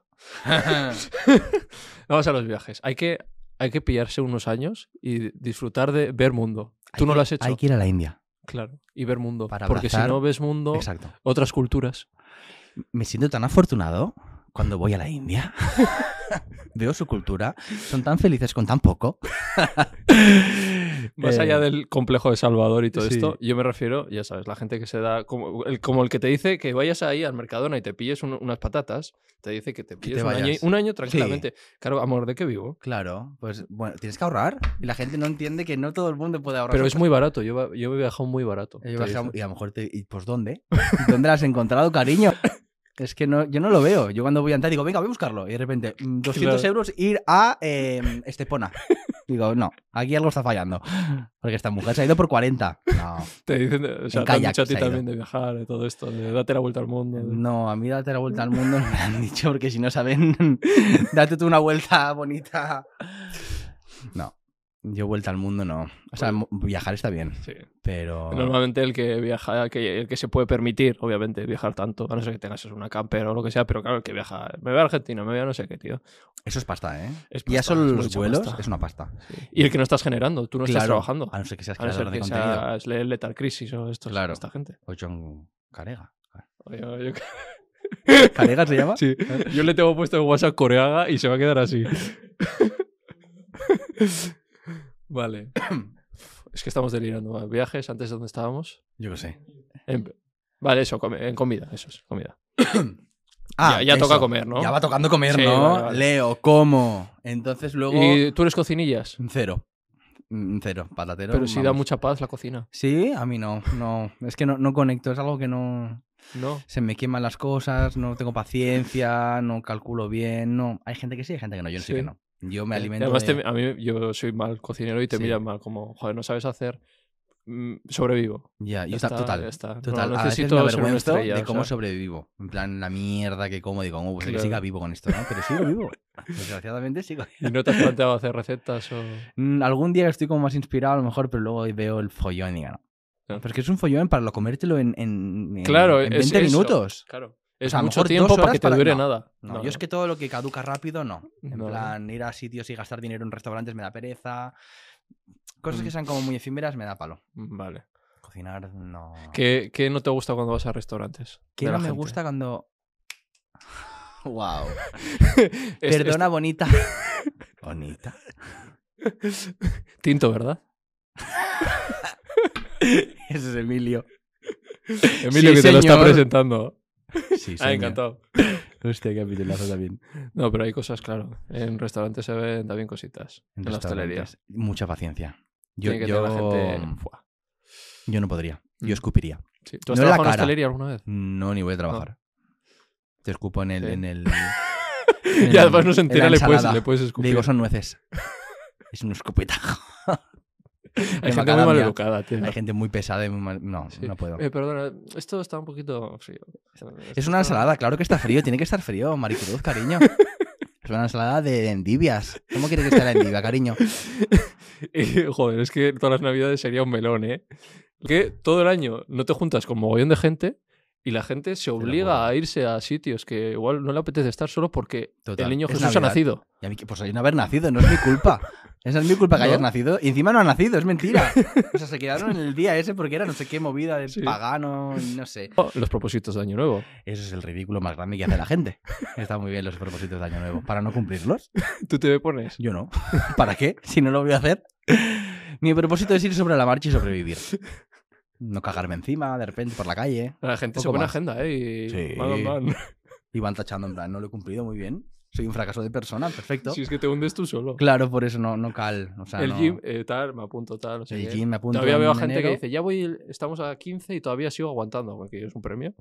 Speaker 2: vamos a los viajes. Hay que, hay que pillarse unos años y disfrutar de ver mundo. Tú
Speaker 1: Hay
Speaker 2: no
Speaker 1: que-
Speaker 2: lo has hecho.
Speaker 1: Hay que ir a la India.
Speaker 2: Claro. Y ver mundo.
Speaker 1: Para
Speaker 2: porque si
Speaker 1: abrazar-
Speaker 2: no ves mundo,
Speaker 1: Exacto.
Speaker 2: otras culturas.
Speaker 1: Me siento tan afortunado cuando voy a la India. Veo su cultura. Son tan felices con tan poco.
Speaker 2: Más
Speaker 1: Eh,
Speaker 2: allá del complejo de Salvador y todo
Speaker 1: sí.
Speaker 2: esto, yo me refiero, ya sabes, la gente que se da, como el, como el que te dice que vayas ahí al Mercadona y te pilles un- unas patatas, te dice que te pilles un, año,
Speaker 1: vayas.
Speaker 2: un año tranquilamente. Claro, amor, ¿de qué vivo?
Speaker 1: Claro, pues bueno, tienes que ahorrar. Y la gente no entiende que no todo el mundo puede ahorrar.
Speaker 2: Pero
Speaker 1: su
Speaker 2: es muy barato, yo, va- yo he viajado muy barato.
Speaker 1: Eh,
Speaker 2: te
Speaker 1: vas a-
Speaker 2: dicen.
Speaker 1: y a lo mejor te. y, pues dónde? ¿Dónde la has encontrado, cariño? Es que no, yo no lo veo. Yo cuando voy a entrar digo, venga, voy a buscarlo. Y de repente, mm, 200
Speaker 2: Claro.
Speaker 1: euros ir a eh, Estepona. Digo, no, aquí algo está fallando. Porque esta mujer se ha ido por 40. No,
Speaker 2: Te dicen, de- o sea, te han
Speaker 1: kayak
Speaker 2: dicho a ti
Speaker 1: se ha ido.
Speaker 2: también de viajar, de todo esto, de date la vuelta al mundo. de-
Speaker 1: no, a mí date la vuelta al mundo no me han dicho, porque si no saben, date tú una vuelta bonita. No, yo vuelta al mundo no. O sea, mo- viajar está bien,
Speaker 2: Sí.
Speaker 1: pero...
Speaker 2: Normalmente el que viaja, que- el que se puede permitir, obviamente, viajar tanto, a no ser que tengas eso, una camper o lo que sea, pero claro, el que viaja, me voy a Argentina, me voy a no sé qué, tío.
Speaker 1: Eso es pasta, ¿eh?
Speaker 2: Es
Speaker 1: ya
Speaker 2: pasta,
Speaker 1: solo
Speaker 2: es
Speaker 1: los
Speaker 2: mucha
Speaker 1: vuelos
Speaker 2: pasta.
Speaker 1: es una pasta.
Speaker 2: Y el que no estás generando, tú no estás
Speaker 1: Claro,
Speaker 2: trabajando.
Speaker 1: A no ser que seas
Speaker 2: A no
Speaker 1: creador
Speaker 2: ser
Speaker 1: de
Speaker 2: que
Speaker 1: contenido.
Speaker 2: seas Le- Lethal Crisis o esto,
Speaker 1: Claro.
Speaker 2: esta gente.
Speaker 1: O John Carega.
Speaker 2: Oye, Yo,
Speaker 1: ¿Carega se llama?
Speaker 2: sí, yo le tengo puesto en WhatsApp coreaga y se va a quedar así. vale. Es que estamos delirando. ¿vale? Viajes, antes de donde estábamos.
Speaker 1: Yo qué sé.
Speaker 2: En- vale, eso, come- en comida, eso es, comida.
Speaker 1: Ah,
Speaker 2: ya
Speaker 1: eso.
Speaker 2: toca comer, ¿no?
Speaker 1: Ya va tocando comer,
Speaker 2: Sí,
Speaker 1: ¿no?
Speaker 2: vale, vale.
Speaker 1: Leo, ¿cómo? Entonces luego...
Speaker 2: Y tú eres cocinillas,
Speaker 1: un Cero. Un Cero, patatero.
Speaker 2: pero, sí da
Speaker 1: vamos.
Speaker 2: mucha paz la cocina,
Speaker 1: Sí, a mí no, no. Es que no, no conecto, es algo que no...
Speaker 2: ¿no?
Speaker 1: Se me queman las cosas, no tengo paciencia, no calculo bien, no... Hay gente que sí, hay gente que no, yo sí,
Speaker 2: Sí.
Speaker 1: que no. Yo me
Speaker 2: Y
Speaker 1: alimento
Speaker 2: Eh, Además,
Speaker 1: de-
Speaker 2: te- a mí yo soy mal cocinero y te
Speaker 1: Sí.
Speaker 2: miran mal, como, joder, no sabes hacer, mm, sobrevivo.
Speaker 1: Ya, yo
Speaker 2: Ya
Speaker 1: ta-
Speaker 2: está,
Speaker 1: total.
Speaker 2: ya está. No,
Speaker 1: Total, a veces
Speaker 2: necesito
Speaker 1: me
Speaker 2: ser una
Speaker 1: avergüenzo
Speaker 2: estrella,
Speaker 1: de
Speaker 2: o
Speaker 1: cómo
Speaker 2: sea,
Speaker 1: sobrevivo. En plan, la mierda que como, digo, "Oh, pues
Speaker 2: Claro.
Speaker 1: que siga vivo con esto, ¿no? Pero sigo vivo. Desgraciadamente sigo.
Speaker 2: ¿Y no te has planteado hacer recetas o...?
Speaker 1: Mm, Algún día estoy como más inspirado, a lo mejor, pero luego veo el follón y digo, no.
Speaker 2: Claro.
Speaker 1: Pero es que es un follón para lo comértelo en, en, en-
Speaker 2: Claro,
Speaker 1: en
Speaker 2: es
Speaker 1: 20
Speaker 2: eso.
Speaker 1: minutos.
Speaker 2: Claro. Es
Speaker 1: sea, a lo
Speaker 2: mucho
Speaker 1: mejor dos
Speaker 2: tiempo para
Speaker 1: horas
Speaker 2: que te
Speaker 1: para-
Speaker 2: dure
Speaker 1: no,
Speaker 2: nada.
Speaker 1: No, yo es que todo lo que caduca rápido, no. En
Speaker 2: No.
Speaker 1: plan, ir a sitios y gastar dinero en restaurantes me da pereza. Cosas
Speaker 2: Mm.
Speaker 1: que sean como muy efímeras me da palo.
Speaker 2: Vale.
Speaker 1: Cocinar, no.
Speaker 2: ¿Qué, qué no te gusta cuando vas a restaurantes?
Speaker 1: ¿Qué
Speaker 2: de
Speaker 1: no
Speaker 2: la
Speaker 1: me
Speaker 2: gente?
Speaker 1: gusta cuando. ¡Wow!
Speaker 2: Es- es-
Speaker 1: Perdona, bonita. bonita.
Speaker 2: Tinto, ¿verdad?
Speaker 1: Ese es Emilio.
Speaker 2: Emilio,
Speaker 1: Sí,
Speaker 2: que te lo está
Speaker 1: señor.
Speaker 2: presentando.
Speaker 1: Sí,
Speaker 2: Ah,
Speaker 1: señor.
Speaker 2: encantado.
Speaker 1: Hostia, qué apitulazo también.
Speaker 2: No, pero hay cosas, claro. En restaurantes se ven también cositas. En, la hostelería.
Speaker 1: restaurantes. Mucha paciencia. Yo,
Speaker 2: Tiene que
Speaker 1: yo-
Speaker 2: tener la gente. Fuah.
Speaker 1: yo no podría.
Speaker 2: Mm.
Speaker 1: Yo escupiría.
Speaker 2: Sí. ¿Tú has
Speaker 1: No en la
Speaker 2: trabajado en
Speaker 1: cara.
Speaker 2: hostelería alguna vez?
Speaker 1: No, ni voy a trabajar. Te escupo en el.
Speaker 2: Sí.
Speaker 1: En el
Speaker 2: Y además no se
Speaker 1: en la
Speaker 2: entera, le puedes,
Speaker 1: ensalada.
Speaker 2: pues, le puedes
Speaker 1: Le
Speaker 2: escupir.
Speaker 1: digo, son nueces. Es un escopetajo. de
Speaker 2: Hay gente muy mal
Speaker 1: macadamia.
Speaker 2: educada, tío.
Speaker 1: Hay gente muy pesada y muy mal. No,
Speaker 2: Sí.
Speaker 1: no puedo.
Speaker 2: Eh, perdona, esto está un poquito frío.
Speaker 1: Es una ensalada, claro que está frío, tiene que estar frío, Maricruz, cariño. Es una ensalada de endivias. ¿Cómo quiere que esté la endivia, cariño?
Speaker 2: Eh, Joder, es que todas las navidades sería un melón, ¿eh? Que todo el año no te juntas con mogollón de gente y la gente se obliga
Speaker 1: acuerdo.
Speaker 2: a irse a sitios que igual no le apetece estar solo porque
Speaker 1: Total,
Speaker 2: el niño
Speaker 1: es
Speaker 2: Jesús ha
Speaker 1: Navidad.
Speaker 2: nacido.
Speaker 1: Y a mí, que- pues no haber nacido, no es mi culpa. Esa es mi culpa que
Speaker 2: ¿No?
Speaker 1: hayas nacido. Y encima no ha nacido, es mentira. O sea, se quedaron en el día ese porque era no sé qué movida de
Speaker 2: Sí.
Speaker 1: pagano y no sé.
Speaker 2: Oh, los propósitos de Año Nuevo.
Speaker 1: Eso es el ridículo más grande que hace la gente. Está muy bien los propósitos de Año Nuevo. ¿Para no cumplirlos?
Speaker 2: Tú te pones.
Speaker 1: Yo no. ¿Para qué? Si no lo voy a hacer. Mi propósito es ir sobre la marcha y sobrevivir. No cagarme encima, de repente, por la calle.
Speaker 2: La gente se
Speaker 1: Poco
Speaker 2: pone
Speaker 1: más.
Speaker 2: agenda, ¿eh? Y
Speaker 1: Sí.
Speaker 2: van, van, van.
Speaker 1: Y van tachando en plan, no lo he cumplido muy bien. Soy un fracaso de persona, perfecto.
Speaker 2: Si es que te hundes tú solo.
Speaker 1: Claro, por eso no, no cal. O sea,
Speaker 2: el
Speaker 1: no-
Speaker 2: gym, eh, tal, me apunto, tal, no sé
Speaker 1: el
Speaker 2: qué.
Speaker 1: gym me apunto
Speaker 2: Todavía
Speaker 1: en
Speaker 2: veo gente
Speaker 1: enero.
Speaker 2: que dice, ya voy, estamos a 15 y todavía sigo aguantando, porque es un premio.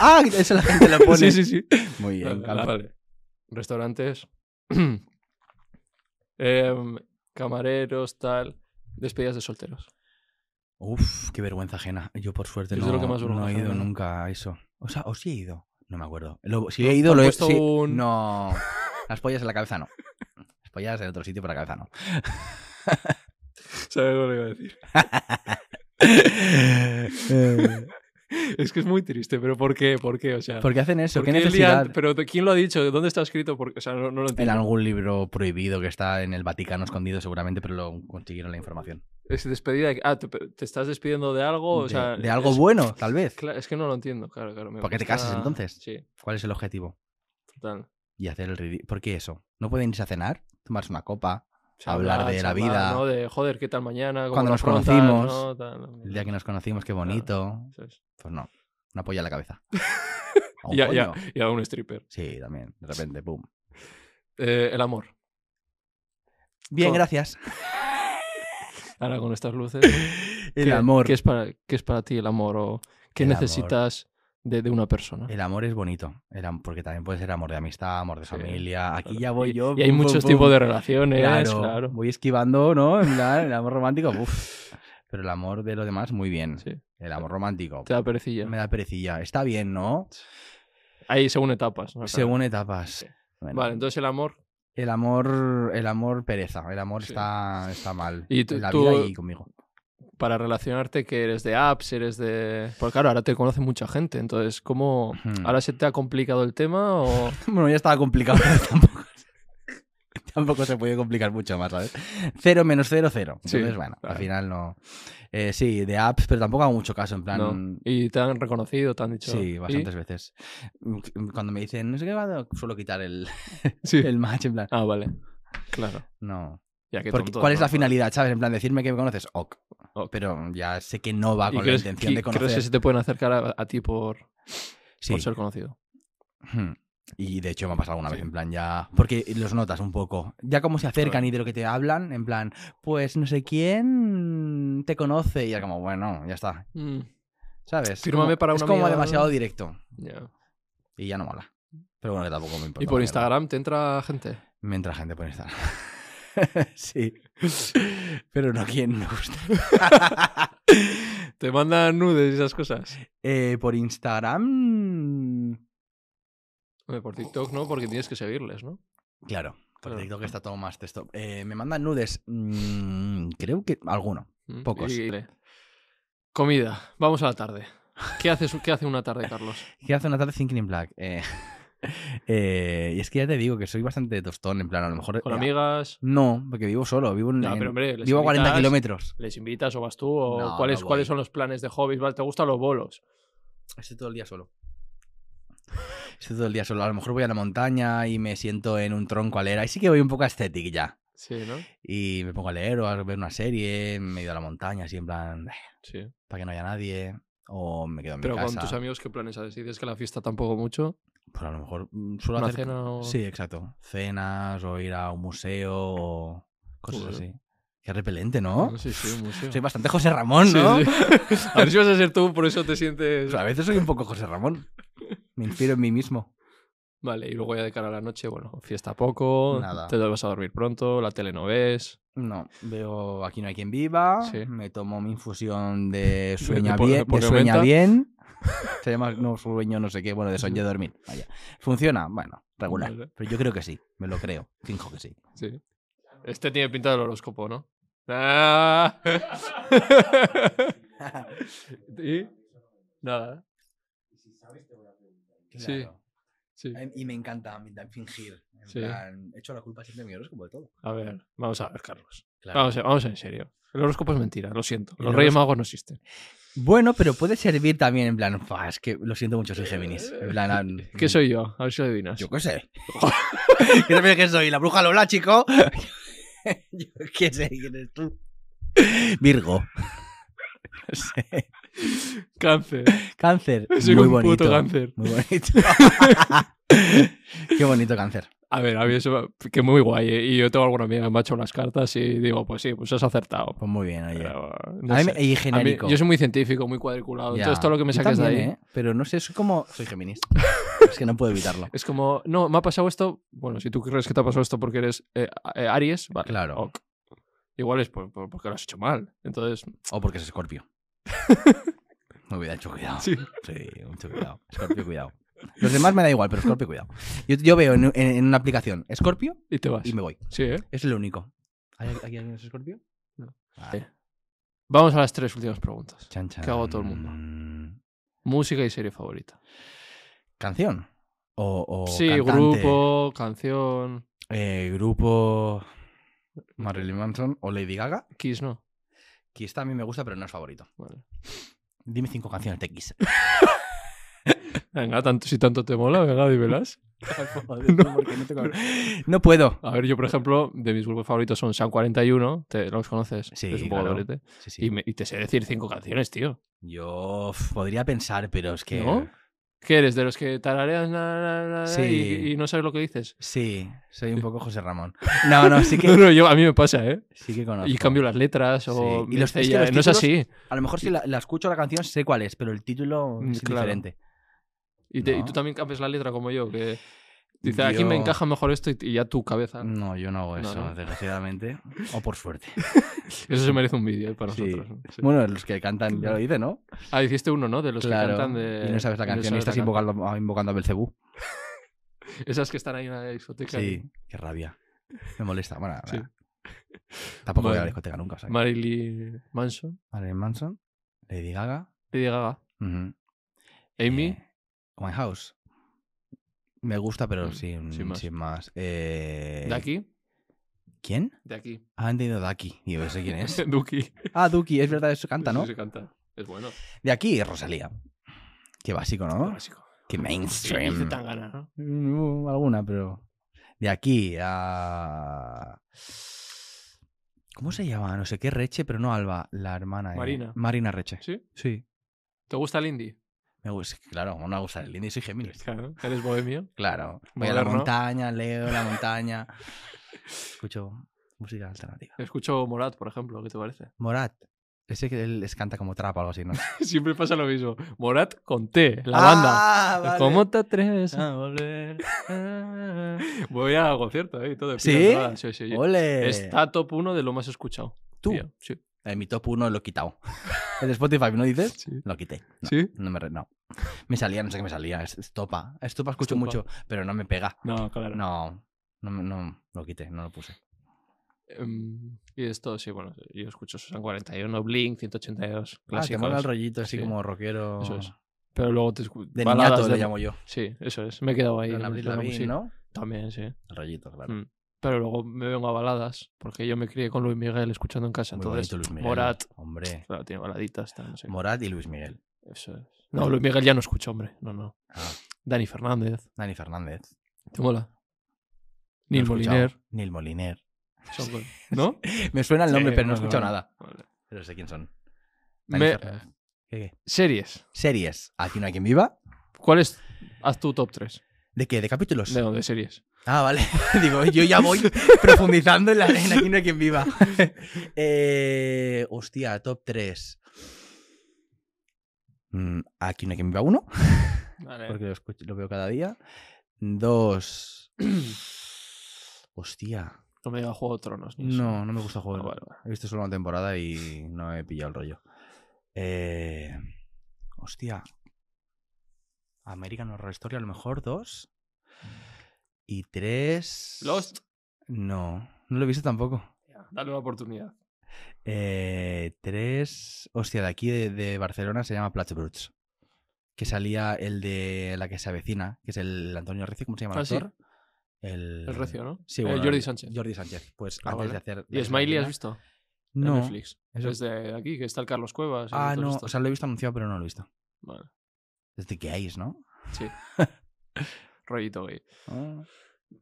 Speaker 1: ¡Ah! Eso la gente lo pone.
Speaker 2: Sí, sí, sí.
Speaker 1: Muy bien,
Speaker 2: Vale,
Speaker 1: Carlos.
Speaker 2: vale. Restaurantes. Em, camareros, tal. Despedidas de solteros.
Speaker 1: Uf, qué vergüenza ajena. Yo por suerte
Speaker 2: Es
Speaker 1: no,
Speaker 2: de lo que más
Speaker 1: no
Speaker 2: vergüenza
Speaker 1: he
Speaker 2: me
Speaker 1: ido
Speaker 2: da.
Speaker 1: nunca a eso. O sea, ¿o sí he ido? No me acuerdo. Lo- si he ido,
Speaker 2: han
Speaker 1: lo he...
Speaker 2: puesto
Speaker 1: sí-
Speaker 2: un-
Speaker 1: No. Las pollas en la cabeza no. Las pollas en otro sitio, pero la cabeza no.
Speaker 2: ¿Sabes lo que iba a decir?
Speaker 1: Eh,
Speaker 2: Es que es muy triste, pero ¿por qué? ¿Por qué? O sea,
Speaker 1: ¿Por qué hacen eso?
Speaker 2: ¿por
Speaker 1: ¿Qué
Speaker 2: qué
Speaker 1: necesidad?
Speaker 2: lian- pero ¿de ¿quién lo ha dicho? ¿De dónde está escrito? Porque, o sea, no, no lo
Speaker 1: En
Speaker 2: entiendo.
Speaker 1: algún libro prohibido que está en el Vaticano escondido seguramente, pero lo consiguieron la información.
Speaker 2: Es despedida. de- Ah, te, te estás despidiendo de algo. Oh, O
Speaker 1: de,
Speaker 2: sea,
Speaker 1: de algo
Speaker 2: es-
Speaker 1: bueno, tal vez.
Speaker 2: Cla- es que no lo entiendo, claro, claro. me
Speaker 1: ¿Por qué te
Speaker 2: cuesta-
Speaker 1: casas, entonces?
Speaker 2: Sí,
Speaker 1: ¿Cuál es el objetivo?
Speaker 2: total.
Speaker 1: Y hacer el ridículo. ¿Por qué eso? ¿No pueden irse a cenar? ¿Tomarse una copa?
Speaker 2: O sea,
Speaker 1: Hablar de la vida.
Speaker 2: ¿no? De joder, ¿qué tal mañana? ¿Cómo
Speaker 1: Cuando
Speaker 2: lo
Speaker 1: nos
Speaker 2: afrontas?
Speaker 1: conocimos,
Speaker 2: No, tal, no.
Speaker 1: El día que nos conocimos, qué bonito.
Speaker 2: Eso es.
Speaker 1: Pues no, una polla en la cabeza. A un
Speaker 2: Ya, ya,
Speaker 1: coño.
Speaker 2: ya, un stripper.
Speaker 1: Sí, también. De repente, pum.
Speaker 2: Eh, el amor.
Speaker 1: Bien,
Speaker 2: Co-
Speaker 1: gracias.
Speaker 2: Ahora con estas luces.
Speaker 1: El
Speaker 2: ¿qué-
Speaker 1: amor.
Speaker 2: ¿Qué es para, qué es para ti el amor o qué
Speaker 1: El
Speaker 2: necesitas de, de una persona?
Speaker 1: El amor es bonito, el am- porque también puede ser amor de amistad, amor de
Speaker 2: Sí.
Speaker 1: familia. Aquí ya voy
Speaker 2: Y-
Speaker 1: yo.
Speaker 2: Y hay
Speaker 1: pum, pum,
Speaker 2: muchos
Speaker 1: pum.
Speaker 2: tipos de relaciones,
Speaker 1: Claro,
Speaker 2: claro.
Speaker 1: Voy esquivando, ¿no? En plan, el amor romántico, uff. Pero el amor de lo demás, muy bien.
Speaker 2: Sí,
Speaker 1: El amor romántico.
Speaker 2: te da perecilla.
Speaker 1: Me da perecilla. Está bien, ¿no?
Speaker 2: Ahí según etapas. ¿no? Claro.
Speaker 1: Según etapas.
Speaker 2: Sí.
Speaker 1: Bueno,
Speaker 2: Vale, entonces el amor.
Speaker 1: el amor, el amor pereza. El amor
Speaker 2: Sí.
Speaker 1: está, está mal.
Speaker 2: Y tú-
Speaker 1: en la
Speaker 2: tú-
Speaker 1: vida y conmigo.
Speaker 2: Para relacionarte, que eres de apps, eres de. Porque claro, ahora te conoce mucha gente. Entonces, ¿cómo.
Speaker 1: Ujú.
Speaker 2: ¿Ahora se te ha complicado el tema o.?
Speaker 1: Bueno, ya estaba complicado, pero tampoco. tampoco se puede complicar mucho más, ¿sabes? Cero menos cero, cero.
Speaker 2: Sí,
Speaker 1: Entonces, bueno,
Speaker 2: claro.
Speaker 1: al final no. Eh, sí, de apps, pero tampoco hago mucho caso, en plan.
Speaker 2: No. Y te han reconocido, te han dicho.
Speaker 1: Sí,
Speaker 2: "¿Y?".
Speaker 1: bastantes veces. Mm, Cuando me dicen, no sé qué, va", suelo quitar el,
Speaker 2: Sí.
Speaker 1: el match, en plan,
Speaker 2: Ah, vale. Claro.
Speaker 1: no.
Speaker 2: Ya que
Speaker 1: Porque,
Speaker 2: tonto,
Speaker 1: ¿Cuál es
Speaker 2: ¿no?
Speaker 1: la finalidad, sabes? En plan, decirme que me conoces, ok.
Speaker 2: Ok.
Speaker 1: Pero ya sé que no va
Speaker 2: ¿Y
Speaker 1: con la
Speaker 2: crees-
Speaker 1: intención de
Speaker 2: qui- ¿Crees que
Speaker 1: conocer.
Speaker 2: se te pueden acercar a, a ti por,
Speaker 1: Sí.
Speaker 2: por ser conocido?
Speaker 1: Hmm. Y de hecho me ha pasado alguna
Speaker 2: Sí.
Speaker 1: vez, en plan, ya. Porque los notas un poco. Ya como se acercan y de lo que te hablan, en plan, pues no sé quién te conoce. Y ya como, bueno, ya está.
Speaker 2: Mm.
Speaker 1: ¿Sabes?
Speaker 2: Fírmame
Speaker 1: Como-
Speaker 2: para
Speaker 1: Es
Speaker 2: una
Speaker 1: como
Speaker 2: amiga.
Speaker 1: demasiado directo.
Speaker 2: Ya.
Speaker 1: Y ya no mola. Pero bueno, que tampoco me importa.
Speaker 2: ¿Y por Instagram te entra gente?
Speaker 1: Mientras gente por Instagram. sí. Pero no, ¿quién me gusta?
Speaker 2: ¿Te mandan nudes y esas cosas?
Speaker 1: Eh, por Instagram.
Speaker 2: Hombre, por TikTok no, porque tienes que seguirles, ¿no?
Speaker 1: Claro. pues Por
Speaker 2: Claro.
Speaker 1: TikTok está todo más texto. Eh, me mandan nudes. Mm, creo que alguno.
Speaker 2: Mm,
Speaker 1: Pocos.
Speaker 2: y- y- Comida. Vamos a la tarde. ¿Qué, haces, ¿Qué hace una tarde, Carlos?
Speaker 1: ¿Qué hace una tarde Thinking in Black? Eh, eh, y es que ya te digo que soy bastante tostón, en plan, a lo mejor.
Speaker 2: ¿Con
Speaker 1: eh,
Speaker 2: amigas?
Speaker 1: No, porque vivo solo, vivo, en-
Speaker 2: No, pero hombre, les
Speaker 1: vivo a 40
Speaker 2: invitas,
Speaker 1: kilómetros.
Speaker 2: ¿Les invitas o vas tú? ¿O
Speaker 1: No,
Speaker 2: cuáles,
Speaker 1: no voy.
Speaker 2: ¿Cuáles son los planes de hobbies? ¿Vale? ¿Te gustan los bolos?
Speaker 1: Estoy todo el día solo. Estoy todo el día solo. A lo mejor voy a la montaña y me siento en un tronco alera. Ahí sí que voy un poco aesthetic ya.
Speaker 2: Sí, ¿no?
Speaker 1: Y me pongo a leer o a ver una serie, me he ido a la montaña, así en plan, "Eh,
Speaker 2: Sí.
Speaker 1: para que no haya nadie, o me quedo en
Speaker 2: Pero
Speaker 1: mi
Speaker 2: con
Speaker 1: casa.
Speaker 2: tus amigos, ¿qué planes haces? Dices que la fiesta tampoco mucho.
Speaker 1: Pues a lo mejor mm, suelo
Speaker 2: ¿Una
Speaker 1: hacer...
Speaker 2: cena o...?
Speaker 1: Sí, exacto. Cenas o ir a un museo o cosas
Speaker 2: Joder.
Speaker 1: así. Qué repelente, ¿no?
Speaker 2: Ah, Sí, sí, un museo.
Speaker 1: Soy bastante José Ramón, ¿no?
Speaker 2: Sí, sí. A ver si vas a ser tú, por eso te sientes...
Speaker 1: Pues a veces soy un poco José Ramón. Me inspiro en mí mismo.
Speaker 2: Vale, y luego ya de cara a la noche, bueno, fiesta poco,
Speaker 1: Nada.
Speaker 2: te vas a dormir pronto, la tele no ves.
Speaker 1: No, veo Aquí no hay quien viva,
Speaker 2: Sí.
Speaker 1: me tomo mi infusión de sueña,
Speaker 2: por-
Speaker 1: bien,
Speaker 2: por
Speaker 1: de sueña
Speaker 2: menta.
Speaker 1: bien. Se llama no sueño no sé qué, bueno, de sueño de dormir. Vaya. ¿Funciona? Bueno, regular.
Speaker 2: Vale.
Speaker 1: Pero yo creo que sí, me lo creo. Finjo que sí.
Speaker 2: Sí. Este tiene pinta del horóscopo, ¿no? Ah. ¿Y? Nada. Sí, Claro. Sí.
Speaker 1: Y me encanta a mí fingir. En
Speaker 2: Sí. plan,
Speaker 1: hecho la culpa siempre de mi horóscopo de todo.
Speaker 2: A ver, vamos a ver, Carlos.
Speaker 1: Claro.
Speaker 2: Vamos, a- vamos en serio. El horóscopo es mentira, lo siento.
Speaker 1: El
Speaker 2: Los Reyes Magos no existen.
Speaker 1: Bueno, pero puede servir también en plan, "Fua, es que lo siento mucho, soy Géminis. En plan, ah,
Speaker 2: ¿Qué soy yo? A ver si lo adivinas.
Speaker 1: Yo qué sé. yo también que soy la bruja Lola, chico. yo qué sé quién eres tú. Virgo. No sé.
Speaker 2: Cáncer.
Speaker 1: Cáncer.
Speaker 2: Soy
Speaker 1: muy
Speaker 2: un
Speaker 1: bonito.
Speaker 2: puto cáncer.
Speaker 1: Muy bonito. qué bonito cáncer.
Speaker 2: A ver, a mí eso que muy guay. ¿eh? Y yo tengo alguna amiga que me ha hecho unas cartas y digo, pues sí, pues has acertado.
Speaker 1: Pues muy bien, oye.
Speaker 2: Pero, no
Speaker 1: A mí
Speaker 2: sé.
Speaker 1: me- y
Speaker 2: A mí-
Speaker 1: genérico.
Speaker 2: yo soy muy científico, muy cuadriculado.
Speaker 1: Ya.
Speaker 2: Entonces todo lo que me
Speaker 1: Yo
Speaker 2: saques de ahí.
Speaker 1: también, ¿eh? Pero no sé, soy como. Soy Géminis. es que no puedo evitarlo.
Speaker 2: Es como, no, me ha pasado esto. Bueno, si tú crees que te ha pasado esto porque eres eh, eh, Aries, vale,
Speaker 1: Claro.
Speaker 2: ok. Igual es por- por- porque lo has hecho mal. Entonces,
Speaker 1: O porque es Escorpio. me hubiera hecho cuidado.
Speaker 2: sí.
Speaker 1: Sí, mucho cuidado. Escorpio, cuidado. Los demás me da igual, pero Scorpio, cuidado. Yo, yo veo en, en- en una aplicación Scorpio
Speaker 2: Y te vas.
Speaker 1: y me voy.
Speaker 2: Sí, ¿eh?
Speaker 1: Es lo único. ¿Hay aquí alguien es Scorpio?
Speaker 2: No.
Speaker 1: Vale.
Speaker 2: Vamos a las tres últimas preguntas.
Speaker 1: Chan, chan.
Speaker 2: ¿Qué hago todo el Música y serie favorita.
Speaker 1: ¿Canción? O, o
Speaker 2: sí,
Speaker 1: cantante.
Speaker 2: grupo, canción.
Speaker 1: Eh, grupo. Marilyn Manson o Lady Gaga.
Speaker 2: Kiss, no.
Speaker 1: Kiss también me gusta, pero no es favorito.
Speaker 2: Vale.
Speaker 1: Dime cinco canciones de Kiss.
Speaker 2: Venga, tanto, si tanto te mola, venga, dímelas.
Speaker 1: no, no puedo.
Speaker 2: A ver, yo, por ejemplo, de mis grupos favoritos son San 41, te, ¿los conoces?
Speaker 1: Sí,
Speaker 2: Es un poco
Speaker 1: claro.
Speaker 2: dorete.
Speaker 1: Sí, sí.
Speaker 2: Y, me- y te sé decir cinco canciones, tío.
Speaker 1: Yo uf, podría pensar, pero es que.
Speaker 2: ¿No? ¿Qué eres? ¿De los que tararean na, na, na, na,
Speaker 1: Sí.
Speaker 2: y, y no sabes lo que dices?
Speaker 1: Sí, soy un poco José Ramón. No, no, sí
Speaker 2: No,
Speaker 1: que,
Speaker 2: no, yo, a mí me pasa, ¿eh?
Speaker 1: sí que conozco.
Speaker 2: Y cambio las letras o...
Speaker 1: Sí. Y los-
Speaker 2: me- "Eh,
Speaker 1: es que los
Speaker 2: no es
Speaker 1: títulos-
Speaker 2: así.
Speaker 1: A lo mejor si la, la escucho la canción sé cuál es, pero el título
Speaker 2: Mm,
Speaker 1: es
Speaker 2: claro.
Speaker 1: diferente.
Speaker 2: Y, te- y
Speaker 1: No.
Speaker 2: tú también cambias la letra como yo, que... Dices, aquí
Speaker 1: Yo- Mm.
Speaker 2: me encaja mejor esto y, y ya tu cabeza.
Speaker 1: No, yo no hago
Speaker 2: No,
Speaker 1: eso,
Speaker 2: ¿no?
Speaker 1: desgraciadamente. O por suerte.
Speaker 2: Eso se merece un vídeo ¿eh? para
Speaker 1: Sí.
Speaker 2: nosotros. ¿no? Sí.
Speaker 1: Bueno, los que cantan, ya lo dice, ¿no?
Speaker 2: Ah, hiciste uno, ¿no? De los
Speaker 1: claro.
Speaker 2: que cantan de...
Speaker 1: Y no sabes la canción y
Speaker 2: sabes la
Speaker 1: estás
Speaker 2: can-
Speaker 1: invocando, invocando a Belcebú.
Speaker 2: Esas que están ahí en la discoteca. ¿eh?
Speaker 1: Sí, qué rabia. Me molesta. Bueno,
Speaker 2: Sí.
Speaker 1: nada. tampoco voy a la
Speaker 2: Vale.
Speaker 1: discoteca nunca. ¿sabes?
Speaker 2: Marilyn Manson,
Speaker 1: Marilyn Manson, Lady Gaga,
Speaker 2: Lady Gaga,
Speaker 1: ujú.
Speaker 2: Amy...
Speaker 1: Eh, White House. Me gusta,
Speaker 2: Mm,
Speaker 1: pero sin,
Speaker 2: sin
Speaker 1: sin
Speaker 2: más.
Speaker 1: más. Eh,
Speaker 2: De aquí,
Speaker 1: ¿Quién?
Speaker 2: de aquí.
Speaker 1: Ah, he entendido Daki. Digo, ¿ese quién es?
Speaker 2: Duki.
Speaker 1: Ah, Duki, es verdad, eso canta,
Speaker 2: Sí,
Speaker 1: ¿no?
Speaker 2: sí, canta. Es bueno.
Speaker 1: De aquí, Rosalía. Qué básico, ¿no?
Speaker 2: Clásico.
Speaker 1: Qué
Speaker 2: Y dice
Speaker 1: mainstream.
Speaker 2: Tangana, ¿no?
Speaker 1: Mm, Alguna, pero. De aquí a. ¿Cómo se llama? No sé qué Reche, pero no Alba, la hermana. de-
Speaker 2: Marina.
Speaker 1: Marina Reche.
Speaker 2: ¿Sí?
Speaker 1: Sí.
Speaker 2: ¿Te gusta el indie?
Speaker 1: Me gusta, claro, no me gusta el Lindy, soy Géminis.
Speaker 2: Claro. ¿Eres bohemio?
Speaker 1: Claro. Voy a la
Speaker 2: Moderno.
Speaker 1: montaña, leo la montaña. Escucho música alternativa.
Speaker 2: Escucho Morat, por ejemplo, ¿qué te parece?
Speaker 1: Morat. Ese que él es- canta como trap o algo así, ¿no?
Speaker 2: Siempre pasa lo mismo. Morat con T, la
Speaker 1: Ah,
Speaker 2: banda.
Speaker 1: vale.
Speaker 2: ¿Cómo te atreves?
Speaker 1: A volver. Ah.
Speaker 2: Voy a concierto ahí, todo. de
Speaker 1: ¿Sí?
Speaker 2: pila colada. Sí, sí.
Speaker 1: Ole.
Speaker 2: Está top uno de lo más escuchado.
Speaker 1: Tú.
Speaker 2: tío. Sí.
Speaker 1: En mi top 1 lo he quitado. El de Spotify, ¿no dices?
Speaker 2: Sí.
Speaker 1: Lo quité. No,
Speaker 2: ¿Sí?
Speaker 1: no me re- no. Me salía, no sé qué me salía. es- Estopa. Estopa escucho
Speaker 2: Estopa.
Speaker 1: mucho, pero no me pega.
Speaker 2: No, claro.
Speaker 1: No. No, me- no lo quité, no lo puse.
Speaker 2: Em, y esto, sí, bueno, yo escucho Susan 41, Blink, 182,
Speaker 1: Ah, te
Speaker 2: clásicos.
Speaker 1: mola el rollito así
Speaker 2: Sí.
Speaker 1: como rockero.
Speaker 2: Eso es. Pero luego te escucho.
Speaker 1: De niñato lo llamo yo.
Speaker 2: Sí, eso es. Me he quedado ahí.
Speaker 1: Con
Speaker 2: en
Speaker 1: Avril
Speaker 2: la
Speaker 1: Lavigne,
Speaker 2: música.
Speaker 1: ¿no?
Speaker 2: También, sí.
Speaker 1: El rollito, claro.
Speaker 2: Mm. Pero luego me vengo a baladas, porque yo me crié con Luis Miguel escuchando en casa.
Speaker 1: Muy
Speaker 2: entonces,
Speaker 1: bonito Luis Miguel.
Speaker 2: Morat.
Speaker 1: Hombre,
Speaker 2: Claro, tiene baladitas, tal, no sé.
Speaker 1: Morat y Luis Miguel.
Speaker 2: Eso es. No, Luis Miguel ya no escucho, hombre. No, no.
Speaker 1: Ah.
Speaker 2: Dani Fernández.
Speaker 1: Dani Fernández.
Speaker 2: ¿Te
Speaker 1: Lo
Speaker 2: mola?
Speaker 1: he
Speaker 2: Neil
Speaker 1: escuchado.
Speaker 2: Moliner.
Speaker 1: Neil Moliner.
Speaker 2: Son con- ¿No?
Speaker 1: Me suena el
Speaker 3: Sí,
Speaker 1: nombre, pero no he
Speaker 3: bueno,
Speaker 1: escuchado
Speaker 3: bueno.
Speaker 1: nada.
Speaker 2: Vale.
Speaker 1: Pero sé quién son.
Speaker 2: Me-
Speaker 1: ¿Qué, qué?
Speaker 2: series.
Speaker 1: Series. Aquí no hay quien viva.
Speaker 2: ¿Cuál es? Haz tu top 3.
Speaker 1: ¿De qué? ¿De capítulos?
Speaker 2: No, de series.
Speaker 1: Ah, vale. Digo, yo ya voy profundizando en la en Aquí no hay quien viva. Eh, hostia, top 3. Aquí no hay quien viva uno, porque lo, escucho- lo veo cada día. Dos. Hostia.
Speaker 2: No me diga Juego de Tronos. ni eso.
Speaker 1: No, no me gusta
Speaker 2: Ah,
Speaker 1: jugar.
Speaker 2: vale, vale.
Speaker 1: He visto solo una temporada y no he pillado el rollo. Eh, hostia. American Horror Story, a lo mejor dos. Y tres.
Speaker 2: Lost.
Speaker 1: No, no lo he visto tampoco.
Speaker 2: Dale una oportunidad.
Speaker 1: Eh, tres. Hostia, de aquí de, de Barcelona se llama Platgebruch. Que salía el de la que se avecina, que es el Antonio Recio, ¿cómo se llama el
Speaker 2: Ah, sí.
Speaker 1: actor? El,
Speaker 2: El recio, ¿no?
Speaker 1: Sí,
Speaker 2: Eh,
Speaker 1: bueno,
Speaker 2: Jordi
Speaker 1: el-
Speaker 2: Sánchez.
Speaker 1: Jordi Sánchez. Pues
Speaker 2: Ah,
Speaker 1: antes
Speaker 2: vale.
Speaker 1: de hacer. la que
Speaker 2: ¿Y
Speaker 1: se
Speaker 2: Smiley has
Speaker 1: avecina-
Speaker 2: visto? En
Speaker 1: No.
Speaker 2: Netflix.
Speaker 1: eso-
Speaker 2: Es de aquí, que está el Carlos Cuevas. y
Speaker 1: Ah,
Speaker 2: todos
Speaker 1: no.
Speaker 2: estos.
Speaker 1: O sea, lo he visto anunciado, pero no lo he visto.
Speaker 2: Vale,
Speaker 1: Desde que hay, ¿no?
Speaker 2: sí. Rollito gay.
Speaker 1: Ah.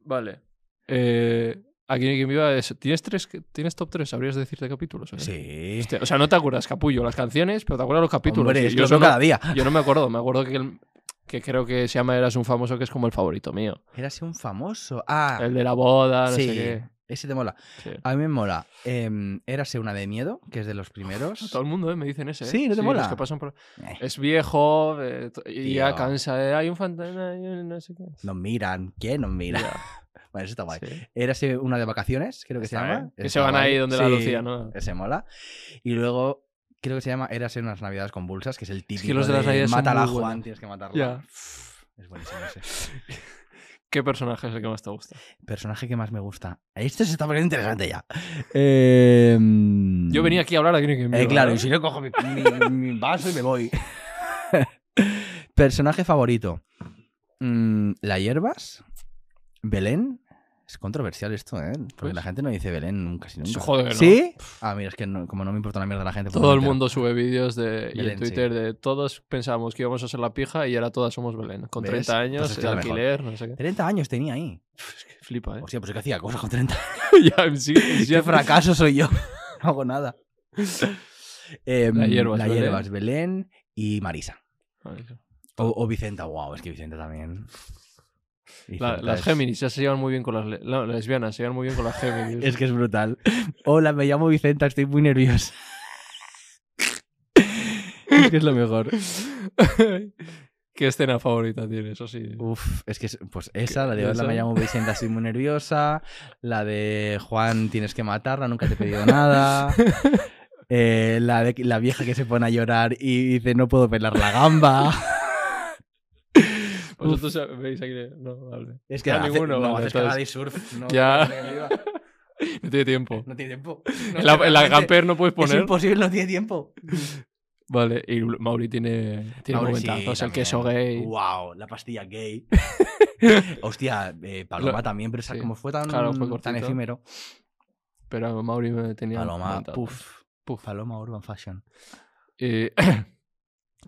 Speaker 2: Vale. Eh, aquí en quien viva es- ¿Tienes, tres, ¿Tienes top 3? ¿Sabrías decirte capítulos? eh?
Speaker 1: Sí. Este
Speaker 2: Hostia, o sea, no te acuerdas, capullo, las canciones, pero te acuerdas los capítulos.
Speaker 1: Hombre,
Speaker 2: Y
Speaker 1: es que
Speaker 2: yo,
Speaker 1: lo
Speaker 2: eso
Speaker 1: veo
Speaker 2: no,
Speaker 1: cada día.
Speaker 2: yo no me acuerdo, me acuerdo que, el- que creo que se llama Eras un famoso, que es como el favorito mío.
Speaker 1: Érase un famoso. Ah,
Speaker 2: El de la boda, no
Speaker 1: sí.
Speaker 2: sé qué.
Speaker 1: Ese te mola.
Speaker 2: Sí.
Speaker 1: A mí me mola. Em, Érase una de miedo, que es de los
Speaker 2: A
Speaker 1: primeros.
Speaker 2: todo el mundo eh, me dicen ese. eh.
Speaker 1: Sí, ¿no te mola?
Speaker 2: los que pasan por-
Speaker 1: Eh,
Speaker 2: Es viejo eh, to- y ya
Speaker 1: Tío.
Speaker 2: cansa de. Hay un fantasma, hay un no sé qué.
Speaker 1: Nos miran. ¿Quién nos mira?
Speaker 2: Ya,
Speaker 1: Bueno, eso está guay.
Speaker 2: sí.
Speaker 1: Érase una de vacaciones, creo que se
Speaker 2: Está
Speaker 1: llama.
Speaker 2: bien. Que
Speaker 1: Está
Speaker 2: se van
Speaker 1: guay.
Speaker 2: ahí donde la
Speaker 1: Sí,
Speaker 2: Lucía, ¿no?
Speaker 1: Ese mola. Y luego, creo que se llama Érase unas navidades convulsas, que es el típico
Speaker 2: los de las navidades son
Speaker 1: Mátala,
Speaker 2: muy
Speaker 1: Juan,
Speaker 2: buenos".
Speaker 1: tienes que matarla.
Speaker 2: Ya.
Speaker 1: Es buenísimo ese.
Speaker 2: ¿Qué personaje es el que más te gusta?
Speaker 1: Personaje que más me gusta. Esto se está poniendo interesante ya. Eh,
Speaker 2: Yo venía aquí a hablar de Green Game.
Speaker 1: Eh, claro, y si no cojo mi, mi- mi vaso y me voy. Personaje favorito. Mm, la hierbas. Belén. Es controversial esto, ¿eh? Porque
Speaker 2: Pues.
Speaker 1: la gente no dice Belén nunca, casi nunca.
Speaker 2: Joder, ¿no?
Speaker 1: ¿Sí? Ah, mira, es que no- como no me importa una mierda la gente. pues no
Speaker 2: Todo el
Speaker 1: me entero.
Speaker 2: mundo sube vídeos de, y
Speaker 1: Belén,
Speaker 2: en
Speaker 1: sí.
Speaker 2: Twitter de todos pensábamos que íbamos a ser la pija y ahora todas somos Belén. Con
Speaker 1: ¿Ves?
Speaker 2: 30
Speaker 1: Pues
Speaker 2: años,
Speaker 1: estoy
Speaker 2: el
Speaker 1: a lo mejor.
Speaker 2: alquiler, no sé qué.
Speaker 1: 30 años tenía ahí.
Speaker 2: Es que flipa, ¿eh?
Speaker 1: Hostia, pues es que hacía cosas con 30 años.
Speaker 2: ya, sí, sí,
Speaker 1: Qué fracaso soy yo. No hago nada. Em,
Speaker 2: La Hierbas,
Speaker 1: la
Speaker 2: Belén.
Speaker 1: hierbas, Belén y Marisa.
Speaker 2: Vale.
Speaker 1: O, o Vicenta, wow, es que Vicenta también.
Speaker 2: La-
Speaker 1: Vicenta
Speaker 2: las
Speaker 1: es-
Speaker 2: Géminis ya se llevan muy bien con las le- no, las lesbianas, se llevan muy bien con las Géminis.
Speaker 1: Es que es brutal. Hola, me llamo Vicenta, estoy muy nerviosa. es que es lo mejor.
Speaker 2: ¿Qué escena favorita tienes? O sí.
Speaker 1: Uf, es que es- pues esa, la de
Speaker 2: ¿Qué
Speaker 1: Hola, me
Speaker 2: esa?
Speaker 1: llamo Vicenta, estoy muy nerviosa. La de Juan, tienes que matarla, nunca te he pedido nada. Eh, la de la vieja que se pone a llorar y dice no puedo pelar la gamba.
Speaker 2: Vosotros Pues veis aquí. No, vale.
Speaker 1: Es que
Speaker 2: Ah,
Speaker 1: hace-
Speaker 2: ninguno,
Speaker 1: no,
Speaker 2: vale,
Speaker 1: haces cagada
Speaker 2: entonces-
Speaker 1: y surf. No,
Speaker 2: Ya.
Speaker 1: no
Speaker 2: No tiene tiempo.
Speaker 1: tiene tiempo.
Speaker 2: En la, en la
Speaker 1: Realmente
Speaker 2: Gamper no puedes
Speaker 1: Es
Speaker 2: poner.
Speaker 1: imposible, no tiene tiempo.
Speaker 2: Vale, y Mauri tiene, tiene
Speaker 1: Ahora sí,
Speaker 2: momentazos. el
Speaker 1: también.
Speaker 2: queso gay.
Speaker 1: Wow, la pastilla gay. Hostia, eh, Paloma
Speaker 2: Lo-
Speaker 1: también, pero esa-
Speaker 2: sí.
Speaker 1: como fue tan,
Speaker 2: Claro, fue
Speaker 1: tan
Speaker 2: cortito.
Speaker 1: efímero.
Speaker 2: Pero Mauri me tenía.
Speaker 1: Paloma,
Speaker 2: momentazos.
Speaker 1: puff.
Speaker 2: Puf.
Speaker 1: Paloma Urban Fashion.
Speaker 2: Eh,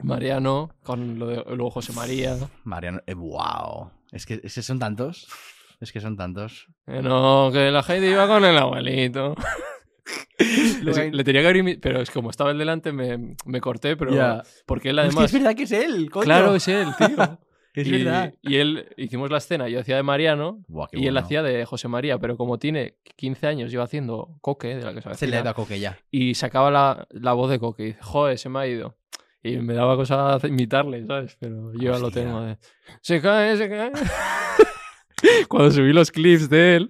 Speaker 2: Mariano, con lo de luego José María.
Speaker 1: Mariano, eh, wow. Es que, es que son tantos. Es que son tantos.
Speaker 2: Eh, no, que la gente iba con el abuelito. Es
Speaker 1: Luego
Speaker 2: que
Speaker 1: hay-
Speaker 2: le tenía que abrir mi- Pero es que como estaba el delante, me, me corté, pero.
Speaker 1: Ya.
Speaker 2: Porque él
Speaker 1: Hostia,
Speaker 2: además.
Speaker 1: es verdad que es él, coño.
Speaker 2: claro, es él, tío.
Speaker 1: Es
Speaker 2: y,
Speaker 1: verdad.
Speaker 2: y él hicimos la escena, yo hacía de Mariano
Speaker 1: Buah, qué
Speaker 2: y él
Speaker 1: bueno.
Speaker 2: hacía de José María, pero como tiene 15 años, lleva haciendo coque de la que se
Speaker 1: Se le ha ido a coque ya.
Speaker 2: y sacaba la, la voz de Coque y dice, joder, se me ha ido. Y me daba cosa imitarle, ¿sabes? Pero yo lo
Speaker 1: Hostia.
Speaker 2: tengo de... Se cae, se cae. Cuando subí los clips de él,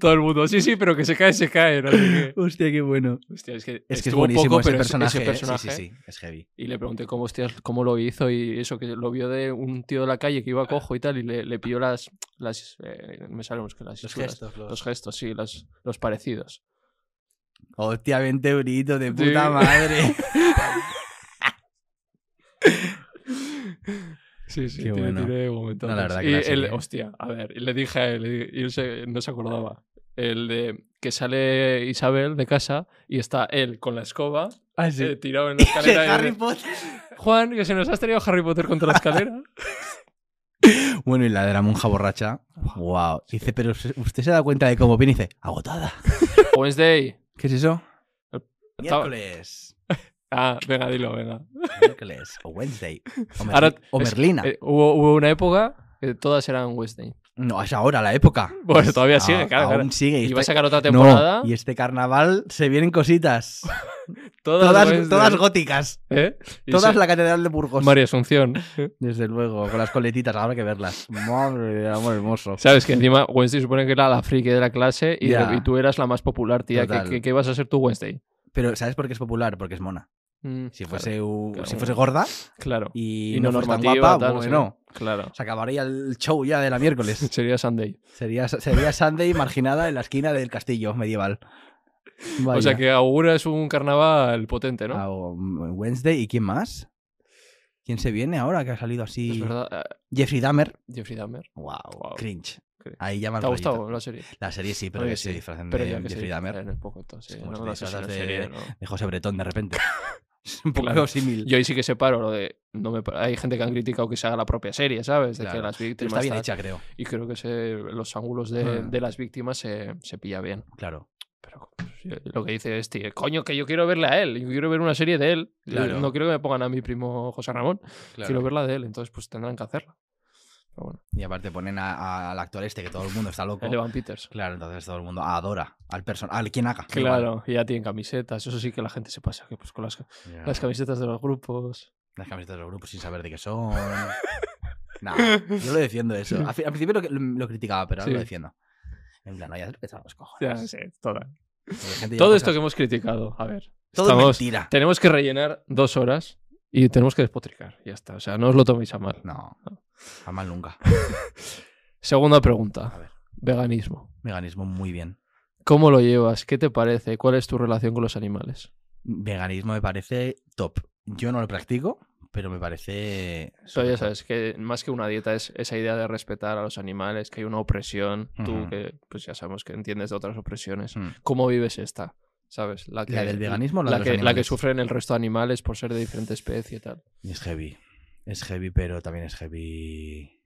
Speaker 2: todo el mundo, sí, sí, pero que se cae, se cae. no sé qué".
Speaker 1: Hostia, qué bueno.
Speaker 2: Hostia, es que
Speaker 1: Es que es
Speaker 2: estuvo
Speaker 1: buenísimo
Speaker 2: poco,
Speaker 1: ese
Speaker 2: pero es-
Speaker 1: personaje.
Speaker 2: ese
Speaker 1: ¿eh? Sí,
Speaker 2: personaje.
Speaker 1: sí, sí. Es heavy.
Speaker 2: Y le pregunté cómo, hostias, cómo lo hizo y eso, que lo vio de un tío de la calle que iba cojo y tal, y le, le pilló las... las eh, me salen que las
Speaker 1: Los
Speaker 2: hisuras.
Speaker 1: gestos.
Speaker 2: Los gestos, sí, las- los parecidos.
Speaker 1: Hostia, 20 euritos de
Speaker 2: Sí.
Speaker 1: puta madre.
Speaker 2: Sí, sí,
Speaker 1: Qué
Speaker 2: tiene,
Speaker 1: bueno.
Speaker 2: tiene momentos.
Speaker 1: No, la verdad que
Speaker 2: y
Speaker 1: la
Speaker 2: el,
Speaker 1: serie-
Speaker 2: hostia, a ver, y le dije a él, le di- y él se- no se acordaba. El de que sale Isabel de casa y está él con la escoba
Speaker 1: Ah,
Speaker 2: eh, tirado en la escalera. y
Speaker 1: Harry
Speaker 2: dice,
Speaker 1: Potter.
Speaker 2: Juan, que se nos has traído Harry Potter contra la escalera.
Speaker 1: Bueno, y la de la monja borracha. Wow. Dice, pero se- usted se da cuenta de cómo viene y dice, agotada.
Speaker 2: Wednesday.
Speaker 1: ¿Qué es eso?
Speaker 2: Estaba-
Speaker 1: Miércoles.
Speaker 2: Ah, venga, dilo, venga.
Speaker 1: Miércoles. O Wednesday. O, Merli-
Speaker 2: Ahora-
Speaker 1: o
Speaker 2: es-
Speaker 1: Merlina.
Speaker 2: Eh, hubo, hubo una época que todas eran Wednesday.
Speaker 1: No, es ahora la época.
Speaker 2: Bueno, todavía sigue,
Speaker 1: A-
Speaker 2: claro,
Speaker 1: Aún
Speaker 2: claro.
Speaker 1: sigue.
Speaker 2: Y
Speaker 1: este-
Speaker 2: va a sacar otra temporada.
Speaker 1: No, y este carnaval se vienen cositas.
Speaker 2: todas,
Speaker 1: todas,
Speaker 2: Wednesday.
Speaker 1: todas góticas.
Speaker 2: ¿Eh? Y
Speaker 1: Todas
Speaker 2: se-
Speaker 1: la catedral de Burgos.
Speaker 2: María Asunción.
Speaker 1: Desde luego, con las coletitas, habrá que verlas. Madre de amor hermoso.
Speaker 2: Sabes que encima Wednesday supone que era la friki de la clase y,
Speaker 1: Ya.
Speaker 2: y tú eras la más popular, tía.
Speaker 1: Total.
Speaker 2: ¿Qué, qué, vas a ser tú Wednesday?
Speaker 1: Pero ¿sabes por qué es popular? Porque es mona.
Speaker 2: Mm,
Speaker 1: Si
Speaker 2: claro,
Speaker 1: fuese, u-
Speaker 2: claro.
Speaker 1: si fuese gorda
Speaker 2: Claro.
Speaker 1: y,
Speaker 2: Y
Speaker 1: no
Speaker 2: no
Speaker 1: fuese tan
Speaker 2: normativa,
Speaker 1: guapa,
Speaker 2: tal, no sé
Speaker 1: bueno,
Speaker 2: Claro.
Speaker 1: se acabaría el show ya de la miércoles.
Speaker 2: Sería Sunday.
Speaker 1: sería, sería Sunday marginada en la esquina del castillo medieval.
Speaker 2: O sea
Speaker 1: Vaya.
Speaker 2: que augura es un carnaval potente, ¿no?
Speaker 1: Ah, o- Wednesday, ¿y quién más? ¿Quién se viene ahora que ha salido
Speaker 2: Es
Speaker 1: así?
Speaker 2: verdad. eh,
Speaker 1: Jeffrey Dahmer.
Speaker 2: Jeffrey Dahmer.
Speaker 1: Wow,
Speaker 2: Wow.
Speaker 1: cringe.
Speaker 2: Cringe.
Speaker 1: Ahí llaman
Speaker 2: ¿Te ha gustado la serie?
Speaker 1: La serie sí, pero
Speaker 2: Oye,
Speaker 1: que se
Speaker 2: sí, Eh.
Speaker 1: disfrazan
Speaker 2: Pero
Speaker 1: de
Speaker 2: ya que
Speaker 1: Jeffrey Dahmer.
Speaker 2: Un poco, entonces,
Speaker 1: Es como
Speaker 2: no
Speaker 1: si
Speaker 2: una
Speaker 1: te disfrazas
Speaker 2: asesino
Speaker 1: de-
Speaker 2: serial, ¿no?
Speaker 1: De José Bretón, de repente. es un poco
Speaker 2: Claro.
Speaker 1: similar.
Speaker 2: Yo ahí sí que separo lo de. No me, pa- hay gente que han criticado que se haga la propia serie, ¿sabes? De
Speaker 1: Claro.
Speaker 2: que las
Speaker 1: Pero
Speaker 2: víctimas.
Speaker 1: está bien
Speaker 2: tal.
Speaker 1: hecha, creo.
Speaker 2: Y creo que se- los ángulos de,
Speaker 1: Ah.
Speaker 2: de las víctimas se, se pilla bien.
Speaker 1: Claro.
Speaker 2: Pero pues, yo- lo que dice este, coño, que yo quiero verle a él. Yo quiero ver una serie de él. Yo
Speaker 1: Claro.
Speaker 2: No quiero que me pongan a mi primo José Ramón. Quiero verla de él. Entonces, pues tendrán que hacerla. Pero bueno,
Speaker 1: Y aparte ponen a- a- al actor este, que todo el mundo está loco.
Speaker 2: Evan Peters.
Speaker 1: Claro, entonces todo el mundo adora al person al quien haga. da igual.
Speaker 2: Claro, y ya tienen camisetas. Eso sí que la gente se pasa. Que pues con las,
Speaker 1: Ya.
Speaker 2: las camisetas de los grupos.
Speaker 1: Las camisetas de los grupos sin saber de qué son. Nah, yo lo defiendo eso. Al, fi- al principio lo, que- lo criticaba, pero ahora
Speaker 2: Sí.
Speaker 1: lo defiendo. En plan, oye, has empezado los
Speaker 2: Ya,
Speaker 1: cojones.
Speaker 2: sí, toda.
Speaker 1: Porque gente lleva
Speaker 2: Todo esto
Speaker 1: cosas-
Speaker 2: que hemos criticado. A ver.
Speaker 1: Todo
Speaker 2: estamos-
Speaker 1: es mentira.
Speaker 2: Tenemos que rellenar dos horas y tenemos que despotricar. Ya está. O sea, no os lo toméis a mal.
Speaker 1: No, a mal nunca.
Speaker 2: Segunda
Speaker 1: A
Speaker 2: pregunta.
Speaker 1: ver.
Speaker 2: Veganismo.
Speaker 1: Veganismo muy bien.
Speaker 2: ¿Cómo lo llevas? ¿Qué te parece? ¿Cuál es tu relación con los animales?
Speaker 1: Veganismo me parece top. Yo no lo practico, pero me parece.
Speaker 2: Eso
Speaker 1: súper
Speaker 2: ya
Speaker 1: top.
Speaker 2: sabes que más que una dieta es esa idea de respetar a los animales, que hay una opresión.
Speaker 1: Ujú.
Speaker 2: Tú que pues ya sabemos que entiendes de otras opresiones.
Speaker 1: Mm.
Speaker 2: ¿Cómo vives esta? ¿Sabes? La, que,
Speaker 1: ¿La del veganismo o la de los
Speaker 2: que, la que
Speaker 1: animales?
Speaker 2: sufren el resto de animales por ser de diferente especie y tal.
Speaker 1: Y Es heavy. Es heavy, pero también es heavy.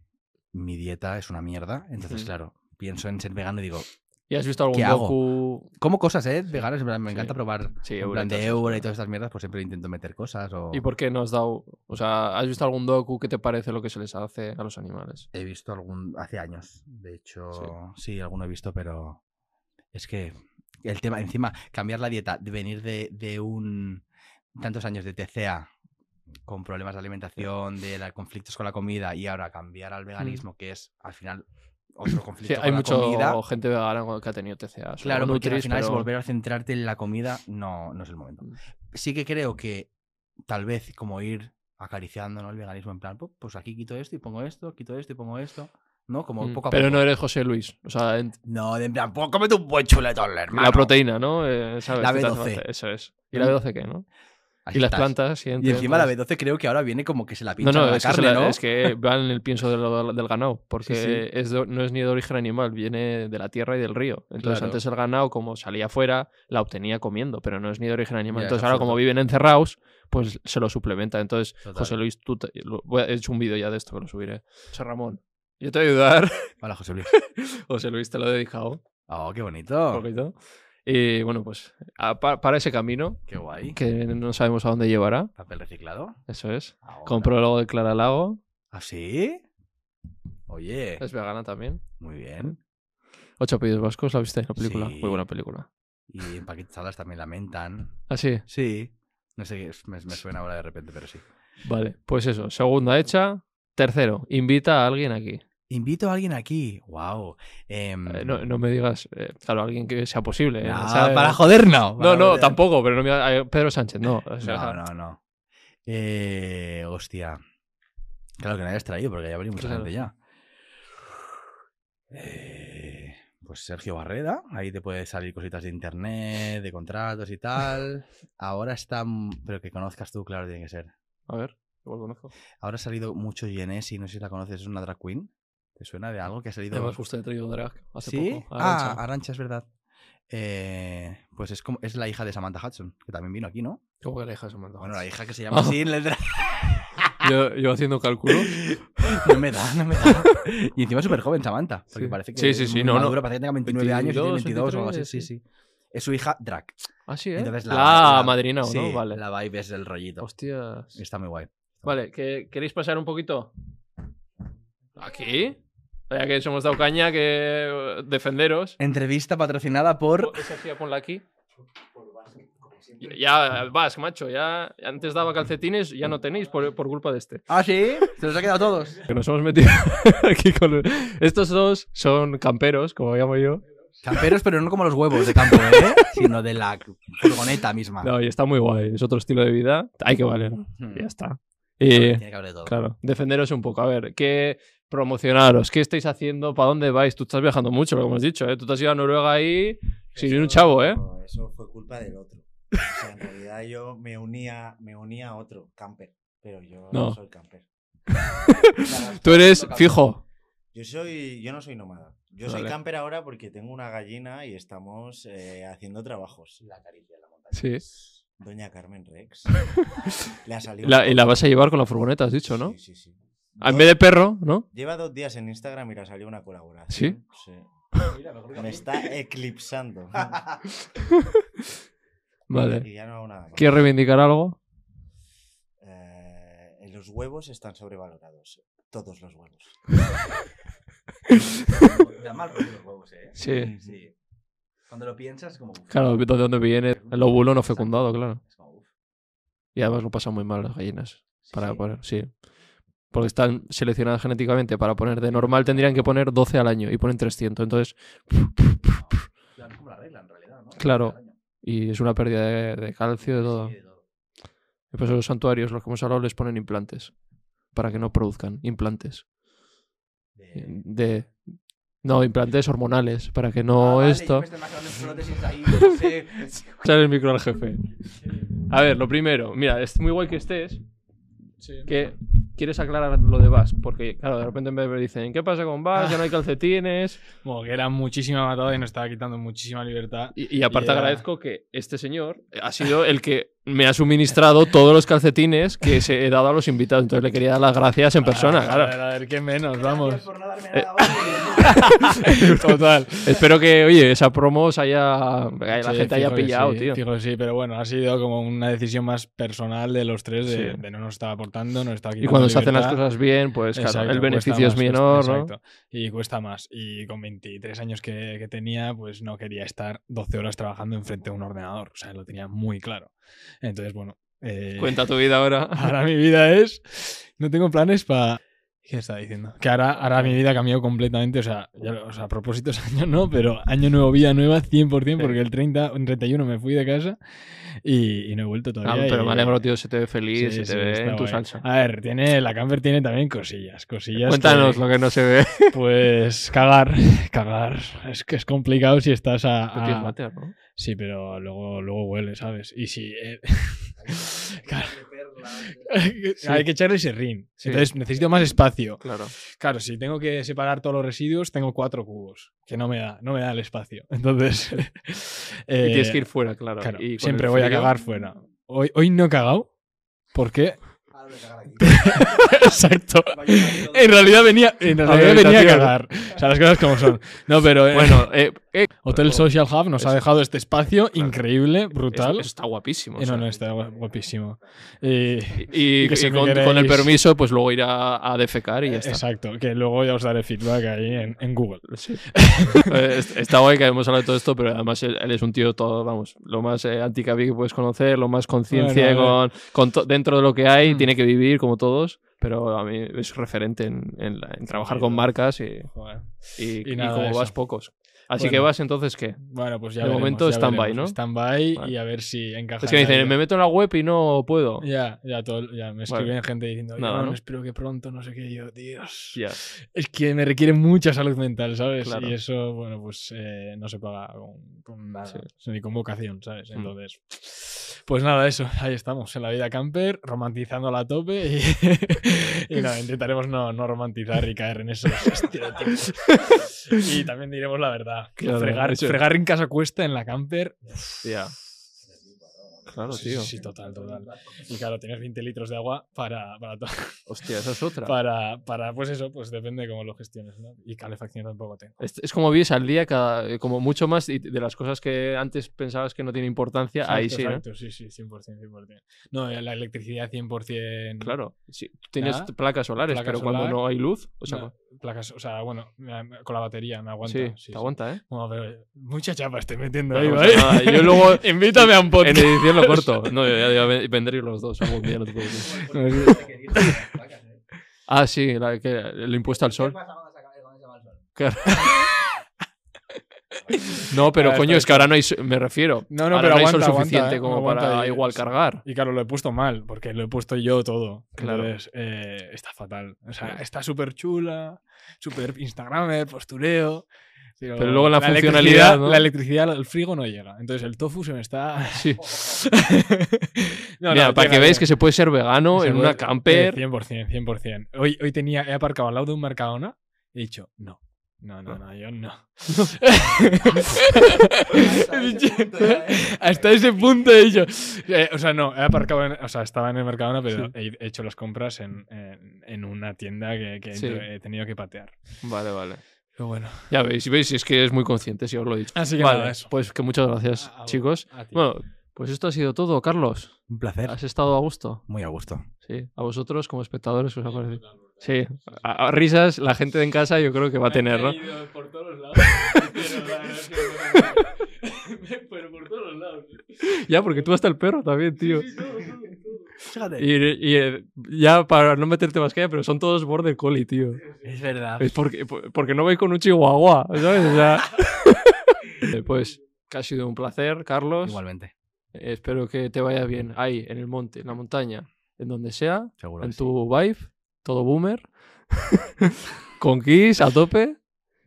Speaker 1: Mi dieta es una mierda. Entonces,
Speaker 2: Ujú.
Speaker 1: claro, pienso en ser vegano y digo,
Speaker 2: ¿Y has visto algún
Speaker 1: ¿Qué hago?
Speaker 2: docu?
Speaker 1: como cosas, ¿eh? Veganas, en plan, me
Speaker 2: Sí.
Speaker 1: encanta probar.
Speaker 2: Sí,
Speaker 1: en
Speaker 2: Eura
Speaker 1: plan
Speaker 2: y todas
Speaker 1: de
Speaker 2: esas
Speaker 1: Eura y
Speaker 2: cosas.
Speaker 1: todas estas mierdas, pues siempre intento meter cosas. O...
Speaker 2: ¿Y por qué no has dado? O sea, ¿has visto algún docu que te parece lo que se les hace a los animales?
Speaker 1: He visto algún. hace años. De hecho, sí. alguno he visto, pero. Es que. El tema, encima, cambiar la dieta, de venir de, de un. tantos años de TCA con problemas de alimentación, de la- conflictos con la comida, y ahora cambiar al veganismo, que es al final otro conflicto
Speaker 2: Mm. Sí,
Speaker 1: con
Speaker 2: hay
Speaker 1: la
Speaker 2: mucha
Speaker 1: comida.
Speaker 2: gente vegana que ha tenido TCA.
Speaker 1: Claro,
Speaker 2: no
Speaker 1: porque al final es volver a centrarte en la comida, no, no es el momento.
Speaker 2: Mm.
Speaker 1: Sí que creo que tal vez como ir acariciando ¿no? el veganismo en plan, "Pu- pues aquí quito esto y pongo esto, quito esto y pongo esto, ¿no? Como poco a
Speaker 2: Mm, Pero
Speaker 1: poco.
Speaker 2: no eres José Luis. O sea, en-
Speaker 1: No, de en plan, "Pues cómete un buen chuletón, hermano.
Speaker 2: la proteína, ¿no? Eh, ¿sabes?
Speaker 1: La
Speaker 2: Que te hace
Speaker 1: B12.
Speaker 2: falta. Eso es. ¿Y la B12 qué, no?
Speaker 1: Así
Speaker 2: y las
Speaker 1: estás.
Speaker 2: plantas. Y,
Speaker 1: Y
Speaker 2: entre
Speaker 1: encima la
Speaker 2: otras.
Speaker 1: B12 creo que ahora viene como que se la
Speaker 2: No,
Speaker 1: pinchan a
Speaker 2: no,
Speaker 1: la
Speaker 2: es que, se
Speaker 1: carne,
Speaker 2: la-
Speaker 1: ¿no?
Speaker 2: es que va en el pienso del, del ganado, porque
Speaker 1: sí.
Speaker 2: es de- no es ni de origen animal, viene de la tierra y del río. Entonces
Speaker 1: Claro.
Speaker 2: antes el ganado, como salía afuera, la obtenía comiendo, pero no es ni de origen animal.
Speaker 1: Ya, es
Speaker 2: Entonces ahora como
Speaker 1: absurdo.
Speaker 2: viven encerrados, pues se lo suplementa. Entonces,
Speaker 1: Total.
Speaker 2: José Luis, tú te- lo- voy a- he hecho un vídeo ya de esto que lo subiré. José Ramón, yo te voy a ayudar.
Speaker 1: Hola, José Luis.
Speaker 2: José Luis te lo he dedicado
Speaker 1: Oh, qué
Speaker 2: un
Speaker 1: bonito.
Speaker 2: poquito. Y bueno, pues a- pa- para ese camino,
Speaker 1: Qué guay.
Speaker 2: que no sabemos a dónde llevará,
Speaker 1: Papel reciclado.
Speaker 2: eso es.
Speaker 1: Ahora.
Speaker 2: Con prólogo de Clara Lago,
Speaker 1: ¿Ah, sí? Oye,
Speaker 2: es vegana también.
Speaker 1: muy bien.
Speaker 2: Ocho apellidos vascos, ¿la viste? La película.
Speaker 1: Sí.
Speaker 2: Muy buena película.
Speaker 1: Y empaquetadas también lamentan.
Speaker 2: Ah, sí.
Speaker 1: Sí. No sé qué, es, me, me suena ahora de repente, pero sí.
Speaker 2: Vale. Pues eso. Segunda hecha. Tercero, invita a alguien aquí.
Speaker 1: Invito a alguien aquí. Em, Wow.
Speaker 2: Eh,
Speaker 1: Mm.
Speaker 2: no, no me digas, eh, claro, alguien que sea posible. eh, ¿sabes?
Speaker 1: para joder, no.
Speaker 2: No,
Speaker 1: Para
Speaker 2: no,
Speaker 1: joder.
Speaker 2: tampoco, pero no me digas, eh, Pedro Sánchez, no. o sea,
Speaker 1: No, no, no. Eh, hostia. Claro que no hayas traído, porque ya habría mucha
Speaker 2: Claro.
Speaker 1: gente ya. Eh, pues Sergio Barreda, ahí te puede salir cositas de internet, de contratos y tal. Ahora está. Pero que conozcas tú, claro, tiene que ser.
Speaker 2: A ver, igual conozco.
Speaker 1: Ahora ha salido mucho Genesi, no sé si la conoces, es una drag queen. ¿Te suena de algo que ha salido?
Speaker 2: Además, justo he traído drag hace
Speaker 1: ¿Sí?
Speaker 2: poco.
Speaker 1: Ah,
Speaker 2: Arantxa.
Speaker 1: Arancha, es verdad. Eh, pues es como es la hija de Samantha Hudson, que también vino aquí, ¿no?
Speaker 2: ¿Cómo que la hija se mandó?
Speaker 1: Bueno, la hija que se llama
Speaker 2: Ah.
Speaker 1: así en el dra-
Speaker 2: Yo, yo haciendo cálculo.
Speaker 1: No me da, no me da. Y encima es súper joven, Samantha. Porque
Speaker 2: Sí.
Speaker 1: parece que
Speaker 2: Sí, sí,
Speaker 1: es
Speaker 2: sí,
Speaker 1: muy
Speaker 2: no, no.
Speaker 1: madura, parece que tenga 29 años y tiene
Speaker 2: 22
Speaker 1: 22 o algo así.
Speaker 2: 23,
Speaker 1: Sí,
Speaker 2: sí.
Speaker 1: sí. Es su hija Drac.
Speaker 2: Ah, sí, ¿eh?
Speaker 1: Entonces la,
Speaker 2: la,
Speaker 1: la-
Speaker 2: madrina, ¿no?
Speaker 1: sí,
Speaker 2: vale.
Speaker 1: La vibe es el rollito.
Speaker 2: Hostias.
Speaker 1: Está muy guay.
Speaker 2: Vale, ¿que- ¿queréis pasar un poquito? ¿Aquí? Ya que hemos dado caña, que defenderos.
Speaker 1: Entrevista patrocinada por.
Speaker 2: Esa tía, ponla aquí. Ya, vas, macho. Ya antes daba calcetines, ya no tenéis por, por culpa de este.
Speaker 1: Ah, sí. Se los ha quedado a todos.
Speaker 2: Que nos hemos metido aquí con. Estos dos son camperos, como llamo yo.
Speaker 1: Camperos, pero no como los huevos de campo, ¿eh? Sino de la furgoneta misma.
Speaker 2: No, y está muy guay. Es otro estilo de vida. Hay que valer.
Speaker 1: Hmm.
Speaker 2: Ya está. Y,
Speaker 1: Tiene que haber de todo.
Speaker 2: claro, defenderos un poco. A ver, ¿qué promocionaros? ¿Qué estáis haciendo? ¿Para dónde vais? Tú estás viajando mucho, lo que hemos dicho, ¿eh? Tú te has ido a Noruega ahí sin
Speaker 4: Eso-
Speaker 2: un chavo, ¿eh?
Speaker 4: no, Eso fue culpa del otro. O sea, en realidad yo me unía, me unía a otro, camper. Pero yo no,
Speaker 2: No.
Speaker 4: soy camper. Claro,
Speaker 2: Tú eres fijo.
Speaker 4: Yo soy, yo no soy nómada. Yo
Speaker 2: Vale.
Speaker 4: soy camper ahora porque tengo una gallina y estamos eh, haciendo trabajos. La caricia de la montaña.
Speaker 2: Sí.
Speaker 4: Doña Carmen Rex. Le ha salido
Speaker 2: La-
Speaker 4: un
Speaker 2: y la
Speaker 4: poco.
Speaker 2: vas a llevar con la furgoneta, has dicho, ¿no?
Speaker 4: Sí, sí, sí.
Speaker 2: En
Speaker 4: Dos-
Speaker 2: vez de perro, ¿no?
Speaker 4: Lleva dos días en Instagram y le ha salido una colaboración.
Speaker 2: ¿Sí?
Speaker 4: Sí. Me está eclipsando.
Speaker 2: Vale.
Speaker 4: Y ya no hago nada más.
Speaker 2: ¿Quieres reivindicar algo?
Speaker 4: Eh, los huevos están sobrevalorados. Todos los huevos.
Speaker 1: Da mal rollo los huevos, ¿eh?
Speaker 2: Sí.
Speaker 1: Sí. Cuando lo piensas, como. uf.
Speaker 2: Claro, de dónde viene el óvulo no fecundado,
Speaker 1: Exacto.
Speaker 2: claro.
Speaker 1: Es como, uf.
Speaker 2: Y además lo pasan muy mal las gallinas. Para
Speaker 1: Sí.
Speaker 2: poner, sí. Porque están seleccionadas genéticamente para poner de normal tendrían que poner 12 al año y ponen 300. Entonces,
Speaker 1: Claro, es como la regla, en realidad, ¿no?
Speaker 2: Claro. y es una pérdida de, de calcio, de todo.
Speaker 1: Sí, de todo.
Speaker 2: Y por eso los santuarios, los que hemos hablado, les ponen implantes. Para que no produzcan implantes. Eh,
Speaker 1: De-
Speaker 2: De. No, implantes hormonales. Para que no
Speaker 1: Ah, vale,
Speaker 2: esto.
Speaker 1: yo me estoy imaginando prótesis ahí, no sé.
Speaker 2: Echar el micro al jefe. A ver, lo primero, mira, es muy guay que estés, que quieres aclarar lo de Vas, porque claro, de repente me dicen, ¿qué pasa con Vas? Ya no hay calcetines.
Speaker 3: Como que era muchísima matada y nos estaba quitando muchísima libertad.
Speaker 2: Y, y aparte
Speaker 3: Ya.
Speaker 2: agradezco que este señor ha sido el que me ha suministrado todos los calcetines que se he dado a los invitados, entonces le quería dar las gracias en persona,
Speaker 3: A
Speaker 2: claro.
Speaker 3: ver, a ver, qué menos, vamos.
Speaker 4: Gracias por no darme nada más.
Speaker 3: Total.
Speaker 2: Espero que, oye, esa promo os haya, que la
Speaker 3: Sí,
Speaker 2: gente haya
Speaker 3: fijo que
Speaker 2: pillado,
Speaker 3: sí,
Speaker 2: tío.
Speaker 3: Fijo que sí, pero bueno, ha sido como una decisión más personal de los tres de,
Speaker 2: Sí.
Speaker 3: de no nos está aportando, nos está
Speaker 2: Y
Speaker 3: quitando.
Speaker 2: cuando se hacen las
Speaker 3: libertad.
Speaker 2: cosas bien, pues claro,
Speaker 3: Exacto,
Speaker 2: el
Speaker 3: cuesta
Speaker 2: beneficio es
Speaker 3: más, cuesta-
Speaker 2: menor, ¿no?
Speaker 3: exacto. Y cuesta más. Y con 23 años que, que tenía, pues no quería estar 12 horas trabajando enfrente de un ordenador. O sea, lo tenía muy claro. Entonces, bueno. eh,
Speaker 2: Cuenta tu vida ahora.
Speaker 3: Ahora mi vida es. No tengo planes para. ¿Qué estaba diciendo? Que ahora, ahora mi vida ha cambiado completamente. O sea, ya lo- o sea, propósitos año no, pero año nuevo, vida nueva, 100%,
Speaker 2: Sí.
Speaker 3: porque el 30, el 31 me fui de casa y, y no he vuelto
Speaker 2: Ah,
Speaker 3: todavía.
Speaker 2: pero
Speaker 3: y-
Speaker 2: me alegro, tío, se te ve
Speaker 3: Sí,
Speaker 2: feliz, se te
Speaker 3: sí,
Speaker 2: ve
Speaker 3: está
Speaker 2: en tu
Speaker 3: guay. Ah,
Speaker 2: salsa.
Speaker 3: A ver, tiene, la camper tiene también cosillas. cosillas
Speaker 2: Cuéntanos
Speaker 3: que-
Speaker 2: lo que no se ve.
Speaker 3: Pues cagar, cagar. Es que es complicado si estás a.
Speaker 2: Tú tienes
Speaker 3: a-
Speaker 2: váter, ¿no?
Speaker 3: Sí, pero luego, luego huele, ¿sabes? Y si. eh, claro. Hay que echarle serrín.
Speaker 2: ¿eh? Sí.
Speaker 3: Entonces necesito más espacio.
Speaker 2: Claro.
Speaker 3: Claro, si tengo que separar todos los residuos, tengo cuatro cubos, que no me da, no me da el espacio. Entonces.
Speaker 2: Y
Speaker 3: eh,
Speaker 2: tienes que ir fuera, claro.
Speaker 3: claro,
Speaker 2: Y con
Speaker 3: siempre
Speaker 2: el
Speaker 3: voy a
Speaker 2: frío-
Speaker 3: cagar fuera. Hoy, hoy no he cagado. ¿Por qué?
Speaker 4: Ahora voy a cagar aquí.
Speaker 3: Exacto.
Speaker 4: Vaya, vaya, todo.
Speaker 3: En realidad venía, en realidad venía a
Speaker 2: Habitación.
Speaker 3: cagar. O sea, las cosas como son. No, pero. eh,
Speaker 2: Bueno, eh, eh,
Speaker 3: Hotel Social Hub nos
Speaker 2: Eso.
Speaker 3: ha dejado este espacio
Speaker 2: Claro.
Speaker 3: increíble,
Speaker 2: eso,
Speaker 3: brutal.
Speaker 2: eso está guapísimo. o
Speaker 3: Eh,
Speaker 2: sea.
Speaker 3: no, no, está gua- guapísimo. Y-
Speaker 2: Y,
Speaker 3: y que si
Speaker 2: y
Speaker 3: me
Speaker 2: con,
Speaker 3: queréis-
Speaker 2: con el permiso, pues luego ir a, a defecar y ya está.
Speaker 3: exacto, que luego ya os daré feedback ahí en, en Google.
Speaker 2: Eh, es- está guay que hemos hablado de todo esto, pero además él, él es un tío todo, vamos, lo más eh, anticabi que puedes conocer, lo más conciencia
Speaker 3: Bueno, a
Speaker 2: con, con to- dentro de lo que hay,
Speaker 3: Mm.
Speaker 2: tiene que vivir como todos, pero a mí es referente en, en la- en trabajar con marcas y,
Speaker 3: Joder.
Speaker 2: y,
Speaker 3: Y
Speaker 2: y
Speaker 3: nada,
Speaker 2: como
Speaker 3: eso.
Speaker 2: vas pocos. Así
Speaker 3: Bueno.
Speaker 2: que vas entonces, ¿qué?
Speaker 3: Bueno, pues ya
Speaker 2: De
Speaker 3: veremos,
Speaker 2: momento
Speaker 3: ya
Speaker 2: stand-by,
Speaker 3: veremos.
Speaker 2: ¿no?
Speaker 3: Stand-by y
Speaker 2: Vale.
Speaker 3: a ver si encaja.
Speaker 2: Es que me
Speaker 3: en la
Speaker 2: dicen, me
Speaker 3: vida.
Speaker 2: meto en la web y no puedo.
Speaker 3: Ya, ya, todo, ya
Speaker 2: Vale.
Speaker 3: me escriben gente diciendo, "Oye,
Speaker 2: Nada,
Speaker 3: Aaron,
Speaker 2: ¿no?
Speaker 3: espero que pronto, no sé qué, Y yo, Dios.
Speaker 2: Ya.
Speaker 3: Es que me requiere mucha salud mental, ¿sabes?
Speaker 2: Claro.
Speaker 3: Y eso, bueno, pues eh, no se paga con, con nada,
Speaker 2: Sí.
Speaker 3: o sea, ni con vocación, ¿sabes?
Speaker 2: Mm.
Speaker 3: Entonces, pues nada, eso, ahí estamos, en la vida camper, romantizando a tope y, y nada, intentaremos no, no romantizar y caer en esos estereotipos. y también diremos la verdad, que
Speaker 2: Claro,
Speaker 3: fregar,
Speaker 2: eso.
Speaker 3: fregar en casa cuesta en la camper,
Speaker 2: Ya. claro,
Speaker 3: sí,
Speaker 2: tío.
Speaker 3: sí, sí, total, total. Y claro, tienes 20 litros de agua para, para, to-
Speaker 2: Hostia, esa es otra.
Speaker 3: para, para, pues eso, pues depende de cómo lo gestiones, ¿no? Y calefacción tampoco tengo.
Speaker 2: Es, es como vives al día, cada, eh, como mucho más, y de las cosas que antes pensabas que no tienen importancia, ahí
Speaker 3: Exacto,
Speaker 2: sí, ¿no?
Speaker 3: exacto, sí, sí, 100%, 100%. No, la electricidad 100%.
Speaker 2: Claro, sí, tú tienes
Speaker 3: Nada.
Speaker 2: placas solares,
Speaker 3: Placa
Speaker 2: pero
Speaker 3: solar.
Speaker 2: cuando no hay luz, o sea,
Speaker 3: no, placas, o sea, bueno, me- me- con la batería me aguanta.
Speaker 2: sí,
Speaker 3: sí,
Speaker 2: te
Speaker 3: sí.
Speaker 2: aguanta, ¿eh?
Speaker 3: Bueno, pero mucha chapa estoy metiendo
Speaker 2: No
Speaker 3: ahí,
Speaker 2: pasa
Speaker 3: ¿vale?
Speaker 2: nada, yo luego-
Speaker 3: Invítame a un
Speaker 2: En
Speaker 3: podcast.
Speaker 2: edición lo corto. No, yo ya, ya ve- vendré los dos algún día. no te preocupes. Ah, sí, la que- el impuesto al sol. Claro. No, pero
Speaker 3: Ah, está
Speaker 2: coño, es que ahora no hay. so- Me refiero.
Speaker 3: No, no,
Speaker 2: ahora
Speaker 3: pero
Speaker 2: no hay
Speaker 3: aguanta,
Speaker 2: sol
Speaker 3: aguanta,
Speaker 2: suficiente
Speaker 3: eh,
Speaker 2: como
Speaker 3: aguanta
Speaker 2: para
Speaker 3: ahí.
Speaker 2: igual cargar.
Speaker 3: Y claro, lo he puesto mal, porque lo he puesto yo todo.
Speaker 2: Claro.
Speaker 3: Entonces, eh, está fatal. O sea, está súper chula, súper Instagramer, postureo.
Speaker 2: Pero luego la funcionalidad,
Speaker 3: electricidad-
Speaker 2: ¿no?
Speaker 3: La electricidad al frigo no llega. Entonces el tofu se me está.
Speaker 2: Sí.
Speaker 3: No, no,
Speaker 2: Mira, para
Speaker 3: llega,
Speaker 2: que veáis
Speaker 3: llega.
Speaker 2: que se puede ser vegano
Speaker 3: Se
Speaker 2: en
Speaker 3: puede-
Speaker 2: una
Speaker 3: Eh,
Speaker 2: camper.
Speaker 3: 100%, 100%. Hoy, hoy tenía, he aparcado al lado de un Mercadona y he dicho, no. No, no, no, yo no. Hasta ese punto he dicho. eh, o sea, no, he aparcado, en- o sea, estaba en el Mercadona, pero he, he hecho las compras en, en- en una tienda que, que he
Speaker 2: Sí.
Speaker 3: tenido- he tenido que patear.
Speaker 2: Vale, vale.
Speaker 3: Pero bueno.
Speaker 2: Ya veis, si veis, es que es muy consciente, si os lo he dicho.
Speaker 3: Así que nada,
Speaker 2: Vale,
Speaker 3: eso. Ah,
Speaker 2: pues que muchas gracias,
Speaker 3: A- a-
Speaker 2: chicos.
Speaker 3: a ti.
Speaker 2: Bueno, pues esto ha sido todo, Carlos.
Speaker 1: Un placer.
Speaker 2: ¿Has estado a gusto?
Speaker 1: Muy a gusto.
Speaker 2: Sí, a vosotros como espectadores os ha parecido. Sí, a, a risas, la gente en casa yo creo que va a tener, ¿no?
Speaker 3: por todos lados. pero, por todos lados.
Speaker 2: Ya, porque tú hasta el perro también, tío. Y, y, eh, ya para no meterte más que pero son todos border collie, tío.
Speaker 3: Es verdad.
Speaker 2: Es porque, por- porque no vais con un chihuahua, ¿sabes? O sea... Eh, pues que ha sido un placer, Carlos.
Speaker 1: Igualmente,
Speaker 2: Eh, Espero que te vaya bien ahí, en el monte, en la montaña, en donde sea.
Speaker 1: seguro.
Speaker 2: en
Speaker 1: que sí.
Speaker 2: tu vibe, todo boomer, con Kiss a tope.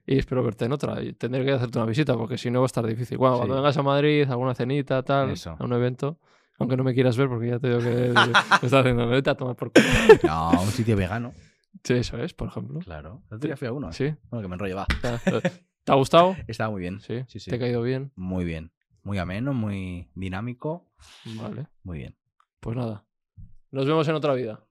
Speaker 2: Y espero verte en otra. Y tendré que hacerte una visita porque si no va a estar difícil. Bueno, cuando
Speaker 1: Sí.
Speaker 2: vengas a Madrid, alguna cenita, tal,
Speaker 1: Eso.
Speaker 2: a un evento. Aunque no me quieras ver porque ya te digo que me estás haciendo vete a tomar por culo.
Speaker 1: No, un sitio vegano.
Speaker 2: Sí, eso es, por ejemplo.
Speaker 1: Claro. El otro día fui a uno. ¿eh?
Speaker 2: Sí.
Speaker 1: Bueno, que me enrollo, va.
Speaker 2: o sea, ¿Te ha gustado?
Speaker 1: Estaba muy bien.
Speaker 2: Sí.
Speaker 1: Sí, sí.
Speaker 2: ¿Te ha caído bien?
Speaker 1: Muy bien. Muy ameno, muy dinámico.
Speaker 2: Vale.
Speaker 1: Muy bien.
Speaker 2: Pues nada. Nos vemos en otra vida.